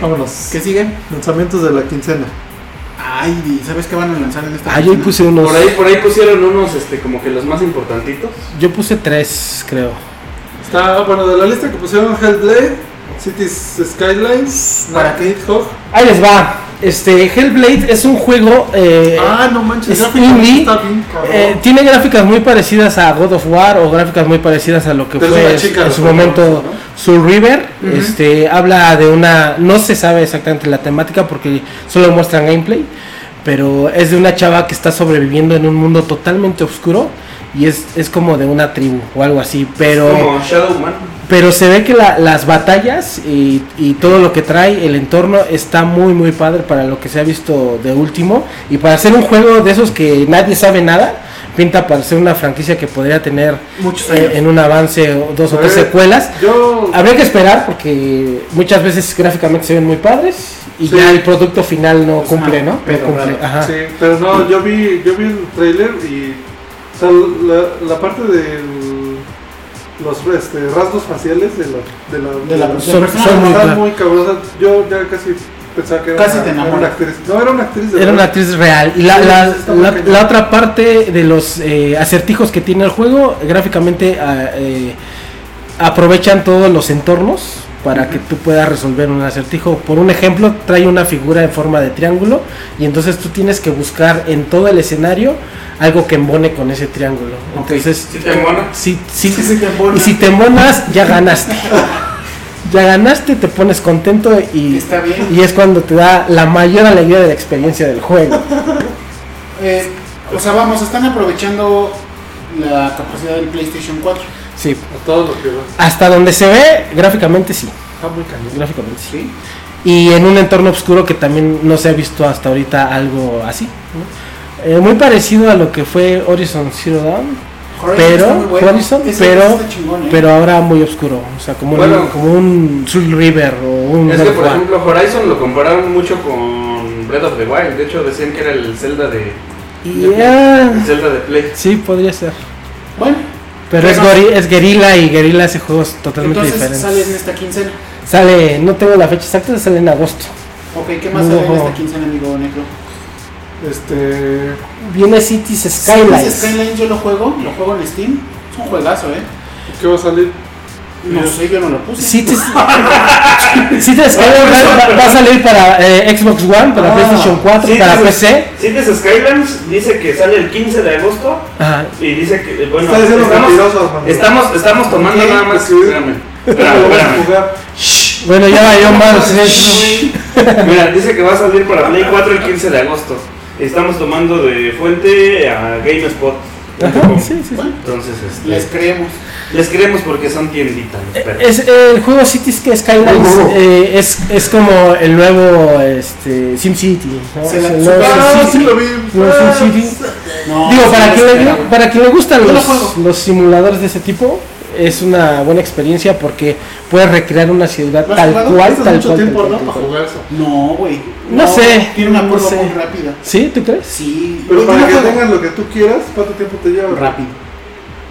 D: Vámonos.
A: ¿Qué sigue?
D: Lanzamientos de la quincena.
A: Ay, ¿y ¿sabes qué van a lanzar en esta?
B: Ah, yo ahí
A: semana?
B: puse unos.
F: Por ahí, por ahí pusieron unos, este, como que los más importantitos.
B: Yo puse tres, creo.
D: Está, bueno, de la lista que pusieron Hellblade, Cities Skylines,
A: ¿Para qué?
D: Hawk.
B: Ahí les va. Este, Hellblade es un juego. eh,
D: Ah, no manches,
B: es
D: gráficamente
B: indie,
D: está bien cabrón.
B: eh, tiene gráficas muy parecidas a God of War o gráficas muy parecidas a lo que
D: Pero es
B: fue
D: una chica,
B: en su
D: ¿no?
B: momento
D: ¿no?
B: Soul River. Este, habla de una. No se sabe exactamente la temática porque solo muestran gameplay. Pero es de una chava que está sobreviviendo en un mundo totalmente oscuro. Y es, es como de una tribu o algo así. Pero.
F: Como Shadow Man.
B: Pero se ve que la- las batallas y, y todo lo que trae el entorno está muy muy padre para lo que se ha visto de último. Y para ser un juego de esos que nadie sabe nada, pinta para ser una franquicia que podría tener
A: Muchos
B: eh, en un avance o dos o
D: A
B: tres
D: ver,
B: secuelas.
D: Yo,
B: Habría que esperar porque muchas veces gráficamente se ven muy padres y
D: Sí.
B: ya el producto final no
A: Pues
B: cumple,
A: no,
B: ¿no?
A: pero
B: no cumple.
A: raro.
B: ajá.
D: sí, pero no, yo vi, yo vi el trailer y, o sea, la, la parte de los este, rasgos faciales de la, de la, Ah,
A: De la-
B: Son-
A: persona
B: son muy
D: está
B: claro.
D: muy cabrón. o sea, Yo ya casi pensaba que era,
A: Casi
D: una,
A: te
D: era
A: enamoras.
D: una actriz. No, era una actriz. de
B: Era una
D: verdad.
B: actriz real. Y la,
D: Sí,
B: la- la-
D: está muy cañón.
B: la otra parte de los eh, acertijos que tiene el juego, gráficamente ah, eh, aprovechan todos los entornos para que tú puedas resolver un acertijo. Por un ejemplo, trae una figura en forma de triángulo y entonces tú tienes que buscar en todo el escenario algo que embone con ese triángulo. Entonces,
F: ¿Sí te embona?
B: si, si-
D: Sí, sí te embona.
B: y si te embonas, ya ganaste. Ya ganaste, te pones contento y,
C: Está bien.
B: y es cuando te da la mayor alegría de la experiencia del juego.
A: Eh, o sea, vamos, están aprovechando la capacidad del PlayStation 4.
B: Sí,
D: A todo lo que va.
B: hasta donde se ve, gráficamente sí.
D: Está muy cañón.
B: Gráficamente sí. Y en un entorno oscuro que también no se ha visto hasta ahorita algo así. ¿no? Eh, muy parecido a lo que fue Horizon Zero Dawn,
A: Horizon
B: Pero,
A: este está muy bueno.
B: Horizon,
A: Ese-
B: pero-
A: ese está chingón, ¿eh?
B: pero ahora muy oscuro. O sea, como, un,
F: Bueno.
B: como un Soul River o un.
F: Es que,
B: God of
F: por
B: War.
F: ejemplo, Horizon lo compararon mucho con Breath of the Wild. De hecho, decían que era el Zelda de,
B: Yeah.
F: el Zelda de Play.
B: ah, Sí, podría ser.
A: Bueno,
B: Pero es,
A: Pero-
B: gori- es Guerrilla y Guerrilla hace juegos totalmente
A: entonces
B: diferentes.
A: sale
B: Sale...
A: en esta quincena.
B: no tengo la fecha exacta, sale en agosto.
A: Ok, ¿qué más
B: Luego-
A: sale en esta quincena, amigo Necro?
D: Este.
B: Viene Cities
A: Skylines.
B: Skylines.
A: Skylines pues, yo lo juego, lo juego en Steam. Es un juegazo, ¿eh?
D: ¿Qué va a salir?
A: No sé, yo no lo puse. [LAUGHS]
B: Cities, Cities Skylines va, va- va a salir para eh, Xbox One, para
A: Ah,
B: PlayStation 4,
F: Cities-
B: para PC.
F: Cities Skylines dice que sale el 15 de agosto
B: Ajá.
F: y dice que, eh, bueno,
D: Está diciendo
F: estamos,
D: mentirosos, Manuel.
F: estamos, estamos tomando
D: Sí,
F: nada más.
D: porque-
F: Espérame, pues espérame,
D: Lo van a
F: espérame.
D: jugar.
B: Shh, Bueno, ya valió más. ¿eh?
F: Mira, dice que va a salir para Play 4 el 15 de agosto. Estamos tomando de fuente a GameSpot.
B: Ajá, sí, sí, sí.
F: Entonces, este,
A: Les
F: les,
A: creemos.
F: queremos porque son tienditas. los perros.
B: Es, eh, el juego Cities que Skylines
D: Ujú.
B: eh, es, es como el nuevo este, SimCity. ¿no?
A: Se
B: Es
A: la
B: el nuevo
A: chuparon,
D: Ah,
B: SimCity.
D: sí lo vi.
B: No,
D: Ah,
B: sí, sí, sí.
A: No,
B: Digo,
A: sí
B: para
A: les
B: quien, le,
A: creemos.
B: para quien le gustan
A: Yo lo
B: los,
A: juego.
B: los simuladores de ese tipo, es una buena experiencia porque puedes recrear una ciudad
A: ¿Lo has
B: tal
A: jugado?
B: cual,
D: Gastas
B: tal
D: mucho
B: cual.
D: tiempo,
B: tal
D: ¿no?
B: cual,
D: Para
B: tal cual.
D: jugar eso.
A: No, güey.
B: No sé,
A: Tiene una
B: no
A: curva
B: sé.
A: muy rápida.
B: ¿Sí? ¿Tú crees?
A: Sí,
D: Pero
A: yo
D: para
A: lo
D: que
A: juego
D: tengan lo que tú quieras, ¿cuánto tiempo te lleva?
A: rápido.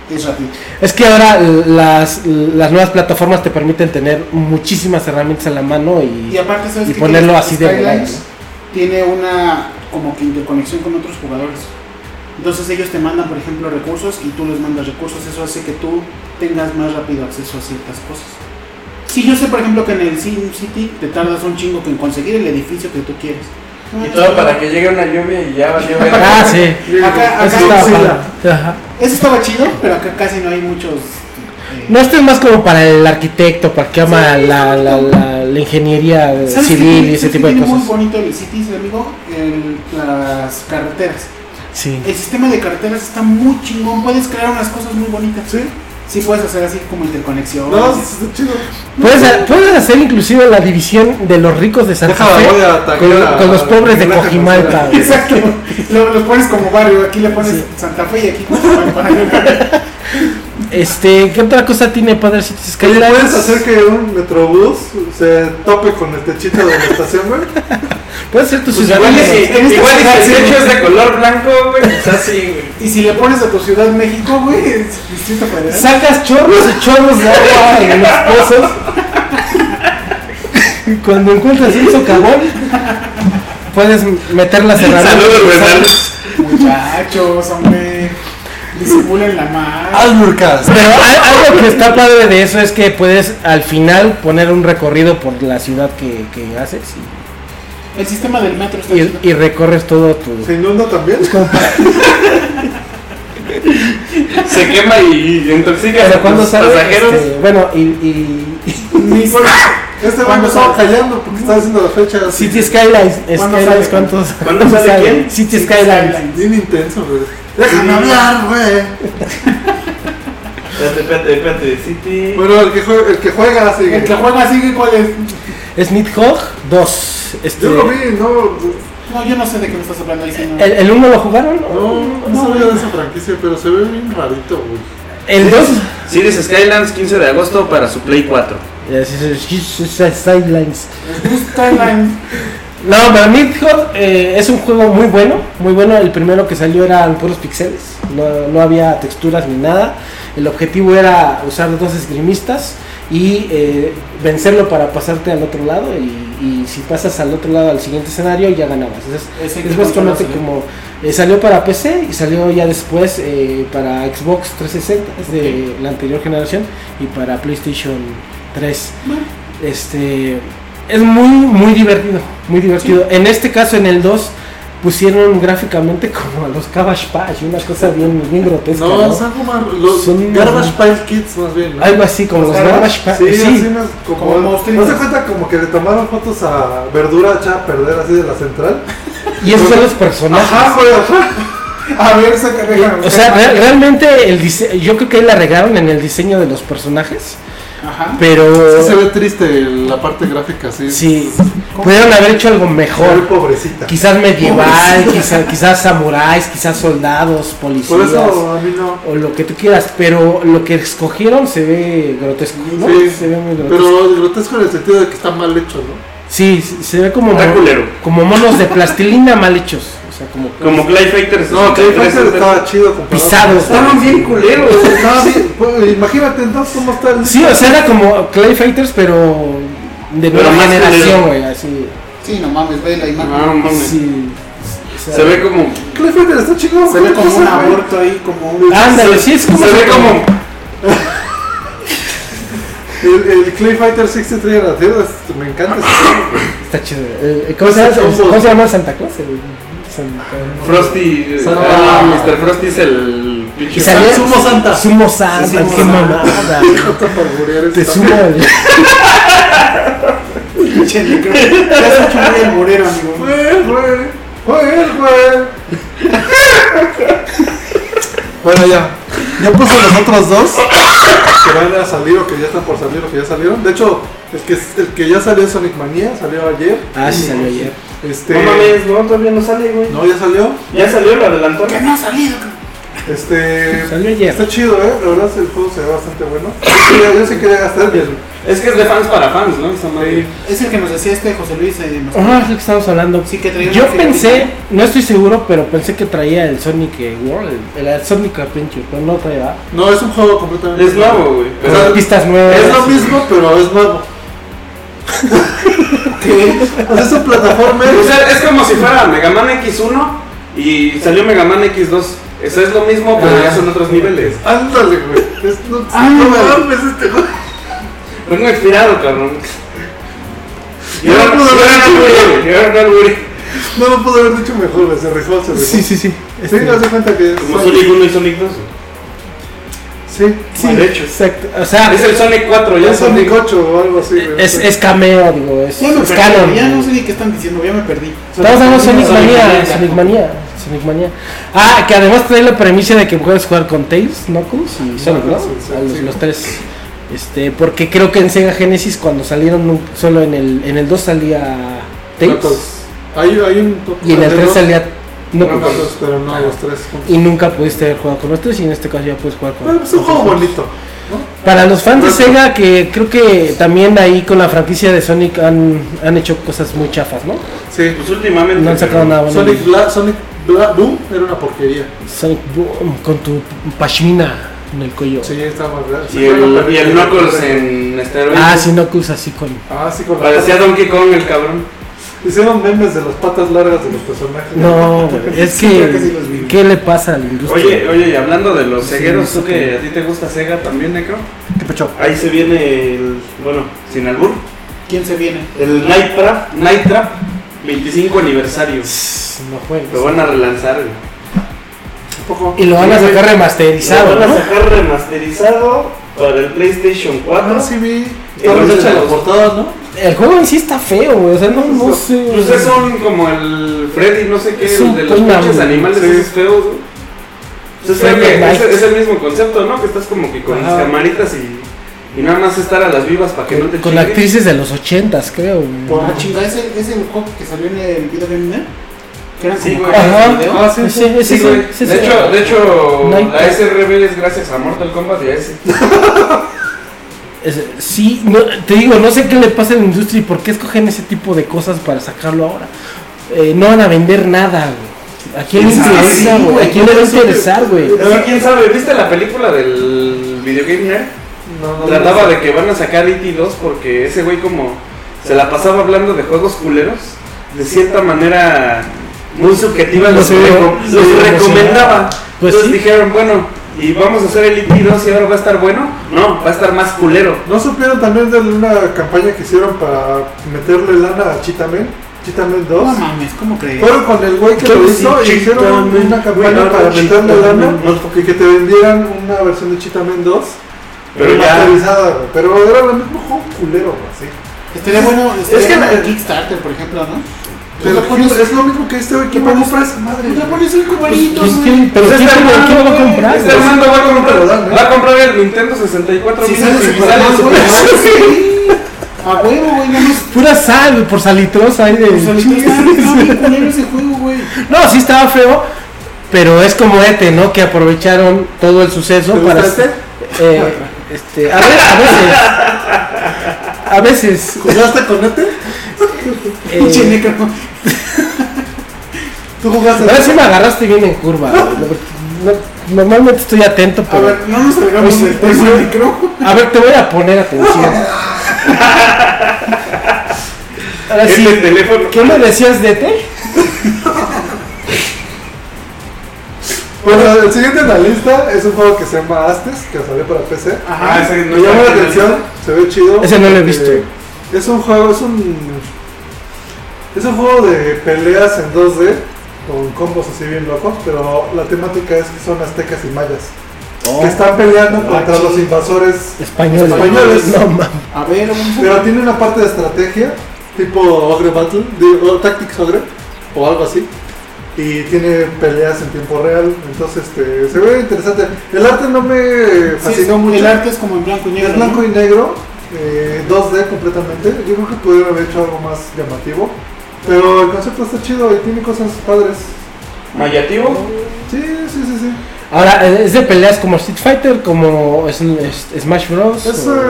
A: Es rápido.
B: Es que ahora las, las nuevas plataformas te permiten tener muchísimas herramientas a la mano y,
A: Y aparte, ¿sabes
B: y
A: qué?
B: ponerlo
A: Que
B: así de
A: Skylines
B: volada. ¿no?
A: Tiene una como que interconexión con otros jugadores. Entonces ellos te mandan, por ejemplo, recursos y tú les mandas recursos. Eso hace que tú tengas más rápido acceso a ciertas cosas. Si yo sé, por ejemplo, que en el Sim City te tardas un chingo en conseguir el edificio que tú quieres.
F: Y todo para que llegue una lluvia y ya valió ver.
B: eh.
F: [LAUGHS]
B: Ah, sí.
A: Acá, acá
B: Eso
A: no-
B: estaba
A: sí,
B: padre. Ajá.
A: eso estaba chido, pero acá casi no hay muchos. eh,
B: No, este es más como para el arquitecto, para el que ama
A: Sí,
B: la, la, la- la ingeniería
A: ¿Sabes qué
B: civil
A: tiene-
B: y ese
A: sabes qué
B: tipo de
A: tiene
B: cosas.
A: muy bonito el Cities, amigo, El- las carreteras.
B: Sí.
A: El sistema de carreteras está muy chingón, puedes crear unas cosas muy bonitas.
D: Sí.
A: Sí puedes hacer así como interconexión.
D: No, sí, sí, está chido.
B: Puedes, ha- puedes hacer inclusive la división de los ricos de Santa
D: Déjala,
B: Fe
D: voy a atacar
B: con,
D: a-
B: con los
D: a-
B: pobres de
D: a-
B: Cojimalpa. güey.
A: [LAUGHS] Exacto. Lo, lo pones como barrio, aquí le pones Santa Fe y aquí pones
B: Este, ¿qué otra cosa tiene Padre Cities
D: Oye,
B: Skylines?
D: ¿puedes hacer que un metrobús se tope con el techito de la estación, güey?
B: Puedes ser tu
A: Pues
B: ciudad.
F: Igual y si,
A: En esta
F: igual y si
A: ciudad,
F: el
A: sí.
F: techo es de color blanco, güey, quizás sí, güey.
A: Y si le pones a tu ciudad México, güey, es Distrito Federal.
B: Sacas chorros y chorros de agua en los pozos. Y Cuando encuentras un socavón, puedes meter las herramientas.
F: Saludos, Bernal.
A: Muchachos, hombre. Disimulen la mano.
D: Alburcas.
B: Pero al- algo que está padre de eso es que puedes al final poner un recorrido por la ciudad que, que haces
A: El sistema del metro está
B: y,
A: chido.
B: y- y recorres todo tu.
D: ¿Se inunda también?
F: Se quema y intoxica
B: Pero
F: a
B: cuando
F: los
B: sale,
F: pasajeros.
B: este, bueno, y, y
A: Ni
D: Bueno, Este güey me
A: ¿Cuándo
D: estaba
A: sale?
D: callando porque estaba haciendo la fecha así.
B: City Skylines,
A: ¿Cuándo
B: Skylines,
A: sale?
B: ¿cuántos?
F: ¿Cuándo sale quién?
B: City
A: City
B: Skylines.
A: Skylines.
D: Bien intenso, güey. Déjame hablar, güey.
F: Espérate, espérate, espérate. City.
B: Pues
D: Bueno, el que juega, el que juega sigue.
A: El que juega sigue, ¿cuál es?
B: Es Nidhogg 2. Este,
D: Yo lo vi, no.
A: No, yo no sé de qué me estás hablando ahí, sí, no.
B: ¿El, el 1 lo jugaron?
D: No, no sabía de esa franquicia, pero se ve bien rarito, güey.
B: El 2.
F: Cities Skylines, 15 de agosto para su Play 4.
B: Skylines.
A: Skyline.
B: No, pero Nidhogg eh, es un juego muy bueno, muy bueno. El primero que salió eran puros pixeles, no, no había texturas ni nada. El objetivo era usar dos esgrimistas y eh, vencerlo para pasarte al otro lado. Y, y si pasas al otro lado al siguiente escenario, ya ganabas. Entonces,
A: Ese
B: es
A: que
B: básicamente
A: controlas, ¿no?
B: como eh, salió para PC y salió ya después eh, para Xbox 360, es de la anterior generación, y para PlayStation 3. Este es muy muy divertido, muy divertido. En este caso en el 2 pusieron gráficamente [LAUGHS] como a los Cabbage Patch, una cosa bien bien grotesca.
D: No,
B: ¿no?
D: es algo más. Los
B: Son-
D: Garbage Pile Kids, más bien. ¿no?
B: Algo así como los Garbage Patch.
D: Pues Sí,
B: sí.
D: así unas- como,
A: Como monstruitos.
D: ¿No se cuenta como que le tomaron fotos a verdura echada a perder así de la central?
B: Y esos son los personajes.
D: Ajá, güey, ajá.
A: A ver, saca,
D: Ah,
A: déjame.
B: O sea, re- realmente el dise- yo creo que ahí la regaron en el diseño de los personajes,
A: Ajá.
B: pero
D: Sí se ve triste la parte gráfica, sí.
B: sí pudieron haber hecho algo
D: Se ve
B: mejor.
D: pobrecita.
B: Quizás
D: [LAUGHS]
B: medieval, quizá- quizás samuráis, quizás soldados, policías
D: Por eso a mí no.
B: o lo que tú quieras, pero lo que escogieron se ve grotesco, ¿no?
D: Sí,
B: se ve muy grotesco.
D: Pero el grotesco en el sentido de que está mal hecho, ¿no?
B: Sí, se se ve como
C: Está culero.
B: como monos de plastilina mal hechos, o sea, como
C: Como Clay Fighters.
D: No, que estaba chido comparado.
B: pisados.
C: Estaban bien culeros.
D: Estaba bien, pues, imagínate entonces cómo está el.
B: Sí, o sea, era como Clay Fighters, pero de
C: Pero
B: nueva
C: más
B: generación,
C: culero.
B: güey, así.
A: Sí, no mames, ve la imagen.
C: No, mames.
B: Sí. o sea,
C: Se ve como.
D: Clifford está chingón.
A: Se ve
D: güey,
A: como
D: cosa,
A: un
D: güey.
A: aborto ahí, como un.
B: Ándale, sí, es como.
C: Se ve como.
D: El, el Clay Fighter 63 de la tierra, es- me encanta. ese juego, güey.
B: Está chido. eh, ¿Cómo, se llama,
D: Pues,
B: ¿Cómo se llama Santa Claus? El- Santa-
C: Frosty. eh,
D: Santa-
C: ah, Mr. Frosty es el. pinche-
B: Y salía-
D: Sumo Santa.
B: Sumo Santa,
D: Sumo
B: qué
D: Santa.
B: mamada.
D: Tanto por muriar
B: Te
D: está-
C: [LAUGHS]
B: sumo el-
A: pinche negro. Ya se ha hecho muy el morero, amigo.
D: Güey, güey. Güey, güey. Bueno, ya. Ya puse los otros dos que van a salir o que ya están por salir o que ya salieron. De hecho, el que, el que ya salió es Sonic Manía salió ayer.
B: Ah, sí, salió ayer.
D: Este,
C: No mames, no, todavía no sale, güey.
D: no, ya salió.
C: Ya salió, lo adelantó.
A: Que no ha salido.
D: Este.
B: Salió ayer.
D: Está chido, eh. La verdad, el juego se ve bastante bueno. Yo quería- Yo sí quería gastar bien.
C: Es que es de fans para fans, ¿no? Esa madre.
A: Es el que nos decía este José Luis. eh,
D: Oh,
A: nos-
B: Ah, es lo que estamos hablando.
A: Sí, que traía
B: Yo
A: una
B: pensé,
A: figurita.
B: no estoy seguro, pero pensé que traía el Sonic eh, World, el, el Sonic Adventure, pero no traía. ¿verdad?
D: No, es un juego completamente.
C: Es nuevo, güey.
D: O sea,
B: Pistas nuevas.
D: Es lo mismo, pero es
B: [LAUGHS]
D: nuevo. [LAUGHS] O sea, es un plataformer.
C: O sea, es como si fuera Mega Man X1 y salió Mega Man X2. Eso es lo mismo, pero ya son otros niveles.
D: Ándale, güey. Es,
B: [LAUGHS]
D: no,
B: Ah,
D: no
A: güey.
D: mames, este güey.
C: Vengo expirado, cabrón. Y
D: No,
C: ahora no
D: no, no, no,
C: güey. Y ahora no, güey.
D: No lo pudo haber dicho mejor, güey. Se rifó, se rifó.
B: Sí, sí, sí.
D: Sí,
B: Este-
D: no hace cuenta que. es-
C: Como Sonic 1 y Sonic 2.
D: Sí.
B: sí,
C: mal hecho.
B: exacto. O sea,
C: Ah, Es el Sonic 4, ya
D: Es
C: Sonic
D: Sonic 8 o algo así, güey.
B: es, es cameo, digo, es,
A: Ya me
B: es
A: perdí,
B: canon.
A: Ya no sé ni qué están diciendo, ya me perdí.
B: Estamos hablando de Sonic
C: Sonic
B: Mania,
C: Mania.
B: Sonic Mania, Sonic Mania. Ah, que además trae la premisa de que puedes jugar con Tails, Knuckles y Sonic, ¿no?
D: Knuckles, sí,
B: A los,
D: sí.
B: los tres. Este, porque creo que en Sega Genesis cuando salieron nu- solo en el en el 2 salía Tails
D: Knuckles. Hay, hay un top
B: y en el 3 salía
D: No, pues,
B: Knuckles.
D: pero no, los tres juntos.
B: Y nunca pudiste haber jugado con los tres y en este caso ya puedes jugar con
D: Bueno, pues, es un
B: con
D: juego
B: todos.
D: bonito.
B: Para los fans de Sega que creo que también ahí con la franquicia de Sonic han, han hecho cosas muy chafas, ¿no?
D: Sí.
C: Pues últimamente.
B: No han sacado nada bueno.
D: Sonic Bla, Sonic Bla, Boom era una porquería.
B: Sonic Boom con tu pashmina en el cuello.
D: Sí, estaba mal.
C: Y el, y el Knuckles en esteroides.
B: Ah, sí, Knuckles así con...
D: Ah, sí, con la
C: Parecía Donkey Kong el cabrón.
D: Hicieron memes de las patas largas de los personajes.
B: No, güey, es
A: Sí, creo que sí
B: que...
A: los vi.
B: ¿Qué le pasa a la industria?
C: Oye, oye, y hablando de los
B: Sí,
C: cegueros,
B: sí,
C: tú que
B: sí.
C: a ti te gusta Sega también, Necro.
D: ¿Qué pecho?
C: Ahí se viene el. Bueno, sin albur.
A: ¿Quién se viene?
C: El Night Trap, Night Trap 25 aniversario.
B: No juegues.
C: Lo van a relanzar, güey.
D: poco.
B: Y lo van a sacar
C: Lo
B: remasterizado,
C: van a
B: ¿no?
C: sacar remasterizado para el PlayStation 4.
D: Ah, sí vi.
C: Y
D: Estaba
C: los
D: hecha la
C: dos.
D: portada, ¿no?
B: El juego en sí está feo, güey. O sea, no, no sé.
C: Ustedes Pues, son como el Freddy, no sé qué,
B: Es
C: el
B: un
C: de los
B: pena,
C: pinches
B: güey.
C: animales
B: Sí.
C: esos feos. güey. Pues es,
B: Freddy
C: que es-
B: Knight.
C: es el mismo concepto, ¿no? Que estás como que con las
B: Ajá.
C: camaritas y, y nada más estar a las vivas para que no te
B: Con
C: chinguen.
B: actrices de los ochentas, creo. güey.
A: Por la chingada, ¿es el, es el juego que salió en el video game nerd? Que eran
C: Sí,
A: como
C: güey.
A: cajas de
B: Ajá.
A: video.
B: Ah, sí, sí, sí,
C: Sí,
B: sí,
C: güey.
B: sí,
C: de,
B: sí.
C: hecho, de hecho,
B: Night
C: la
B: Trap.
C: SRB es gracias a Mortal Kombat y a ese.
B: Es- sí, no, te digo, no sé qué le pasa a la industria y por qué escogen ese tipo de cosas para sacarlo ahora. Eh, no van a vender nada, güey. ¿A quién le
C: Exacto,
B: interesa,
C: sí,
B: güey? ¿A quién le va a interesar, güey?
C: Es que quién sabe, ¿viste la película del videogame nerd?
D: No, no.
C: Trataba de que van a sacar E.T. 2 porque ese güey como se la pasaba hablando de juegos culeros, de cierta manera muy subjetiva
B: No
C: los,
B: sé,
C: reco-
B: sí,
C: los
B: emocionado.
C: recomendaba.
B: Pues
C: Entonces
B: sí.
C: dijeron, bueno, y vamos a hacer el IP2 y ahora va a estar bueno. No, va a estar más culero.
D: ¿No supieron también de una campaña que hicieron para meterle lana a Chitamen? Chitamen 2.
A: No mames, ¿cómo crees?
D: Fueron con el güey que lo hizo y hicieron una campaña para meterle lana y que te vendieran una versión de Chitamen 2.
F: Pero
D: Pero
F: ya-
D: Pero era el mismo juego culero, así.
A: Estaría bueno, estaría
D: que
A: bueno
D: la-
A: en Kickstarter, por ejemplo, ¿no? Pues,
D: Pero
A: Lo pones-
D: es lo mismo que este güey que
A: ¿Qué
D: me
A: pones?
D: compra esa madre.
A: Le pones un cubarito,
B: Pues,
A: güey.
B: ¿quién- pero
C: Pues
B: ¿quién,
C: está
B: quién
C: hermano,
B: lo va a
C: güey,
B: comprar?
C: Este Armando va a comprar,
D: ¿no?
C: va a comprar el Nintendo 64
D: Si
C: mil
D: sale ese
C: sale
D: cuadrado,
C: su-
A: Sí. A huevo, güey, no
D: [LAUGHS]
A: nos
B: Pura sal por salitrosa ahí de.
A: Está bien culero ese juego, güey.
B: No, sí estaba feo, pero es como este, ¿no? Que aprovecharon todo el suceso
D: ¿Te gusta
B: para.
C: E
D: este?
B: Eh, este, a, ve- a veces. A veces.
D: ¿Jugaste con este?
B: eh,
A: Pinche negro.
D: ¿Tú jugaste?
B: a ver si me agarraste bien en curva. güey. No- normalmente estoy atento,
D: A
B: pero.
D: ver, no nos salgamos del tema micro.
B: A ver, te voy a poner atención. Ahora sí,
C: Este teléfono.
B: ¿qué me decías de E te?
D: Bueno, el siguiente en la lista es un juego que se llama Astes, que salió para PC.
C: Ah, ese no
D: Me llama la
C: está
D: atención, se ve chido.
B: Ese no lo he
D: porque
B: visto.
D: Es un juego, es un. Es un juego de peleas en 2D, con combos así bien locos, pero la temática es que son aztecas y mayas. Que están peleando contra los invasores
B: Español.
D: Españoles.
B: No mames.
A: A ver, vamos
D: Pero tiene una parte de estrategia, tipo Ogre Battle, digo, Tactics Ogre, o algo así. Y tiene peleas en tiempo real, entonces este, se ve interesante. El arte no me
A: a... Sí,
D: fascinó mucho.
A: el arte es como en blanco y negro.
D: es blanco y negro, eh, 2D completamente. Yo creo que pudieron haber hecho algo más llamativo. Pero el concepto está chido y tiene cosas padres.
F: Mayativo.
D: Sí, sí, sí, sí.
B: Ahora, ¿es de peleas como Street Fighter, como es- es- Smash Bros?
D: Es,
B: o-
D: eh,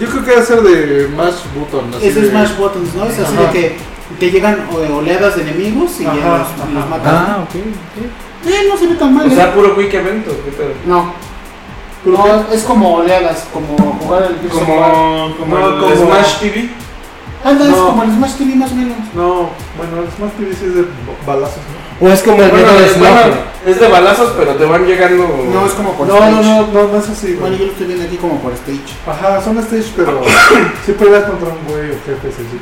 D: yo creo que va a ser de Mash Button. así
A: Es
D: de-
A: Smash Buttons, ¿no? Es así de
D: Ajá.
A: que te llegan o- oleadas de enemigos y ya
D: Ajá,
A: los, y los
D: ajá.
A: matan.
B: Ah, ok, ok.
A: Eh, no se ve tan mal,
C: O
A: eh.
C: sea, puro quick evento. ¿qué pedo?
A: No. No, es como oleadas, como jugar al Gears of War.
C: Como, como
D: No,
C: el
D: como-
C: Smash TV.
A: Anda, Ah, es
D: No.
A: como el Smash TV más o menos.
D: No, bueno, es más que sí es de balazos, ¿no?
B: O es como el
C: Bueno,
B: método de
C: es, bueno,
B: Snowflake.
C: es de balazos, pero te van llegando.
A: No, es como por
D: No,
A: stage.
D: no, no, no, no es así,
A: Bueno,
D: güey.
A: yo lo estoy viendo aquí como por stage.
D: Ajá, son stage, pero [COUGHS] sí peleas contra un güey o jefes así.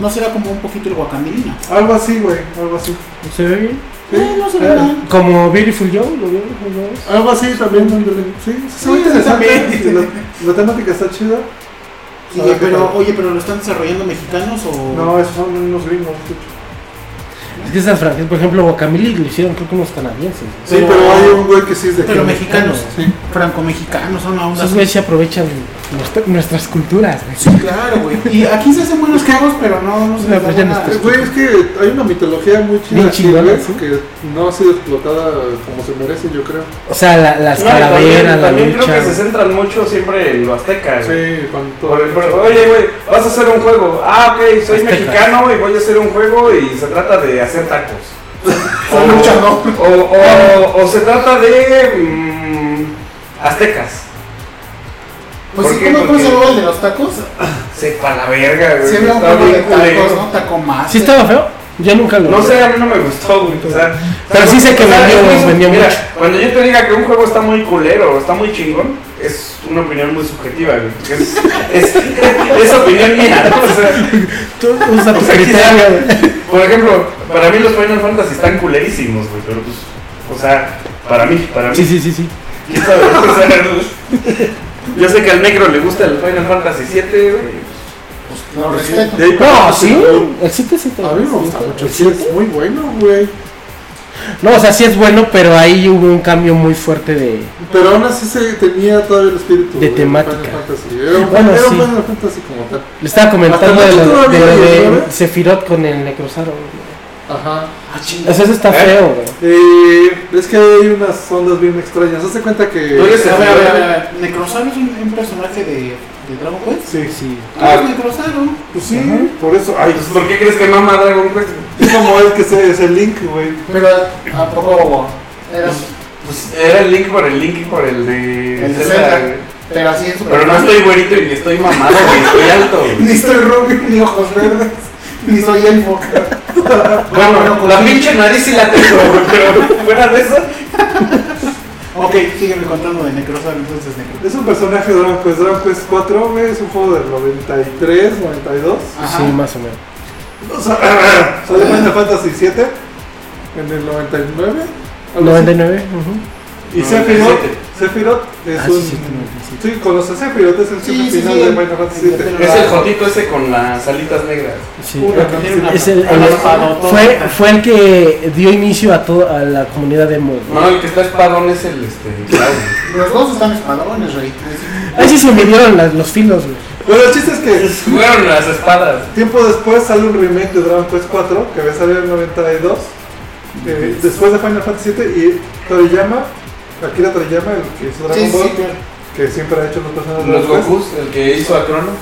A: ¿No será como un poquito el guacamilina?
D: Algo así, güey, algo así.
B: ¿Se ve bien?
A: Eh, no se ve
D: Eh,
A: mal.
B: Como Beautiful Joe, ¿lo vieron? alguna vez?
D: Algo así también, ándale. Sí, sí, se ve
A: Sí,
D: interesante.
A: también.
D: sí, La, la temática está chida.
A: Sí,
D: A ver qué
A: pero,
D: tal.
A: oye, pero ¿lo están desarrollando mexicanos o...?
D: No, esos son unos gringos. de hecho.
B: Es que esas franquicias, por ejemplo, Guacamole lo hicieron creo que unos canadienses.
D: Sí,
A: Pero-
D: pero, hay un güey que sí es de
A: Pero
D: aquí.
A: mexicanos,
D: Sí.
A: franco-mexicanos, son una onda
B: Esos
A: así.
B: güeyes se aprovechan nuestra- nuestras culturas. güey.
A: Sí, claro, güey. pues Y aquí se hacen buenos juegos, pero no, no se
B: Me
A: les da
B: apoyan
A: buena-
D: Eh, Güey, es que hay una mitología muy chida,
B: Bien
D: aquí,
B: chingona,
D: güey,
B: ¿sí?
D: que no ha sido explotada como se merece, yo creo.
B: O sea, la- las
C: No, y también,
B: calaveras, la
C: también creo
B: lucha.
C: que se centran mucho siempre en lo azteca. güey.
D: Sí, cuando
C: Por el- por- oye, güey, vas a hacer un juego. Ah, ok, soy
B: Azteca.
C: mexicano y voy a hacer un juego y se trata de hacer tacos.
D: Soy luchador.
C: o, o- o se trata de mm, aztecas.
A: Pues
C: ¿Por
A: sí,
C: qué?
A: ¿cómo, cómo se
C: Porque-
A: llama el de los tacos?
C: Sepa la verga, güey.
A: Se habla un
C: está
A: poco de
C: bien culero.
A: tacos, ¿no? Taco más.
B: ¿Sí estaba feo? Yo nunca lo
C: No
B: vi.
C: sé, a mí no me gustó, güey. o sea,
B: Pero sí sé que
C: o sea,
B: vendió-
C: es muy-
B: vendió
C: mira,
B: mucho.
C: Cuando yo te diga que un juego está muy culero o está muy chingón, es una opinión muy subjetiva, güey. porque Es, es, es opinión mía, ¿no? O sea,
B: Tú usa tu
C: O sea,
B: criterio. güey.
C: por ejemplo, para mí los Final Fantasy están culerísimos, güey, pero pues, o sea, para mí, para mí.
B: Sí, sí, sí, sí.
C: ¿Quién sabe? O sea, yo sé que al negro le gusta el Final Fantasy 7, güey.
A: Lo respeto.
D: De ahí para
B: No,
D: abajo,
B: sí.
D: pero-
B: El 7 sí te
D: A mí me gusta mucho.
B: El
D: Sí,
B: siete.
D: es muy bueno, güey.
B: No, o sea, sí es bueno, pero ahí hubo un cambio muy fuerte de.
D: Pero aún así se tenía todavía el espíritu
B: De
D: güey,
B: temática.
D: Final Fantasy. Era un
B: Bueno,
D: era un
B: sí.
D: Final Fantasy como tal.
B: Le estaba comentando
D: Hasta
B: de,
D: el
B: lo- de,
D: futuro
B: lo
D: viene,
B: de
D: ¿no?
B: Sephiroth con el Necrozaro. güey.
D: Ajá.
B: O sea, eso está feo, güey.
D: Eh, es que hay unas ondas bien extrañas. Hazte cuenta que.
C: Tú eres
A: A ver, a ver, a ver, a ver. Necrozaro es un, un personaje de, de Dragon Quest.
D: Sí,
B: Sí.
A: Ah, es Necrozaro.
D: Pues sí, por eso.
C: Ay,
D: Ay,
C: pues, ¿por qué crees que mama Dragon Quest?
D: es como el que se, es el link,
B: [LAUGHS]
D: güey.
A: Pero, ¿a poco era
C: Pues era el link por el link por el de
A: El de
C: Zelda,
A: Zelda.
C: güey.
A: Pero así es.
C: Pero no estoy güerito y ni estoy mamado, ni estoy alto. güey.
A: Ni estoy rubio, ni ojos verdes, ni soy elfo.
C: Bueno, la pinche nariz sí la tengo, güey, pero fuera de eso.
A: O Ok, sígueme contando de Necrozor entonces, Necrozor.
D: Es un personaje de Dragon Quest, Dragon Quest 4, güey, es un juego del 93, 92.
B: Sí, más o menos.
D: O sea, [CLEARS THROAT] sale Final Fantasy 7 en el 99. algo así.
B: 99. ujú.
D: Y Sephiroth, Sephiroth es
B: Ah,
D: un...
B: sí, sí, 97.
D: Sí, conoces Sephiroth, es el
A: Sí,
D: jefe
A: sí,
D: final
A: sí,
D: de
A: el-
D: Final Fantasy
A: el-
D: 7.
F: Es el jotito ese con las alitas negras.
B: Sí.
D: Una
B: Es el,
A: Ah,
B: el-
A: no, no, no,
B: fue,
A: no.
B: fue el que dio inicio a toda a la comunidad de mod.
F: No, el que está espadón es el este. Claudio.
A: Los dos están espalones, rey.
B: Ahí sí se midieron las- los filos, güey.
D: Bueno, el chiste es que
F: Fueron las espadas.
D: tiempo después sale un remake de Dragon Quest 4 que había salido en el 92. eh, después de Final Fantasy 7 y Toriyama, Akira Toriyama, el que hizo Dragon
A: Sí,
D: Ball,
A: sí, claro.
D: que siempre ha hecho los personajes de
F: Los
D: Dragon Quest,
F: Gokus, el que hizo a Crono.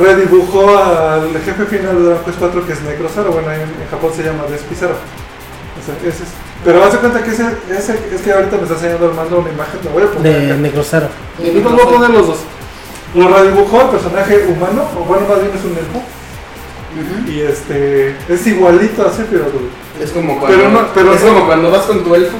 D: redibujó al jefe final de Dragon Quest 4 que es Necrozero, bueno en, en Japón se llama Despicero. O sea, ese es. Pero haz de cuenta que ese, ese es que ahorita me está enseñando Armando una imagen, la voy a poner acá.
B: De Necrozaro.
D: Y no voy a poner los dos. Lo redibujó el personaje humano, o bueno, más bien es un elfo. Y este. Es igualito a Sephiroth, güey.
F: Es como cuando,
D: Pero no- pero
F: es
D: no-
F: como cuando vas con tu elfo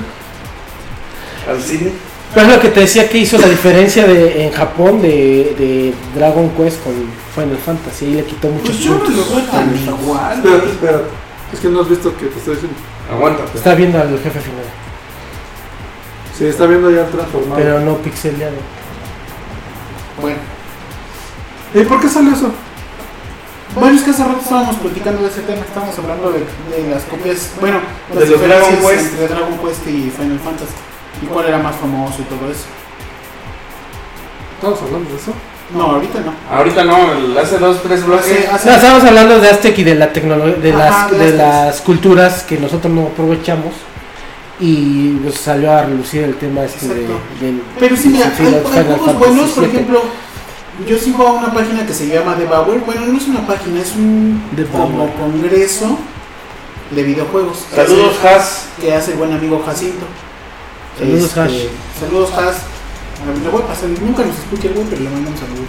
F: al cine.
B: Pero es lo que te decía que hizo la diferencia de, en Japón de, de Dragon Quest con Final Fantasy. Ahí le quitó
A: Pues
B: muchos puntos.
A: tan igual.
D: Espérate, espérate. Es que no has visto que te estoy diciendo.
F: Aguántate.
B: Está viendo al jefe final,
D: Sí, está viendo ya el
A: Ah.
D: transformado.
B: pero no pixeleado.
A: Bueno.
D: ¿Y por qué salió eso?
A: Bueno, es que hace rato estábamos platicando de ese tema, estábamos hablando de, de las copias, bueno,
F: De
A: las
F: los Dragon
A: diferencias
F: Quest.
A: entre Dragon Quest y Final Fantasy. ¿Y cuál era más famoso y todo eso?
D: Estamos hablando de eso.
A: No, ahorita no.
F: Ahorita no, el- hace dos, tres bloques.
A: Hace, Eh, hace-
B: No, estamos hablando de Aztec y de la tecnología, de,
A: Ajá,
B: las,
A: de
B: de
A: Aztec.
B: las culturas que nosotros no aprovechamos y pues, salió a relucir el tema este de,
A: Exacto.
B: del
A: Pero sí, mira,
B: sí,
A: hay,
B: la
A: hay
B: Final
A: juegos
B: Fantasy
A: buenos, por
B: VII.
A: ejemplo, yo sigo a una página que se llama Devour, bueno, no es una página, es un
B: Devour.
A: como congreso de videojuegos. que
F: Saludos, Has.
A: hace- que hace el buen amigo Jacinto. Este,
B: Saludos, Hash.
A: Saludos, Has. Le voy a pasar, nunca nos escucha algo, pero le mando un saludo,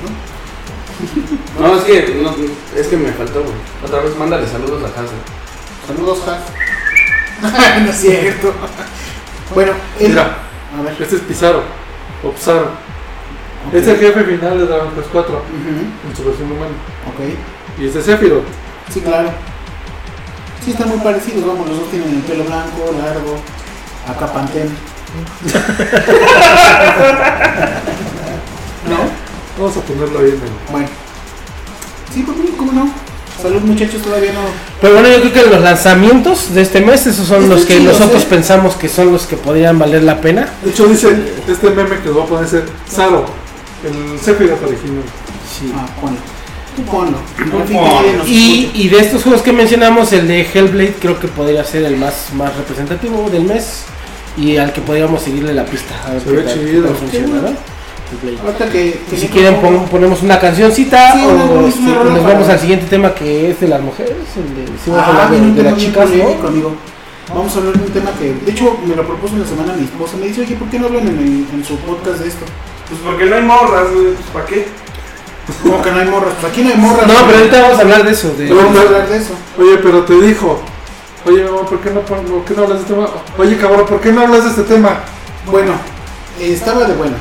A: ¿no?
F: No, es que, no, es que me faltó, güey. Otra vez, mándale saludos a Has. güey.
A: Saludos, Has. [LAUGHS] no es cierto. bueno, el-
D: Mira.
A: A ver.
D: Este es Pizarro. O Pizarro.
A: ok.
D: Es el jefe final de Dragon Quest 4
A: Ujú,
D: en su versión humana.
A: Ok.
D: Y este es Sephiroth.
A: Sí, claro. Sí, están muy parecidos, vamos, los dos tienen el pelo blanco, largo, acá
B: [LAUGHS]
A: pantén. ¿No?
D: Vamos a ponerlo ahí en el.
A: Bueno. Sí, pues bien, ¿cómo no? Salud muchachos, todavía no.
B: Pero bueno, yo creo que los lanzamientos de este mes, esos son
A: Están
B: los que
A: chidos,
B: nosotros
A: ¿eh?
B: pensamos que son los que podrían valer la pena.
D: De hecho, dice este meme que lo voy a poner: es el Saro, el Sephiroth original.
A: Ah, ponlo. Tú ponlo. Al fin,
F: Ponlo.
A: nadie nos
B: Y,
A: escucha.
B: y de estos juegos que mencionamos, el de Hellblade creo que podría ser el más, más representativo del mes y al que podríamos seguirle la pista. A ver
D: Se ve chido.
B: funciona, ¿no? Hellblade.
A: Ahorita que, que
B: Y si
A: yo
B: quieren
A: pongo-
B: pon- ponemos una cancioncita
A: Sí, una-
B: o
A: una
B: este,
A: rola
B: nos
A: para-
B: vamos al siguiente tema que es de las mujeres, el de, sí, vamos a
A: Ah,
B: hablar de-
A: viene un
B: de
A: tema
B: las
A: bien
B: chicas,
A: polémico,
B: ¿no?
A: amigo. Vamos a hablar de un tema que, de hecho, me lo propuso una semana mi esposa. Me dice, oye, ¿por qué no hablan en, el- en su podcast de esto?
C: Pues porque no hay morras, güey. Pues ¿para qué?
A: Como que no hay morras. Pues aquí no hay morras.
B: No, pero ahorita vamos a hablar de eso, de
A: Pero vamos a hablar de eso.
D: Oye, pero te dijo. Oye, mi amor, ¿por qué no, pon- por qué no hablas de este tema? Oye, cabrón, ¿por qué no hablas de este tema?
A: Bueno, eh, estaba de buenas.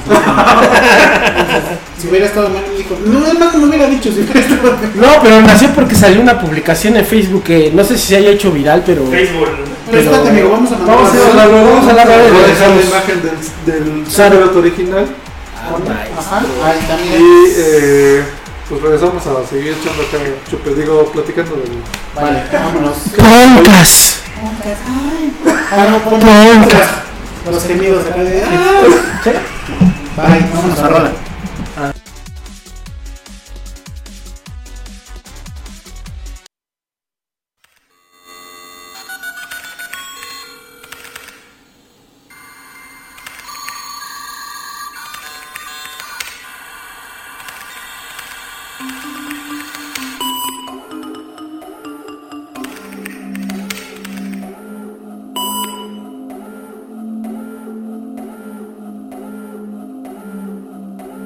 A: si hubiera estado mal, me dijo. No, es más, no hubiera dicho si hubiera estado mal.
B: No, pero nació porque salió una publicación en Facebook que no sé si se haya hecho viral, pero
C: Facebook.
A: Pero espérate, amigo, vamos a mandar.
D: Vamos a ir a la
B: hablar, vamos a hablar,
D: Voy
B: vamos a
D: a dejar
B: dejarlos.
D: la imagen del, del
B: Saro.
D: Sephiroth original.
A: Ajá, ahí también.
D: Y eh, pues regresamos a seguir echando acá chupes, digo, platicando del.
A: Vale, vámonos.
B: Broncas.
A: Ah, no, ponme los gemidos acá de. "Ah". Bye, vámonos a rola.
G: Thank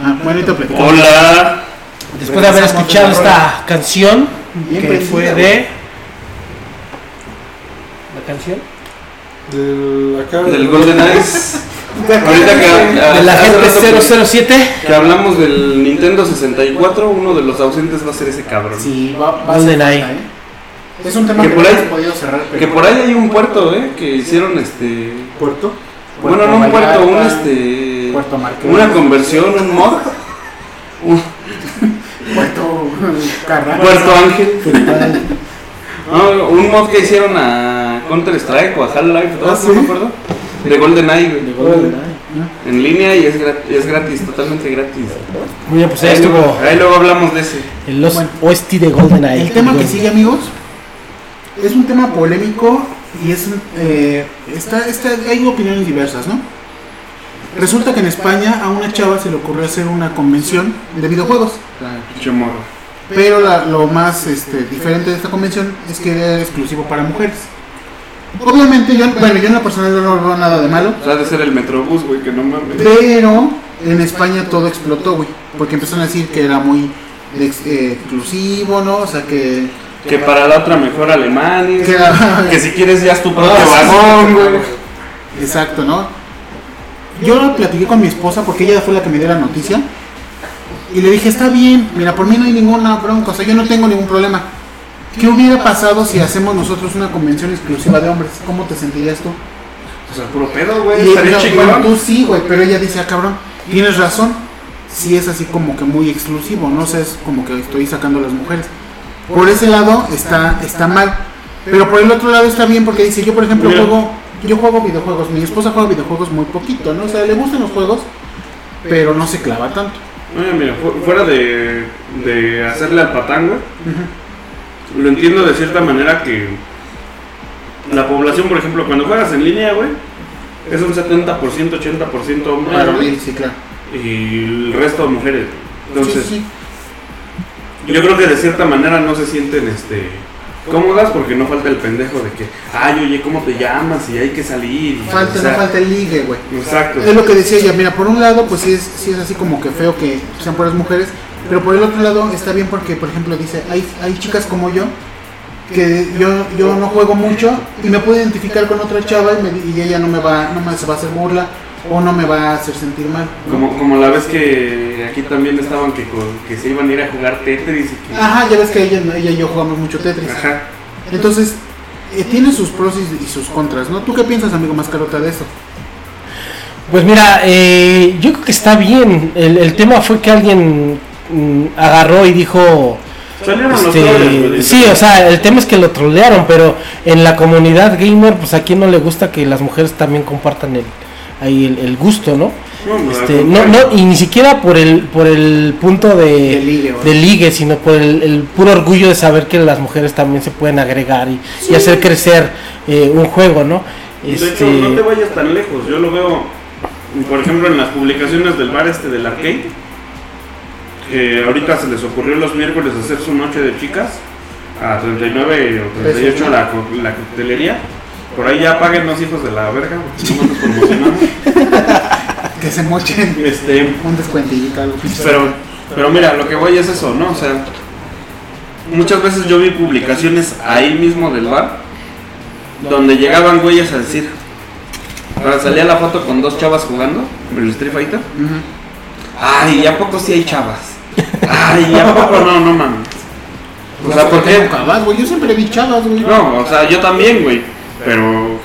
A: Ajá, bueno, ahorita platicamos.
H: Hola.
B: Después de haber
A: Regresamos
B: escuchado
A: de la
B: esta canción,
A: Bien
B: que
A: prendida,
B: fue
A: güey.
B: de. ¿La canción?
D: Del, acá,
C: Del Golden Eyes. Ahorita
D: [LAUGHS]
C: que,
B: De la
A: Ah,
C: hace
B: gente
C: rato que-
B: 007.
C: que hablamos del Nintendo 64, uno de los ausentes va a ser ese cabrón.
A: Sí, pues, va, va a ser
B: GoldenEye.
A: falta, ¿eh? Es un tema
C: Que
A: que
C: por
A: no
C: ahí-
A: hemos podido cerrar. pero-
C: Que por ahí hay un puerto, ¿eh? Que hicieron este.
D: puerto.
C: bueno, no un
A: Vallarta,
C: puerto, un este.
A: Puerto Marqués.
C: Una conversión, un mod. Un
A: Puerto Carrasco.
C: Puerto Ángel. [LAUGHS] No, un mod que hicieron a Counter Strike o a Half-Life, ¿no?
D: Ah,
C: No
D: ¿sí?
C: me acuerdo. De GoldenEye, güey.
B: GoldenEye.
C: En línea y es gratis, es gratis totalmente gratis.
B: Muy bien, pues ahí
C: Ahí luego,
B: estuvo
C: ahí luego hablamos de ese.
B: el Lost
A: Bueno.
B: OST de GoldenEye.
A: El tema que
B: Golden-
A: sigue, amigos, es un tema polémico y es eh, está, está- hay opiniones diversas, ¿no? Resulta que en España a una chava se le ocurrió hacer una convención de videojuegos,
C: Pinche morro.
A: pero la- lo más este, diferente de esta convención es que era exclusivo para mujeres. Obviamente, yo, bueno, yo en la personal no veo nada de malo,
C: O sea, ha de ser el Metrobús, güey, que no mames.
A: pero en España todo explotó, güey, porque empezaron a decir que era muy ex- eh, exclusivo, ¿no? O sea, que...
C: Que para la otra mejor Alemania.
A: que era-
C: Que si quieres ya es tu propio
A: Ah,
C: vagón, güey.
A: Exacto, ¿no? Yo lo platiqué con mi esposa porque ella fue la que me dio la noticia. Y le dije, está bien, mira, por mí no hay ninguna bronca, o sea, yo no tengo ningún problema. ¿Qué hubiera pasado si hacemos nosotros una convención exclusiva de hombres? ¿Cómo te sentirías tú?
C: O sea, puro pedo,
A: Y
C: güey.
A: ella,
C: Estaría
A: no, bueno,
C: chingón.
A: tú sí, güey, pero ella dice, ah, cabrón, tienes razón. Sí es así como que muy exclusivo, no sé, es como que estoy sacando a las mujeres. Por ese lado está, está mal, pero por el otro lado está bien porque dice, yo por ejemplo
H: Mira.
A: juego, yo juego videojuegos, mi esposa juega videojuegos muy poquito, ¿no? O sea, le gustan los juegos, pero no se clava tanto.
C: Oye, mira, fu- fuera de, de hacerle al patán, güey. Lo entiendo de cierta manera que la población, por ejemplo, cuando juegas en línea, güey, es un 70%, 80% hombre. güey,
A: sí, claro.
C: y el resto mujeres. Entonces,
A: sí, sí.
C: yo creo que de cierta manera no se sienten este cómodas porque no falta el pendejo de que, ay, oye, ¿cómo te llamas? Y hay que salir. y,
A: Falta,
C: o sea,
A: no falta el ligue, güey.
C: Exacto.
A: Es lo que decía ella, mira, por un lado, pues sí es, sí es así como que feo que sean puras mujeres, pero por el otro lado está bien porque, por ejemplo, dice, hay, hay chicas como yo, que yo, yo no juego mucho y me puedo identificar con otra chava y, me di- y ella no me va, no me se va a hacer burla o no me va a hacer sentir mal.
C: Como, como la vez que aquí también estaban que, con- que se iban a ir a jugar Tetris y que...
A: Ajá, ya ves que ella, ella y yo jugamos mucho Tetris.
C: Ajá.
A: Entonces, eh, tiene sus pros y, y sus contras, ¿no? ¿Tú qué piensas, amigo Mascarota,
C: [LAUGHS]
A: de eso?
B: Pues mira, eh, yo creo que está bien. El, el tema fue que alguien mm, agarró y dijo.
C: Salieron los
B: este,
C: troles, pues, güey.
B: sí, o sea, el tema es que lo trolearon, pero en la comunidad gamer, pues a quien no le gusta que las mujeres también compartan el, ahí el, el gusto, ¿no?
C: No, no,
B: Este,
C: al
B: no,
C: contrario.
B: no, y ni siquiera por el, por el punto
A: De
B: de,
A: ligue, güey.
B: de ligue, sino por el, el puro orgullo de saber que las mujeres también se pueden agregar y, y hacer crecer eh, un juego, ¿no? Este,
C: De hecho, no te vayas tan lejos. Yo lo veo, por ejemplo, en las publicaciones del bar este del arcade. Que ahorita se les ocurrió los miércoles hacer su noche de chicas a 39 o 38 la, co- la coctelería. Por ahí ya paguen los hijos de la verga, porque no nos promocionamos.
A: Que se mochen
C: Este,
A: un descuentillito, algo pinche.
C: pero, pero mira, lo que voy es eso, ¿no? O sea, muchas veces yo vi publicaciones ahí mismo del bar donde llegaban güeyes a decir, para salía la foto con dos chavas jugando en el Street Fighter.
A: Ujú.
C: Ay, ¿y a poco sí hay chavas? Ay, ¿y a poco no, no mames? O sea, Pues, ¿por qué?
A: Chavas, güey, Yo siempre vi chavas, güey.
C: No, o sea, yo también, güey. Pero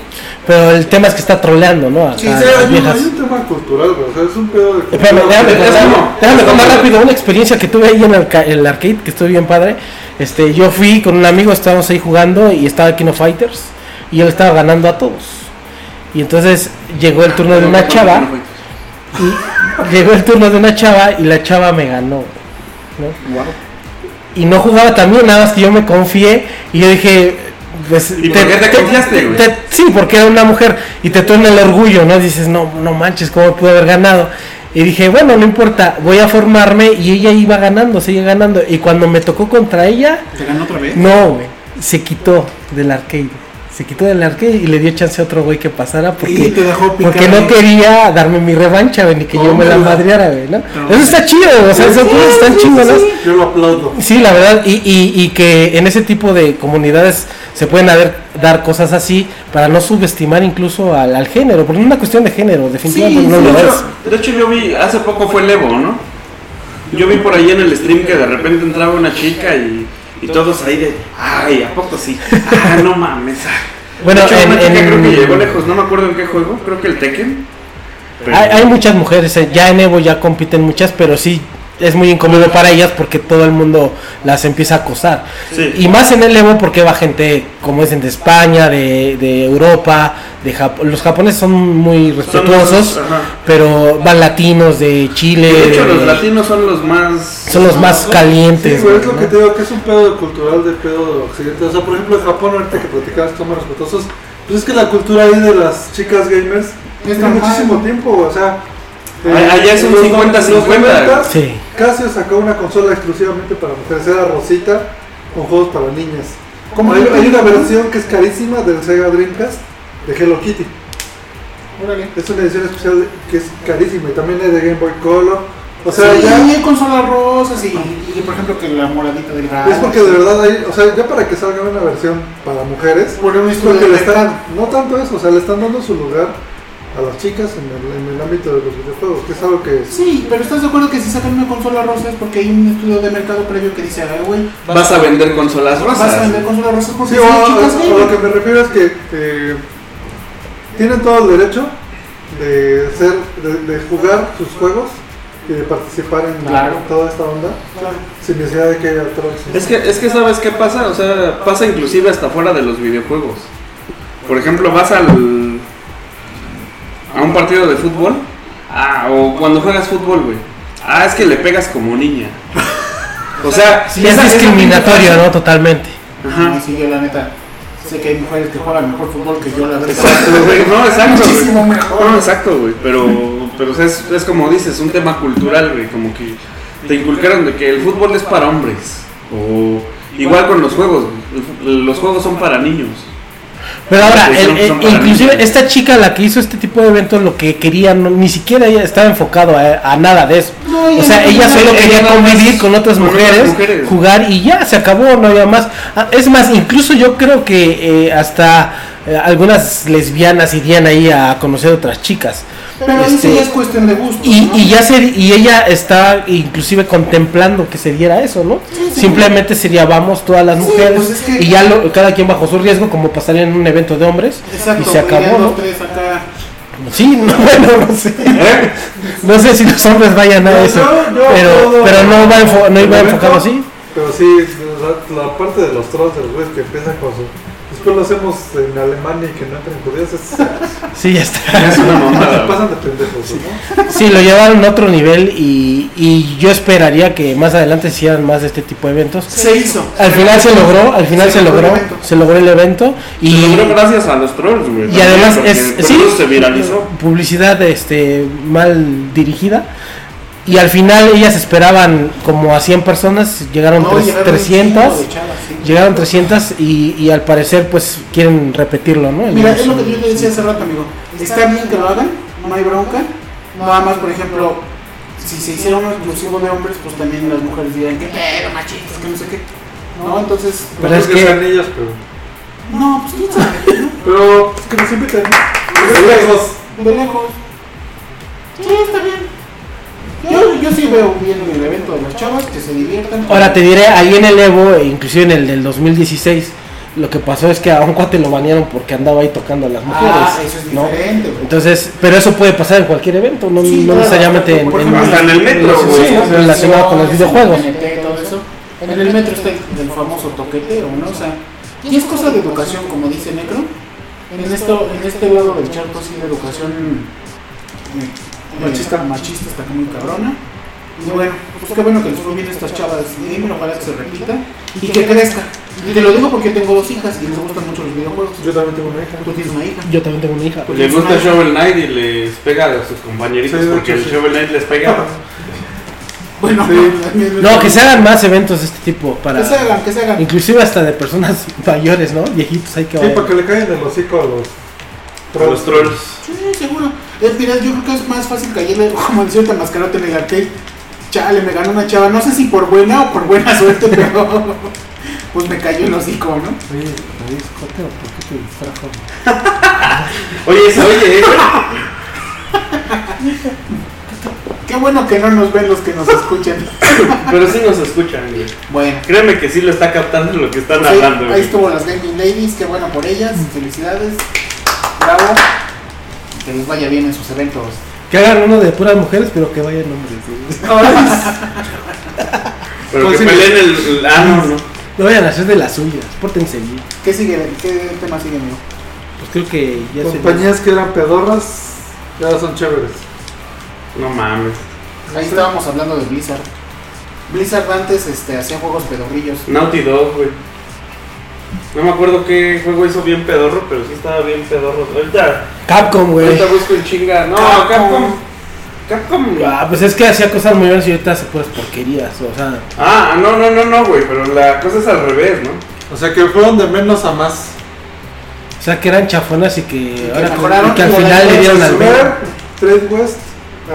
B: Pero el tema es que está troleando, ¿no? A-
A: Sí,
B: a
A: sí,
B: las
D: Hay un,
B: viejas.
D: hay un tema cultural, güey. O sea, es un pedo de.
B: Espérame, déjame
C: Pero
B: contar,
C: no.
B: déjame
C: Pero
B: contar
C: no.
B: rápido una experiencia que tuve ahí en el, ca- el arcade, que estuvo bien padre. Este, yo fui con un amigo, estábamos ahí jugando y estaba Kino Fighters y él estaba ganando a todos. Y entonces llegó el turno de una chava, llegó el turno de una chava y la chava me ganó. ¿no? Y no jugaba también, nada más que yo me confié y yo dije, pues,
C: ¿Y por qué te confiaste, güey?
B: te- sí, porque era una mujer y te torna el orgullo, ¿no? Dices, no, no manches, ¿cómo pude haber ganado? Y dije, bueno, no importa, voy a formarme y ella iba ganando, sigue ganando. Y cuando me tocó contra ella,
A: ¿Te ganó otra vez?
B: no, güey, se quitó del arcade. Se quitó del arcade y le dio chance a otro güey que pasara
A: Y te
B: porque,
A: dejó picar.
B: porque no quería darme mi revancha, güey, ni que yo me la madreara, güey, ¿no? Eso está chido, o sea, esas cosas están chingonas.
D: Yo lo aplaudo.
B: Sí, la verdad, y, y- y que en ese tipo de comunidades se pueden haber- dar cosas así para no subestimar incluso al, al género, porque no es una cuestión de género, definitivamente no
C: de,
B: lo es.
C: hecho, de hecho, yo vi, hace poco fue el Evo, ¿no? Yo vi por ahí en el stream que de repente entraba una chica y, y todos ahí de, ay, ¿a poco sí? Ah, no mames.
B: Bueno,
C: de hecho, una
B: en-
C: chica
B: en-
C: creo que llegó lejos, no me acuerdo en qué juego, creo que el Tekken. Pero-
B: Hay, hay muchas mujeres, eh, ya en Evo ya compiten muchas, pero sí es muy incómodo para ellas porque todo el mundo las empieza a acosar.
C: Sí.
B: Y más en el Evo porque va gente, como dicen, de España, de, de Europa, de Japón. Los japoneses son muy
C: Son
B: respetuosos,
C: los- ajá.
B: pero van latinos de Chile.
C: De hecho,
B: de-
C: los latinos son los más... pues,
B: son los más calientes.
D: Sí, güey, es lo
B: ¿no?
D: que te digo, que es un pedo cultural de pedo occidental. O sea, por ejemplo, en Japón, ahorita que platicabas temas respetuosos, pues es que la cultura ahí de las chicas gamers
A: Es
D: tiene
A: normal.
D: muchísimo tiempo, güey, o sea.
C: Ah, allá es un
D: en los
C: 50-50.
D: los 90,
B: Sí.
D: Casio sacó una consola exclusivamente para mujeres, era Rosita, con juegos para niñas.
A: ¿Cómo
D: hay,
A: que-
D: hay una versión que es carísima del Sega Dreamcast de Hello Kitty.
A: Órale.
D: Es una edición especial de- que es carísima y también es de Game Boy Color. O
A: O
D: sea,
A: sea,
D: ya.
A: ya hay consolas rosas y, y, por ejemplo que la moradita del
D: Es porque de verdad hay, o sea, ya para que salga una versión para mujeres,
A: Por un
D: es porque le
A: estudio de
D: están, no tanto eso, o sea, le están dando su lugar a las chicas en el, en el ámbito de los videojuegos, que es algo que
A: Sí, pero ¿estás de acuerdo que si sacan una consola rosa es porque hay un estudio de mercado previo que dice, "Ah, güey,
C: Vas a vender consolas
A: vas
C: rosas.
A: a vender consolas rosas porque
D: Sí, o,
A: son chicas
D: o- o lo
A: gamer".
D: que me refiero es que eh, tienen todo el derecho de ser, de, de jugar sus juegos y de participar en
A: Claro.
D: toda esta onda
A: Claro.
D: sin necesidad de que haya trolls.
C: Es que, es que sabes qué pasa, o sea, pasa inclusive hasta fuera de los videojuegos. Por ejemplo, vas al a un partido de fútbol, ah, o cuando juegas fútbol, güey. Ah, es que le pegas como niña. O sea,
B: Sí, es
C: esa- esa-
B: discriminatorio, ¿no? Totalmente.
A: No, sí, yo la neta sé que hay mujeres que juegan mejor fútbol que yo, la verdad.
C: Exacto, güey, No, exacto. güey.
A: Muchísimo mejor.
C: No, exacto, güey. Pero, pero o sea, es, es como dices, un tema cultural, güey. Como que te inculcaron de que el fútbol es para hombres. O igual con los juegos, güey, el fu- los juegos son para niños.
B: Pero ahora,
C: Porque son-
B: el-
C: son
B: el-
C: para
B: inclusive
C: niños.
B: esta chica, la que hizo este tipo de eventos, lo que quería, no- ni siquiera ella estaba enfocado a, a nada de eso.
A: No, ella
B: o sea,
A: no
B: ella
A: tenía
B: solo
C: nada
B: quería
C: más
B: convivir con otras
C: con otras
B: mujeres,
C: mujeres.
B: jugar y ya, se acabó, no había más. Ah, Es más, incluso yo creo que eh, hasta eh, algunas lesbianas irían ahí a conocer otras chicas.
A: Pero ahí
B: Este,
A: sí ya es cuestión de gusto.
B: Y,
A: ¿no?
B: y ya se, y ella está inclusive contemplando que se diera eso, ¿no? Simplemente sería vamos todas las
A: Sí,
B: mujeres
A: pues es que-
B: y ya lo- cada quien bajo su riesgo como pasaría en un evento de hombres
A: Exacto,
B: y se acabó,
A: Dos,
B: ¿no?
A: tres acá.
B: Sí, [LAUGHS] no, bueno, no sé.
A: ¿Eh?
B: No sé si los hombres vayan a
D: Yo-
B: eso,
D: yo- yo
B: pero
D: todo-
B: pero no va enfo- no iba
D: el
B: enfocado
D: evento,
B: así.
D: Pero sí, la, la parte de los trolls del güey que empiezan con su. Después lo hacemos en Alemania y que no entren judíos, es,
B: Sí, ya está.
C: Es una mamada. güey.
D: pasan de pendejos, ¿no?
B: Sí, lo llevaron a otro nivel y, y yo esperaría que más adelante se hicieran más de este tipo de eventos.
A: Se hizo.
B: Al final se logró, al final
A: Se
B: se
A: logró el
B: logró,
A: evento.
B: se logró el evento y
C: Se logró gracias a los trolls, güey.
B: Y
C: también,
B: además
C: porque
B: es
C: por
B: sí,
C: eso se viralizó.
B: publicidad este mal dirigida. Y al final ellas esperaban como a 100 personas, llegaron,
A: No,
B: tres-
A: llegaron un
B: 300,
A: chingo de chavas, sí.
B: llegaron 300 y, y al parecer pues quieren repetirlo, ¿no?
A: Mira,
B: Ellos-
A: es lo que yo te decía hace rato, amigo. Está bien que lo hagan, no hay bronca. Nada más, por ejemplo, si se hiciera un exclusivo de hombres, pues también las mujeres dirían que pero machistas, que no sé qué. No, entonces.
B: Pero
D: No
B: es
D: creo
B: que-
D: sean ellos, pero.
A: No, pues quién sabe.
D: Pero, es que nos invitan. Lejos.
A: ¿no? De lejos. Sí, está bien. Yo, yo sí veo bien el evento de las chavas, que se diviertan.
B: Ahora te diré, ahí en el Evo, e inclusive en el del 2016, lo que pasó es que a un cuate lo banearon porque andaba ahí tocando a las mujeres.
A: Ah, eso es
B: ¿no?
A: diferente, pues. güey.
B: Entonces, pero eso puede pasar en cualquier evento, no,
A: Sí,
B: no
A: claro.
B: necesariamente en,
A: Por
B: en-
A: ejemplo,
C: Hasta en el metro,
B: Sí,
C: güey.
B: sí,
C: O sea,
B: relacionado con los videojuegos.
A: TNT y todo eso. En el metro está el famoso toqueteo, ¿no? O sea, y es cosa de educación, como dice Necro. En, esto, en este lado del charco sí la educación eh, machista, machista está muy cabrona. Y bueno, pues qué bueno que les fue bien a estas chavas. Dímelo, ojalá que se repita y que crezca. Y te lo digo porque yo tengo dos hijas y les gustan mucho los videojuegos.
D: Yo también tengo una hija.
A: Tú tienes una hija.
B: Yo también tengo una hija.
C: Pues
F: Les gusta Shovel Knight y les pega a sus compañeritos
D: Sí, de
F: porque
D: hecho,
F: el
D: sí.
F: Shovel Knight les pega
A: Bueno, [LAUGHS]
B: No, que se hagan más eventos de este tipo para...
A: Que se hagan, que se hagan.
B: Inclusive hasta de personas [LAUGHS] mayores, ¿no? Viejitos hay que
D: Sí,
B: vayan.
D: para que le caigan el hocico a los
C: A los trolls.
A: Sí, seguro. Es final yo creo que es más fácil caerle como decía el mascarote en el arcade. Chale, me ganó una chava. No sé si por buena o por buena [LAUGHS] suerte, pero. Pues me cayó el hocico, ¿no?
B: Oye, ¿no es cote o por qué te distrajo?
C: Oye, eso, oye, eh, güey.
A: Qué bueno que no nos ven los que nos escuchan.
C: pero sí nos escuchan, güey.
A: Bueno.
C: Créeme que sí lo está captando lo que están
A: Sí,
C: hablando,
A: ahí
C: güey.
A: estuvo las Gaming Ladies, qué bueno por ellas, felicidades, bravo, que les vaya bien en sus eventos.
B: Que hagan uno de puras mujeres, pero que vayan hombres. ¿sí?
C: Pero que
D: Pues sí,
C: peleen el, el- Ah, no, no.
B: No vayan a hacer de las suyas, pórtense bien.
A: [LAUGHS] ¿Qué sigue? ¿Qué tema sigue, amigo?
B: Pues creo que ya se...
D: compañías que eran pedorras, ya son chéveres.
C: No mames.
A: Ahí estábamos hablando de Blizzard. Blizzard antes este, hacía juegos pedorrillos.
C: Naughty Dog, güey. No me acuerdo qué juego hizo bien pedorro, pero sí estaba bien pedorro. Ahorita,
B: Capcom, güey.
C: ahorita busco en chinga. No,
A: Capcom.
C: Capcom. Capcom.
B: Ah, pues es que hacía cosas muy buenas y ahorita hace puras porquerías, o sea...
C: Ah, no, no, no, no, güey. Pero la cosa es al revés, ¿no?
D: O sea que fueron de menos a más.
B: O sea, que eran chafonas y que, ahora
A: mejoraron
B: y que al
A: y
B: final
A: ahora
B: le dieron
A: ya
B: al
A: se
B: ver.
D: Trade West,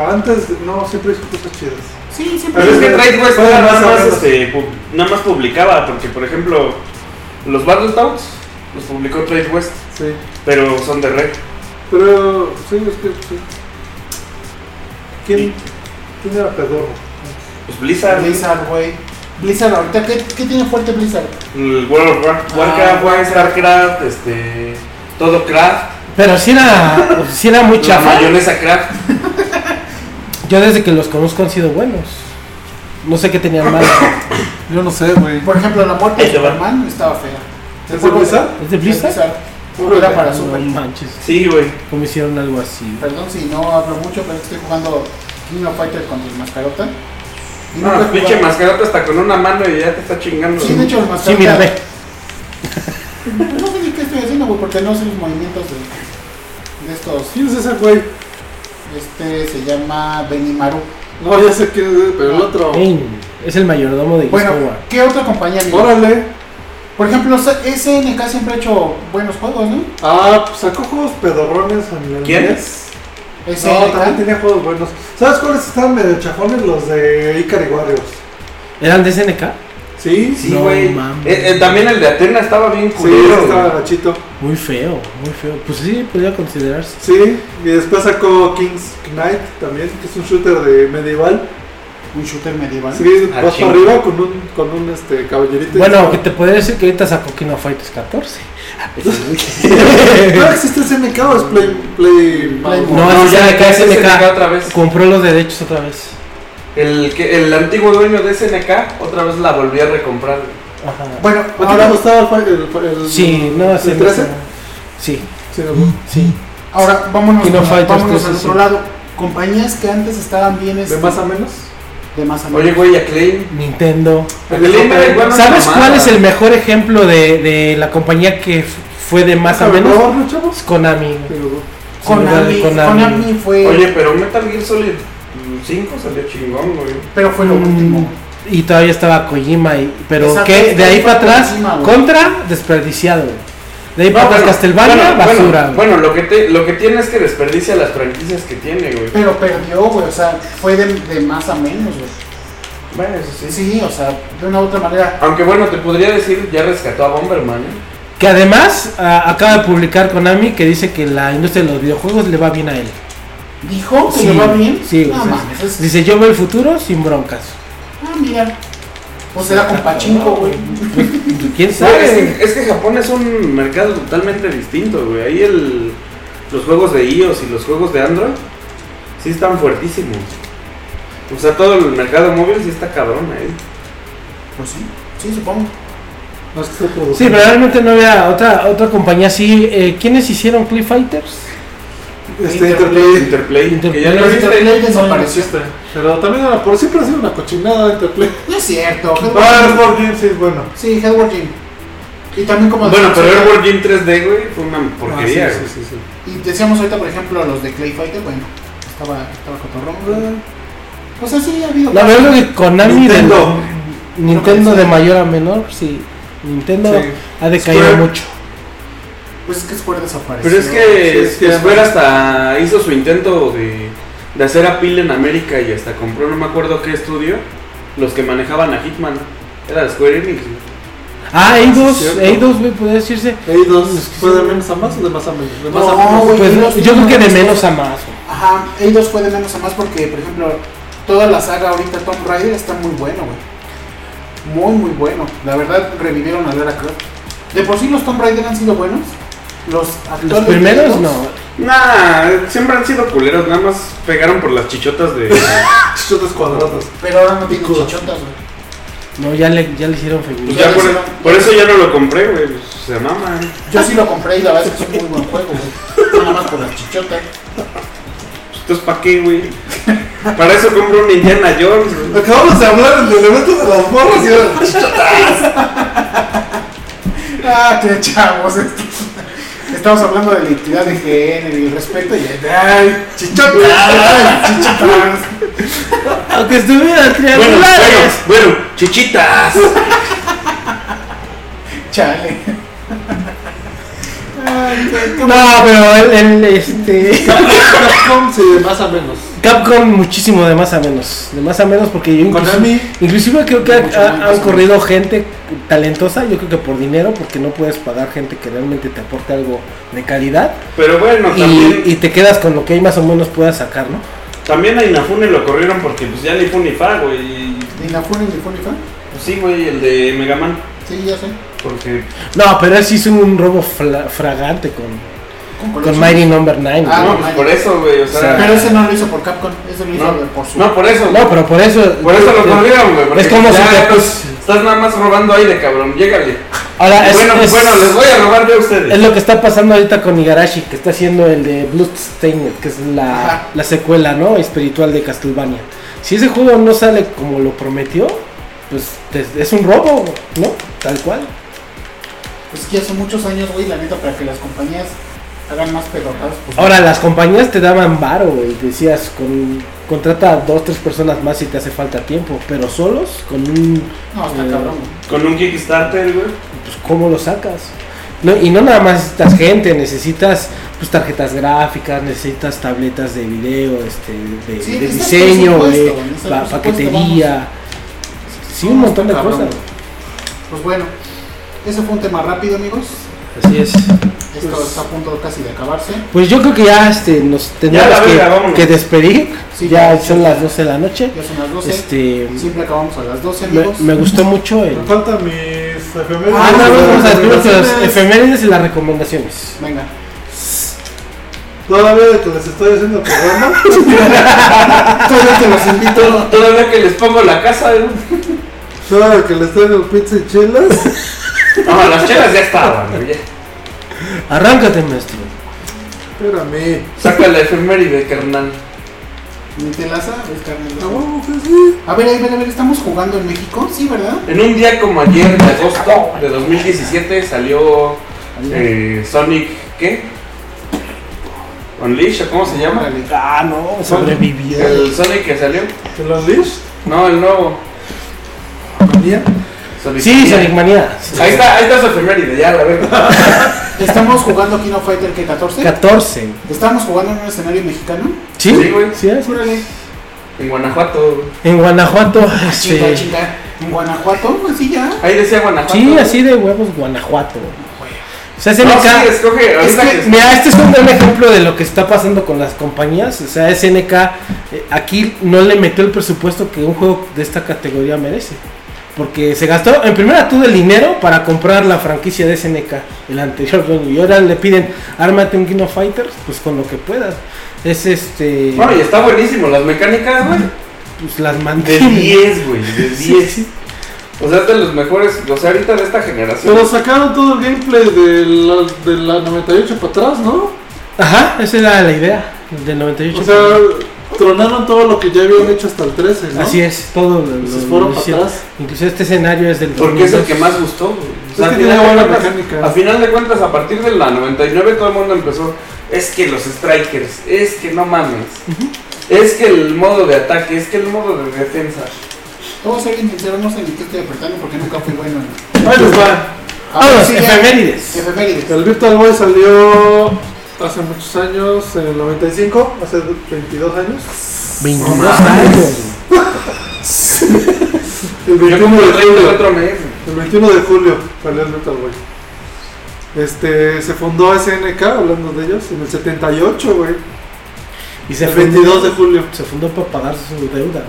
D: antes no, siempre hizo cosas chidas.
A: Sí, siempre.
C: Pero es que Trade West
D: Bueno,
C: nada,
D: más o
C: más,
D: menos.
C: este, pu- nada más publicaba, porque por ejemplo, los Battletoads los publicó Trade West,
D: Sí.
C: pero son de red.
D: Pero sí, es que sí. ¿Quién, quién era pedorro?
C: Pues Blizzard,
A: Blizzard, güey. Blizzard, ahorita, ¿qué, qué tiene fuerte Blizzard?
C: el World of War- Ah, Warcraft, War- Starcraft, este, todo Craft,
B: Pero sí era,
A: [LAUGHS]
B: sí era muy
C: la
B: chafa.
C: mayonesa Craft.
B: Yo desde que los conozco han sido buenos. No sé qué tenían mal.
D: Yo no sé, güey.
A: Por ejemplo, la muerte de
C: Ahí te va.
A: Superman estaba fea.
D: ¿Es de Blizzard?
B: ¿Es de Blizzard?
A: Era para
B: No
A: Super.
B: manches.
C: Sí, güey.
B: Como hicieron algo así.
A: Perdón si no hablo mucho, pero estoy jugando King of Fighter contra el Mascarota. Y
C: No,
A: nunca he
C: el Ah, pinche
A: jugado-
C: mascarota hasta con una mano y ya te está chingando.
A: Sí, de hecho, el
B: Sí,
A: Mascarota.
B: mira, ve.
A: No sé ni qué estoy haciendo, güey, porque no sé los movimientos de, de estos.
D: ¿Quién es ese güey?
A: Este se llama Benimaru.
D: No, ya sé quién es, pero el otro.
B: Ey, Es el mayordomo de
A: Bueno,
B: Gears
A: ¿qué otra compañía? amigo?
D: Órale.
A: Por ejemplo, sa- SNK siempre ha hecho buenos juegos, ¿no?
D: Ah, pues sacó juegos pedorrones en el
C: ¿Quién?
D: NES. No, también
A: SNK.
D: tenía juegos buenos. ¿Sabes cuáles estaban medio chafones? Los de Ikari Warriors.
B: ¿Eran de SNK?
D: ¿Sí?
C: Sí,
B: No
C: güey.
B: mames.
C: Eh, eh, también el de Atena estaba bien
D: Sí,
C: culero.
D: ese estaba
C: güey.
D: gachito.
B: Muy feo, muy feo. Pues sí, podría considerarse.
D: Sí, y después sacó King's Knight también, que es un shooter de medieval.
A: un shooter medieval.
D: Sí,
C: Ah,
D: vas
C: chinga.
D: para arriba con un, con un este, caballerito.
B: Bueno, que te podría decir que ahorita sacó Kino Fighters 14.
D: ¿No existe SNK o es Play... Play...
A: Play-
D: Play-
B: No,
C: No,
B: es
C: ya,
B: SNK,
C: ya es
B: SNK.
C: SNK otra vez.
B: Compró los derechos otra vez.
C: El, que, el antiguo dueño de SNK otra vez la volví a recomprar. güey.
B: Ajá.
A: Bueno,
D: ¿A ti te
A: ahora,
D: gustaba el, el, el-
B: Sí, no,
D: el
B: sí,
D: 13?
B: no. Sí,
D: Sí, no.
B: sí.
A: ahora vámonos,
B: King
A: a-
B: of Fighters,
A: vámonos
B: sí,
A: al
B: sí.
A: otro lado. Compañías que antes estaban bien este,
D: ¿De más a menos?
A: de más a
C: Oye,
A: menos.
C: güey, Acclaim.
B: Nintendo.
C: Acclaim era igual una
B: ¿Sabes
C: mamada.
B: cuál es el mejor ejemplo de, de la compañía que f- fue de más a menos?
D: ¿No, no, chavos?
B: Es Konami.
D: Sí, no.
B: sin duda de
A: Konami,
B: eh, Konami.
A: Konami fue.
C: Oye, pero Metal Gear Solid 5 salió chingón, güey.
A: pero fue lo último.
B: Y todavía estaba Kojima, y- pero
A: Exacto,
B: que de ahí
A: fue
B: para atrás,
A: Kojima, güey.
B: contra, desperdiciado. güey. De ahí para
C: No,
B: atrás,
C: bueno,
B: Castlevania,
C: bueno,
B: basura.
C: Bueno,
B: güey.
C: bueno, lo, que te, lo que tiene es que desperdicia las franquicias que tiene, güey.
A: Pero perdió, güey, o sea, fue de, de más a menos, güey.
C: Bueno, eso sí.
A: Sí, o sea, de una u otra manera.
C: Aunque bueno, te podría decir, ya rescató a Bomberman, ¿eh?
B: Que además a- acaba de publicar Konami que dice que la industria de los videojuegos le va bien a él.
A: ¿Dijo que
B: Sí,
A: le va bien?
B: Sí,
A: no
B: o sea,
A: mames. es-
B: dice yo veo el futuro sin broncas.
A: Ah, mira. Pues era con Pachinko, güey.
B: ¿Quién
C: Güey, este Es
B: sabe?
C: que, es que Japón es un mercado totalmente distinto, güey. Ahí el, los juegos de iOS y los juegos de Android sí están fuertísimos. O sea, todo el mercado móvil sí está cabrón ahí.
A: Pues sí, sí, supongo.
D: No, es que se produjo.
B: Sí, pero realmente no había otra otra compañía así. Eh, ¿Quiénes hicieron Cliff Fighters?
D: Este Interplay. Este,
C: Interplay.
B: Interplay.
C: Que ya no existe.
A: Interplay desapareció.
C: existe.
D: Pero también era por siempre ha sido una cochinada Interplay.
A: No es cierto. Headward
D: Ah, el
A: Jim.
D: board game sí es bueno.
A: Sí, Headward Jim. Y también como...
C: Bueno, pero
A: decíamos
C: Airborne Gym 3D, güey, fue una porquería.
D: Ah,
C: güey.
D: sí, sí, sí, sí.
A: ahorita- Y decíamos ahorita, por ejemplo, los de Clay Fighter, bueno, estaba, estaba cotorrón. güey. O sea, sí ha habido.
B: La verdad es que Konami de-
D: Nintendo.
B: Nintendo de mayor a menor, sí. Nintendo
D: Sí.
B: ha decaído
D: Square.
B: mucho.
A: Pues es que Square desapareció.
C: Pero es que
D: Sí, sí,
C: Square hasta hizo su intento de, de hacer apil en América y hasta compró, no me acuerdo qué estudio, los que manejaban a Hitman. Era de Square Enix. güey.
B: Ah,
D: sí,
B: Eidos,
D: cierto.
B: Eidos, güey, podría decirse.
D: Eidos, ¿fue de menos a más o de más a menos? De más
A: No,
D: a menos.
A: güey,
B: Pues,
A: Eidos
B: yo creo
A: tiene
B: que de
A: una
B: menos
A: historia.
B: a más. güey.
A: Ajá, Eidos fue de menos a más porque, por ejemplo, toda la saga ahorita Tomb Raider está muy bueno, güey. Muy, muy bueno. La verdad, revivieron a Lara Croft. De por sí los Tomb Raider han sido buenos. Los actores.
B: Los
A: de
B: primeros
A: Eidos-
B: no.
C: Nah, siempre han sido culeros, nada más pegaron por las chichotas [LAUGHS] de...
D: Chichotes cuadrados.
A: Pero ahora no tienen chichotas, güey.
B: No, ya le, ya le hicieron feliz.
C: Pues ya por, por eso ya no lo compré, güey. pues, Se mama, eh.
A: Yo sí lo compré y la verdad es que es un muy buen juego, güey. No Nada más por las chichotas.
C: Pues, Entonces, ¿para qué, güey? Para eso compré un Indiana Jones, güey.
D: Acabamos de hablar del elemento de las morras y ahora
A: Ah, qué chavos. Estamos hablando de la identidad de género y el respeto y ay,
C: [LAUGHS]
A: chichotas, ay, chichotas.
B: Aunque estuvieran
C: Bueno, bueno,
B: triangulares.
C: bueno, [LAUGHS] chichitas.
A: Chale. Ay, qué- qué
B: No, pero el, el, este.
D: Capcom sí, de más a menos.
B: Capcom muchísimo de más a menos. De más a menos porque yo incluso-
D: Konami.
B: inclusive creo que ha-
A: Mucho
B: ha-
A: menos.
B: han corrido gente talentosa, yo creo que por dinero, porque no puedes pagar gente que realmente te aporte algo de calidad
C: Pero bueno,
B: y,
C: también,
B: y te quedas con lo que ahí más o menos puedas sacar, ¿no?
C: también a Inafune lo corrieron porque pues ya ni fue ni fa, güey. Y,
A: Ni la fue ni fue ni fue.
C: pues, sí, güey, el de Mega Man.
A: Sí, ya sé.
C: Porque
B: No, pero él sí hizo un robo fla- fragante con, con
A: Colossus.
B: Mighty Number 9.
A: Ah,
C: no,
A: no,
C: pues
A: man.
C: por eso, güey, o sea.
A: Pero ese no lo hizo por Capcom, ese lo hizo
C: no,
A: por su.
C: no, por eso.
B: No, pero por eso.
C: por eso lo corrieron, güey. porque
B: Es como
C: ya
B: si te-
C: estás, estás nada más robando aire, cabrón. Llégale.
B: Ahora, es,
C: bueno,
B: es-
C: bueno, les voy a robar yo a ustedes.
B: es lo que está pasando ahorita con Igarashi, que está haciendo el de Bloodstained, que es
A: Ajá.
B: la, la secuela, ¿no? Espiritual de Castlevania. Si ese juego no sale como lo prometió, pues te- es un robo, ¿no? Tal cual.
A: Pues que hace muchos años, güey, la neta, para que las compañías hagan más pelotas. Pues,
B: Ahora, las compañías te daban varo, güey. Decías, con, contrata a dos, tres personas más si te hace falta tiempo, pero solos, con un
A: No, está
B: eh,
A: cabrón.
C: Con un Kickstarter, güey.
B: pues cómo lo sacas. No, y no nada más necesitas gente, necesitas pues tarjetas gráficas, necesitas tabletas de video, este, de,
A: Sí,
B: de
A: necesitas
B: diseño,
A: presupuesto,
B: de
A: necesitas
B: pa-
A: presupuesto,
B: paquetería, sí, un
A: No,
B: montón de
A: está cabrón.
B: cosas.
A: Pues bueno, ese fue un tema rápido, amigos.
B: Así es.
A: Esto está a punto casi de acabarse.
B: Pues yo creo que ya este, nos tendremos
C: la
B: que,
C: verga, vámonos.
B: que despedir,
A: Sí,
B: ya
A: ya.
B: son las 12 de la noche.
A: Ya son las 12.
B: Este,
A: Siempre acabamos a las 12,
B: me,
A: amigos.
B: me gustó mucho el...
D: Me faltan mis efemérides.
B: Ah, no,
A: las
B: vamos a despedir con las
D: recomendaciones.
B: efemérides y las recomendaciones.
A: Venga.
D: Todavía que les estoy haciendo
B: [LAUGHS]
D: el programa.
A: Todavía te los invito.
C: Todavía que les pongo la casa, eh. güey.
D: Todavía que les traigo pizza y chelas.
C: No, las chelas ya
B: [LAUGHS]
C: estaban, güey. ya.
B: Arráncate, maestro.
D: Espérame.
C: Saca la efeméride, carnal.
A: Ni te Ah, la sabes, carnal.
D: No, pues sí.
A: A ver, a ver, a ver, estamos jugando en México, sí, ¿verdad?
C: En un día como ayer, de agosto de 2017, salió eh, Sonic, ¿qué? Unleash, ¿o ¿cómo se llama?
A: Órale.
B: Ah, no, sobrevivió.
C: El Sonic que salió.
D: ¿El Unleash?
C: No, el nuevo.
D: Manía.
C: Sonic.
B: Sí, Sonic Manía.
C: Ahí está, ahí está su efeméride, ya, la verdad.
A: Estamos jugando Kino Fighter que 14.
B: 14.
A: Estamos jugando en un escenario mexicano.
B: ¿Sí?
C: Sí, güey.
B: Sí, así es.
A: Órale.
C: En Guanajuato.
B: En Guanajuato, este,
A: Chinga, chinga. En Guanajuato, así ya.
C: Ahí decía Guanajuato.
B: Sí, así de huevos, Guanajuato. O sea,
C: No, sí,
B: SNK.
C: escoge.
B: es
C: Ahorita
B: que,
C: que,
B: mira, este es un gran ejemplo de lo que está pasando con las compañías. O sea, SNK eh, aquí no le metió el presupuesto que un juego de esta categoría merece. Porque se gastó en primera todo el dinero para comprar la franquicia de SNK, el anterior [LAUGHS] dueño. Y ahora le piden, ármate un Kino Fighters, pues con lo que puedas. Es este.
C: Bueno, y está buenísimo. Las mecánicas, güey.
B: Pues las
C: De
B: mantiene.
C: 10, güey. De 10.
B: Sí, sí.
C: O sea, es de los mejores. O sea, ahorita de esta generación.
D: Pero sacaron todo el gameplay de la, de la 98 para atrás, ¿no?
B: Ajá, esa era la idea del 98.
D: O sea, tronaron todo lo que ya habían hecho hasta el 13, ¿no?
B: Así es, todo lo,
D: Entonces
B: lo-
D: fueron
B: lo
D: para
B: hicieron.
D: atrás.
B: Incluso este escenario es del
C: Porque es el
B: 2002.
C: que más gustó. güey. O
D: Es que
C: a
D: tenía
C: final de
D: buena
C: cuentas-
D: mecánica.
C: A final de cuentas, a partir de la 99 todo el mundo empezó. Es que los strikers, es que no mames. Es que el modo de ataque, es que el modo de defensa.
A: Todo ser bien sincero, no sé ni qué estoy apretando porque nunca fui bueno. en-
D: Ahí les va.
B: Ah, los
A: sigue.
B: efemérides.
A: Efemérides.
D: El Virtual Boy salió hace muchos años, en el 95, hace 22 años.
B: 22 años.
D: El
C: Yo
D: 21
C: como
D: de
C: el rey del
D: julio.
C: otro mes.
D: El 21 de julio salió el Virtual Boy. Este, se fundó SNK, hablando de ellos, en el 78, güey.
B: Y se
D: El
B: fundó-
D: 22 de julio.
B: Se fundó para pagar su deuda.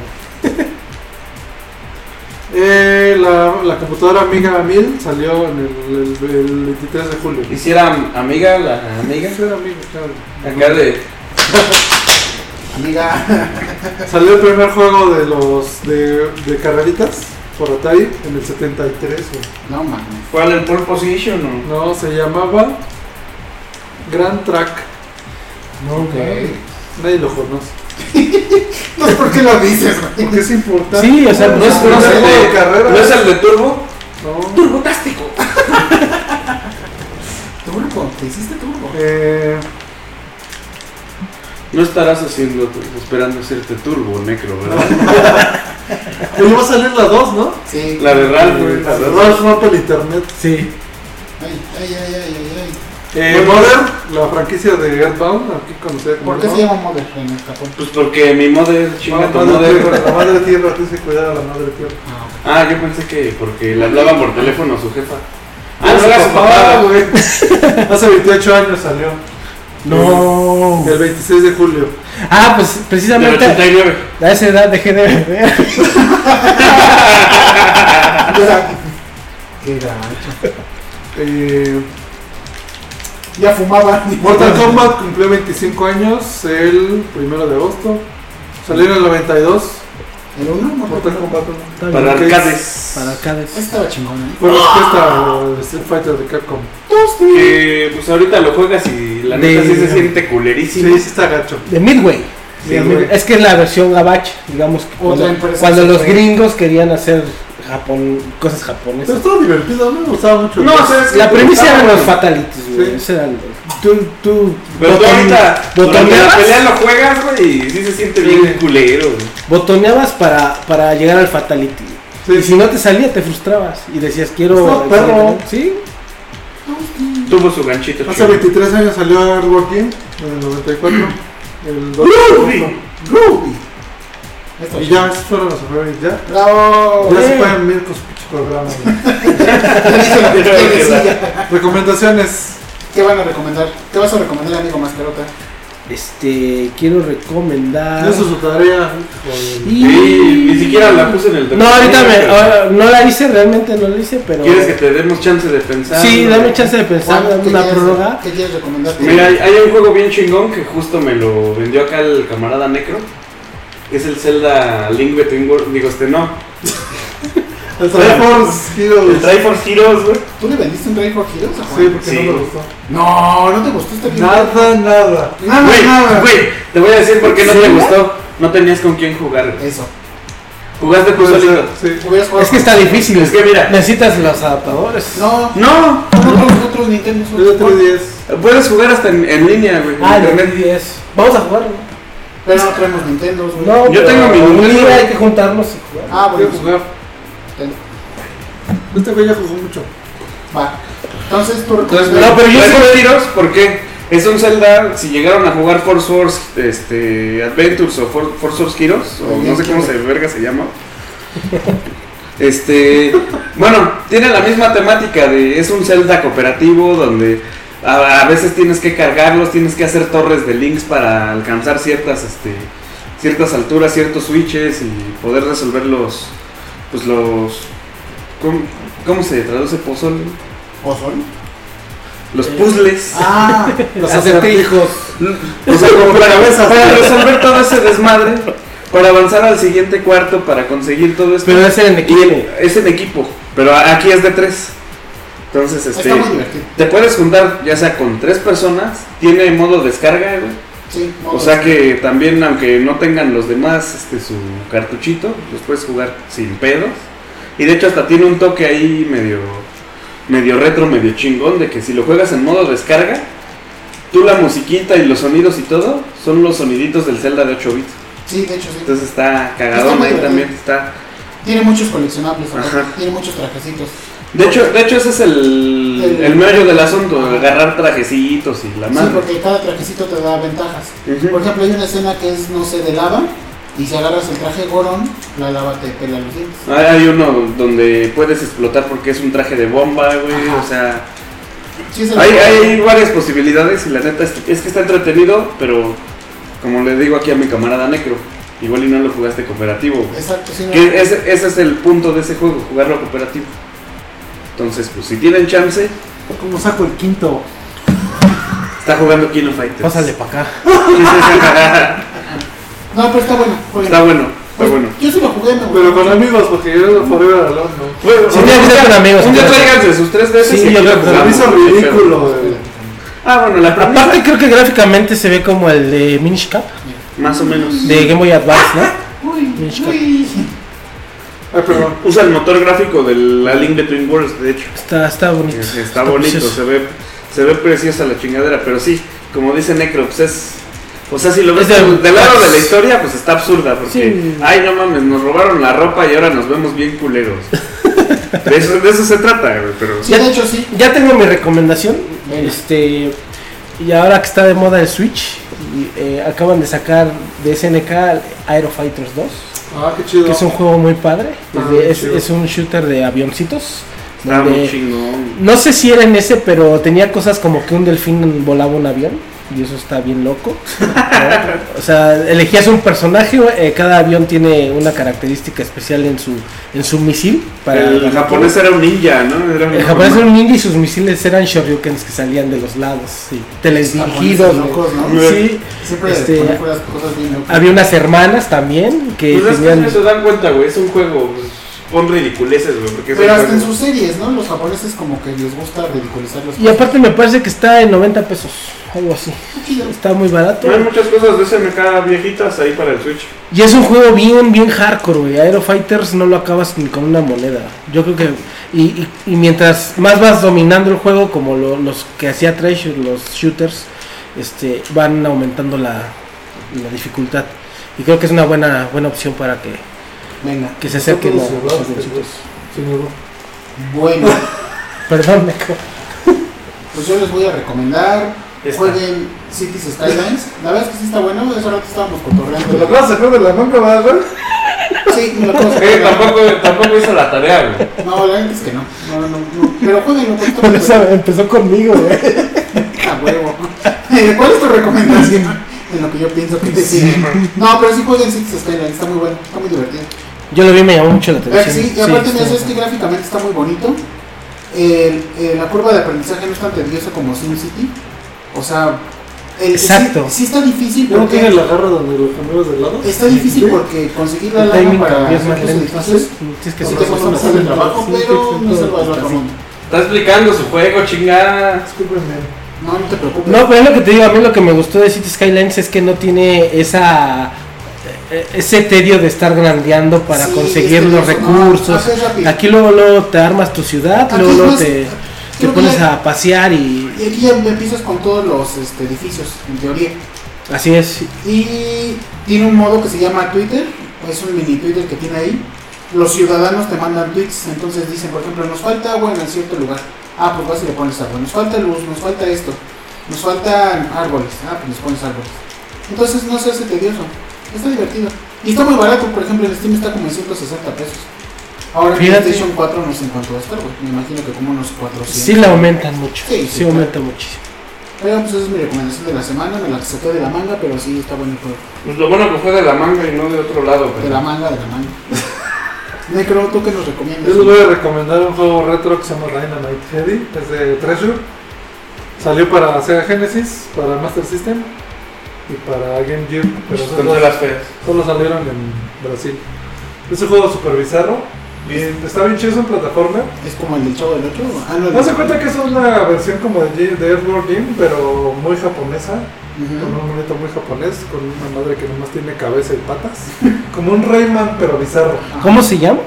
D: Eh, la, la computadora Amiga 1000 salió en el, el- el 23 de julio.
C: Hiciera amiga, la amiga.
D: Ese era Amiga, claro.
C: Acá de.
A: Amiga.
D: Salió el primer juego de los de, de carreritas por Atari en el 73. güey.
A: No mames.
C: ¿Cuál el pole position?
D: No, se llamaba Grand Track.
B: No, güey.
D: Nadie lo conoce.
A: [LAUGHS] No sé por qué lo dices, güey.
D: Porque es importante.
B: Sí, o sea, no es, no
C: No,
B: es-
C: no,
D: el
C: es,
D: modo
C: el
D: de
C: de,
D: carrera.
C: ¿No es el de turbo?
D: No.
A: Turbo, te hiciste turbo.
D: Eh,
C: No estarás haciendo, tu- esperando hacerte turbo, necro, ¿verdad?
D: Oye, va a salir la 2, ¿no? Ah,
A: Sí.
C: La de Ralph, güey, la de Ralph.
D: Rush Map el Internet.
B: Sí.
A: Ay, ay, ay, ay, ay.
D: Eh, Modern, la franquicia de Earthbound, aquí conocida
A: ay.
D: como
A: ¿Por qué se
D: Earthbound.
A: llama Mother en el Japón?
C: Pues porque mi model, chinga tu
D: Madre tierra,
C: model.
D: la madre tierra, tienes que cuidar a la madre tierra.
C: Ah, yo pensé que porque le hablaban por teléfono a su jefa. Ah, no
D: Su
C: era su
D: papá,
C: papá.
D: güey. [LAUGHS] Hace 28 años salió,
B: No.
D: el 26 de julio.
B: Ah, pues
C: Del
B: precisamente
C: 89.
B: a esa edad dejé de beber.
A: Qué gacho.
D: Eh,
A: Ya fumaba. ni
D: Mortal Kombat cumplió 25 años el 1 de agosto. Salió en el 92.
A: ¿El uno?
D: Mortal Kombat 1.
C: Para
D: ¿Qué es?
C: arcades.
B: Para
A: Ese
B: arcades.
A: Estaba chingón, ¿eh?
D: Fue respuesta a Street Fighter de Capcom.
C: Que pues ahorita lo juegas y la neta
B: De-
C: sí se siente
D: Sí,
C: culerísimo.
D: sí está gacho.
B: De Midway.
D: Sí,
B: De
D: güey.
B: Midway. Es que es la versión gabache, digamos. que
A: Otra
B: Cuando,
A: empresa
B: cuando
A: se
B: los
A: fue.
B: gringos querían hacer Japón, cosas
D: Pero
B: japonesas.
D: estuvo divertido, a mí me gustaba mucho.
C: No, o sea, es que
B: La
C: te
B: premisa
C: gustaba,
B: eran los
C: güey.
B: fatalities, güey.
D: Sí.
B: Ese era el- Tú, tú.
C: Pero tú
B: boton-
C: ahorita, durante la
B: botoneabas,
C: pelea lo juegas, güey, y sí se siente bien culero. güey.
B: botoneabas para, para llegar al fatality.
D: Sí,
B: Y si no te salía, te frustrabas. Y decías, quiero.
D: Está perro.
B: Sí.
C: Tuvo su ganchito.
D: Hace
C: chulo.
D: 23 años salió Earthworm Jim, en el 94. El 2
A: Estaba
D: Y
A: chingón.
D: ya, esos fueron los favoritos. Ya,
A: ¡Bravo!
D: ya se
B: Eh.
D: pueden ver con su pinche programa. güey.
C: [LAUGHS]
D: Recomendaciones.
A: ¿Qué van a recomendar? ¿Qué vas a recomendar, amigo Mascarota?
B: Este, quiero recomendar.
D: Eso es su tarea. hijo de-
B: Y-
C: Sí, ni siquiera la puse en el
B: No, ahorita me,
C: documento.
B: ahora, no la hice, realmente no la hice, pero. Ah,
C: ¿Quieres que te demos chance de pensar?
B: Sí,
C: ¿no?
B: dame chance de pensar,
A: Juan,
B: dame
A: ¿qué
B: una
A: quieres-
B: prórroga.
A: ¿Qué quieres recomendar?
C: Mira, hay, hay un juego bien chingón que justo me lo vendió acá el camarada Necro. que Es el Zelda Link Between Worlds. Digo, este no.
D: El Triforce
C: El
D: Heroes.
C: Triforce Heroes, güey.
A: ¿Tú le vendiste un Ray for Heroes a Juan?
D: Sí, porque
C: Sí.
D: no me gustó.
A: No, no te gustó este video.
D: Nada, nada.
A: Nada,
C: Güey,
A: nada.
C: güey, te voy a decir por qué no te gustó. No tenías con quién jugar. güey.
A: Eso.
C: Jugaste tú
D: Puede
C: solito.
D: ser, sí.
A: Hubieras jugado
B: Es que
A: con-
B: está difícil.
C: Es que mira.
B: Necesitas los adaptadores.
A: No,
C: No,
A: no, otros, otros Nintendo.
D: El de 3DS.
C: puedes jugar hasta en, en línea, güey. en
B: Ah, el
C: internet.
B: 10. Vamos a jugar. ¿no?
A: Pero no traemos Nintendo.
B: No,
C: Yo
B: pero
C: tengo mi
B: un
C: Nintendo.
B: día hay que juntarnos y jugar.
A: Ah,
D: Voy a
A: bueno.
D: jugar.
A: Ten-
D: Este güey ya jugó mucho.
A: Va. Entonces tú
C: Entonces,
A: recomiendas.
C: no, pero yo
B: Bueno.
C: soy tiros porque es un Zelda. Si llegaron a jugar Force Wars este, Adventures o For- Force Wars Heroes, o no sé cómo se verga se llama. Este, bueno, tiene la misma temática de es un Zelda cooperativo donde a, a veces tienes que cargarlos, tienes que hacer torres de links para alcanzar ciertas, este, ciertas alturas, ciertos switches y poder resolver los, pues los, ¿cómo, cómo se traduce puzzle?
A: ¿O son?
C: [LAUGHS] Los puzzles.
A: Ah,
D: Los
B: acertijos.
C: O sea, como para, para resolver todo ese desmadre, para avanzar al siguiente cuarto, para conseguir todo esto.
B: Pero es en
C: Y
B: equipo.
C: es en equipo, pero a- aquí es de tres. Entonces, este,
A: está muy divertido.
C: te puedes juntar ya sea con tres personas, tiene modo descarga, güey.
A: Sí,
C: O sea que también, aunque no tengan los demás este, su cartuchito, los puedes jugar sin pedos. Y de hecho hasta tiene un toque ahí medio, medio retro, medio chingón, de que si lo juegas en modo descarga, tú la musiquita y los sonidos y todo son los soniditos del Zelda de 8 bits.
A: Sí, de hecho sí.
C: Entonces está
A: Está
C: cagadón
A: muy
C: ahí
A: bien.
C: también. Está.
A: Tiene muchos coleccionables, aparte,
C: Ajá.
A: tiene muchos trajecitos.
C: De hecho, de hecho ese es el,
A: El-
C: el meollo del asunto, agarrar trajecitos y la
A: Sí,
C: madre.
A: porque cada trajecito te da ventajas.
C: Ujú.
A: Por ejemplo, hay una escena que es, no sé, de lava, y si agarras el traje Goron, la lava te pela los dientes.
C: Hay hay uno donde puedes explotar porque es un traje de bomba, güey.
A: Ajá.
C: O sea,
A: Sí, es el-
C: hay, hay varias posibilidades y la neta es, es que está entretenido, pero como le digo aquí a mi camarada Necro, igual y no lo jugaste cooperativo. güey.
A: Exacto, sí, no.
C: Que ese, ese es el punto de ese juego, jugarlo cooperativo. Entonces, pues si tienen chance,
D: ¿Cómo saco el quinto?
C: está jugando Kino Fighters.
B: Pásale para acá.
A: No, pero está bueno. jueguen.
C: está bueno, está
A: Pues,
C: bueno.
A: Yo sí lo jugué, me gustó.
D: Pero con amigos, porque yo era Forever Alone, ¿no?
B: Sí, me gusta con amigos.
C: Un día
B: entonces.
C: tráiganse sus tres veces
B: Sí,
C: y
B: yo
C: aquí
B: creo
C: lo
B: que
D: Se me
C: jugamos,
D: hizo
C: qué pedo.
D: ridículo, güey.
C: Ah, bueno, la primera
B: Aparte creo que gráficamente se ve como el de Minish Cap,
C: más o menos.
B: de Game Boy Advance, ¿no?
A: Uy,
B: Minish Cap.
A: uy.
D: Ay, perdón.
C: Usa el motor gráfico de la Link Between Worlds, de hecho.
B: Está, está bonito.
C: Está, bonito,
B: precioso.
C: se ve, se ve preciosa la chingadera, pero sí, como dice Necro, pues es. O sea, si lo ves
B: Es de-
C: del, del lado de la historia, pues está absurda, porque,
B: Sí.
C: ay, no mames, nos robaron la ropa y ahora nos vemos bien
B: [LAUGHS]
C: culeros. De eso, de eso se trata, güey, pero.
A: Sí, de hecho sí.
B: Ya tengo mi recomendación.
A: Venga.
B: Este y ahora que está de moda el Switch, y, eh, acaban de sacar de SNK Aero Fighters 2,
D: Ah, qué chido.
B: que es un juego muy padre.
D: Ah,
B: Es de- es,
D: chido.
B: es un shooter de avioncitos.
C: Está
B: donde-
C: muy chingón.
B: no sé si era en ese, pero tenía cosas como que un delfín volaba un avión. Y eso está bien loco. ¿no? O sea, elegías un personaje, eh, cada avión tiene una característica especial en su, en su misil.
C: El japonés era un ninja, ¿no? Era
B: El
C: un-
B: japonés era un ninja y sus misiles eran shoryukens que salían de los lados, sí, teledirigidos.
A: Japoneses locos,
B: güey.
A: ¿no?
B: Sí,
A: Siempre
B: Este,
A: ponen puras cosas bien locas.
B: había unas hermanas también que
C: Pues es que
B: tenían.
C: no se dan cuenta, güey, es un juego. pues, pon ridiculeces, güey, porque es
A: Pero
C: un
A: hasta en
C: juego.
A: sus series, ¿no? Los japoneses como que les gusta ridiculizar los
B: Y aparte me parece que está en 90 pesos, algo así. Está muy barato.
C: No hay muchas cosas de SNK viejitas ahí para el Switch.
B: Y es un juego bien, bien hardcore, güey. Aero Fighters no lo acabas ni con una moneda. Yo creo que. Y, y- y mientras más vas dominando el juego, como lo- los que hacía Treasure, los shooters, este, van aumentando la, la dificultad. Y creo que es una buena, buena opción para que,
A: Venga.
B: que se acerquen
D: Todos
B: a-
D: se
B: a
D: hablaban,
B: los
D: pero-
B: shooters.
D: Sí, luego.
A: Bueno,
B: Perdón, me co- [LAUGHS]
A: pues yo les voy a recomendar. Jueguen Cities Skylines. La verdad es que sí está bueno. Ese rato estábamos
D: ¿Te lo
A: cotorreando.
D: vas a sacar de la manga, va, güey?
A: Sí, me lo puedo sacar.
C: Eh, tampoco, tampoco hizo la tarea, güey.
A: No, la verdad es que no. No, no, no. Pero jueguenlo con
B: Con eso empezó conmigo, güey.
A: A huevo. Eh, ¿Cuál es tu recomendación? En lo que yo pienso que te sigue. No, pero sí jueguen Cities Skylines. Está muy bueno. Está muy divertido.
B: Yo lo vi, me llamó mucho la
A: Eh,
B: atención.
A: Sí, y aparte de
B: está-
A: eso es que gráficamente está muy bonito. El- eh, la curva de aprendizaje no es tan tediosa como SimCity. O sea, el-
B: Exacto.
A: Sí, sí está difícil
D: ¿No tiene
A: porque
D: la garra donde los cambios del lado?
A: está difícil porque conseguir la
B: El
A: lana
B: timing
A: para
B: cambió, es
A: hacer
B: más
A: los
B: lento.
A: edificios
B: Sí, es que
A: no
B: sí.
A: te cuesta
D: más
A: más el
D: lento.
A: trabajo,
D: Sí,
A: pero
D: sí,
A: no
D: sí,
A: es el valor
D: sí.
A: común.
C: Está explicando su juego, chingada.
D: Discúlpenme.
A: No, no te preocupes.
B: No, pero es lo que te digo, a mí lo que me gustó de City Skylines es que no tiene esa eh, ese tedio de estar grandeando para
A: Sí,
B: conseguir
A: es
B: los
A: tedioso, no,
B: recursos.
A: haces rápido.
B: Aquí luego, luego te armas tu ciudad,
A: Aquí
B: luego,
A: es
B: luego
A: más-
B: te, te
A: creo que
B: pones
A: ya-
B: a pasear y
A: Y aquí ya empiezas con todos los este, edificios, en teoría.
B: así es.
A: Y tiene un modo que se llama Twitter, es un mini Twitter que tiene ahí. Los ciudadanos te mandan tweets, entonces dicen, por ejemplo, nos falta agua en cierto lugar. Ah, pues vas y le pones agua. Nos falta luz, nos falta esto. Nos faltan árboles. Ah, pues les pones árboles. Entonces no se hace tedioso. Está divertido. Y está muy barato, por ejemplo, el Steam está como en 160 pesos. Ahora en
B: Fíjate.
A: PlayStation 4 no sé en cuánto va a estar, güey. Me imagino que como unos 400.
B: Sí la aumentan mucho.
A: Sí,
B: Sí,
A: sí, claro.
B: aumenta muchísimo.
A: Pero pues esa es mi recomendación de la semana, me la saqué de la manga, pero sí está bueno el juego.
C: Pues lo bueno que fue de la manga y no de otro lado,
A: De
C: güey.
A: la manga, de la manga. [LAUGHS] Necro, ¿tú qué nos recomiendas?
D: Yo les voy a recomendar un juego retro que se llama Dynamite Heady, es de Treasure. Salió para Sega Genesis, para Master System y para Game Gear, pero
C: Pues, con de
D: solo,
C: las feas.
D: solo salieron en Brasil. Es un juego super bizarro, bien, está bien chido, es un plataforma.
A: ¿Es como el del chavo del otro? Ah, no, el
D: No se cuenta que es una versión como de, G- de Earthworm Jim, pero muy japonesa, con
A: Ujú.
D: un monito muy japonés, con una madre que nomás tiene cabeza y patas. [LAUGHS] Como un Rayman, pero bizarro.
B: ¿Cómo se llama?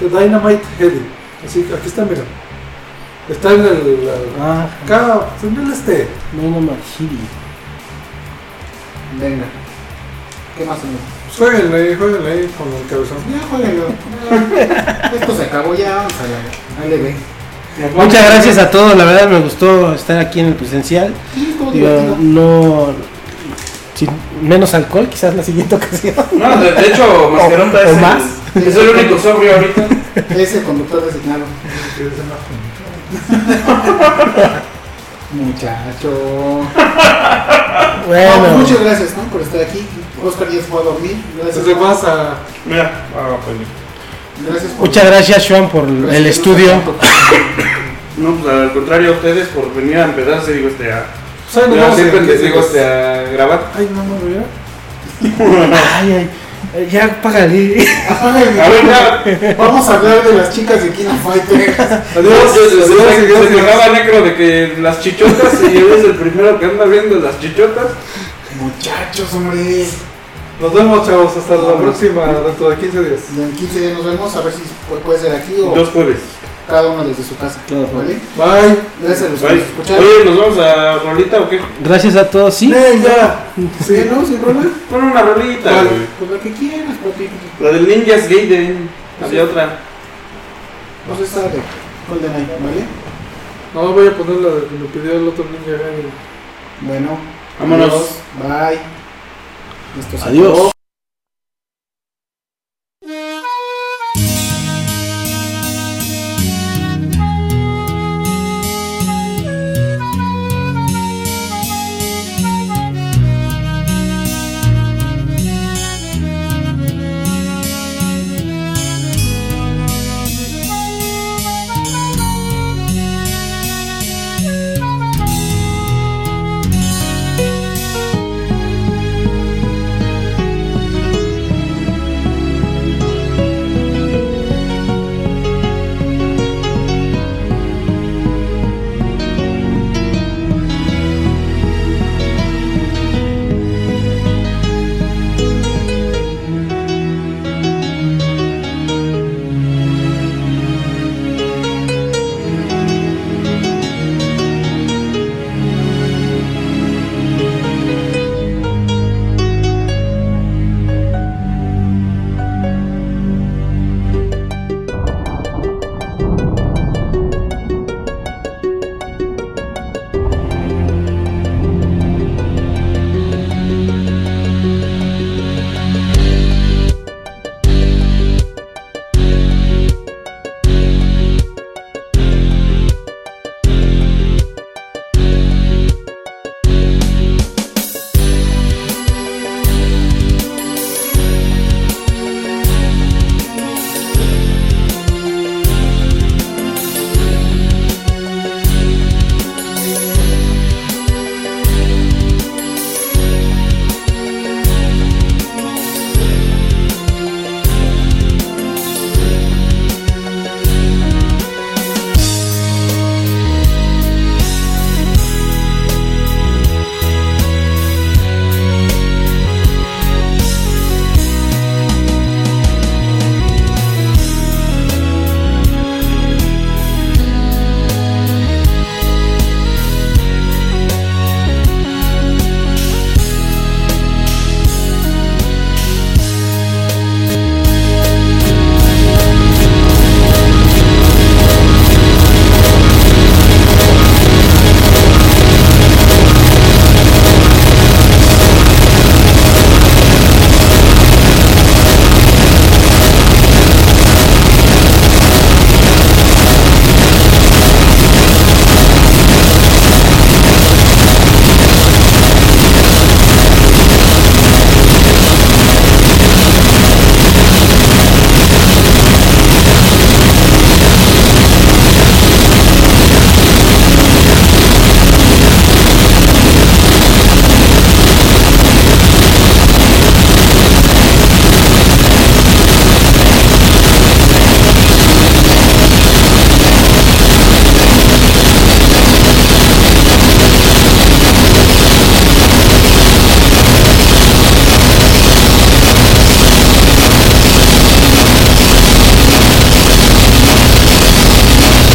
D: Dynamite Heady. Así que aquí está, mira. Está en el. la-
B: Ah,
D: Acá, en el este.
B: no, no, no, Hiri.
A: Venga. ¿Qué más amigo?
D: Pues jueguenle, jueguenle con el cabezón.
A: Ya, jueguenlo.
D: [LAUGHS]
A: Ya. Esto se acabó ya, vamos a la- al LB.
B: Muchas gracias a todos, la verdad me gustó estar aquí en el presencial.
A: Sí, estuvo
B: Digo,
A: divertido.
B: no. sin- menos alcohol, quizás la siguiente ocasión.
C: No, de, de hecho, Mascarota
B: o
C: es, el-
B: más.
C: es el único sobrio ahorita.
A: Es el conductor designado. Muchacho.
B: Bueno,
A: No, pues muchas gracias, ¿no? Por estar aquí. Oscar ya se fue a dormir. Gracias.
D: Entonces vas a...
C: Mira, ah, pues,
A: Gracias por
B: muchas gracias, Juan, por el estudio.
C: no, pues al contrario a ustedes por venir a empezarse, digo, este, a,
D: Pues ahí nos
C: a
D: vemos
C: hacer
D: en
C: pendejos,
D: 15
C: digo,
D: días.
C: este, a grabar.
D: Ay, no, no, mira.
B: Ay, ay, ay, ya págale.
C: A ver, [LAUGHS] ya,
A: [LAUGHS] Vamos a hablar de las chicas de Kino Fighter.
D: [LAUGHS] Adiós,
C: se, se-
D: adiós,
C: se-
D: gracias.
C: se quejaba Necro de que las chichotas, y él es el primero que anda viendo las chichotas.
A: Muchachos, hombre.
D: Nos vemos, chavos. Hasta la
A: Vámonos.
D: próxima, dentro de 15 días.
A: En 15 días nos vemos. A ver si pu- puede ser aquí o
C: Dos jueves.
A: cada uno desde su casa.
B: Claro.
A: ¿Vale?
D: Bye.
A: Gracias a los que
C: Bye.
A: nos escucharon.
C: Oye, ¿nos vamos a rolita o qué?
B: Gracias a todos, sí.
D: Ey, ya.
A: Sí, ¿no? ¿Sin problema?
C: Pon una rolita,
D: Vale.
C: güey.
A: Pues lo que quieras, papi.
C: La del Ninjas Gaiden. Había otra.
A: No se sabe. Goldeneye, ¿vale?
D: No, voy a poner la de que me pidió el otro ninja. Gaiden.
A: Bueno.
C: Vámonos.
A: adiós. Bye. Esto se
B: Adiós.
A: acabó.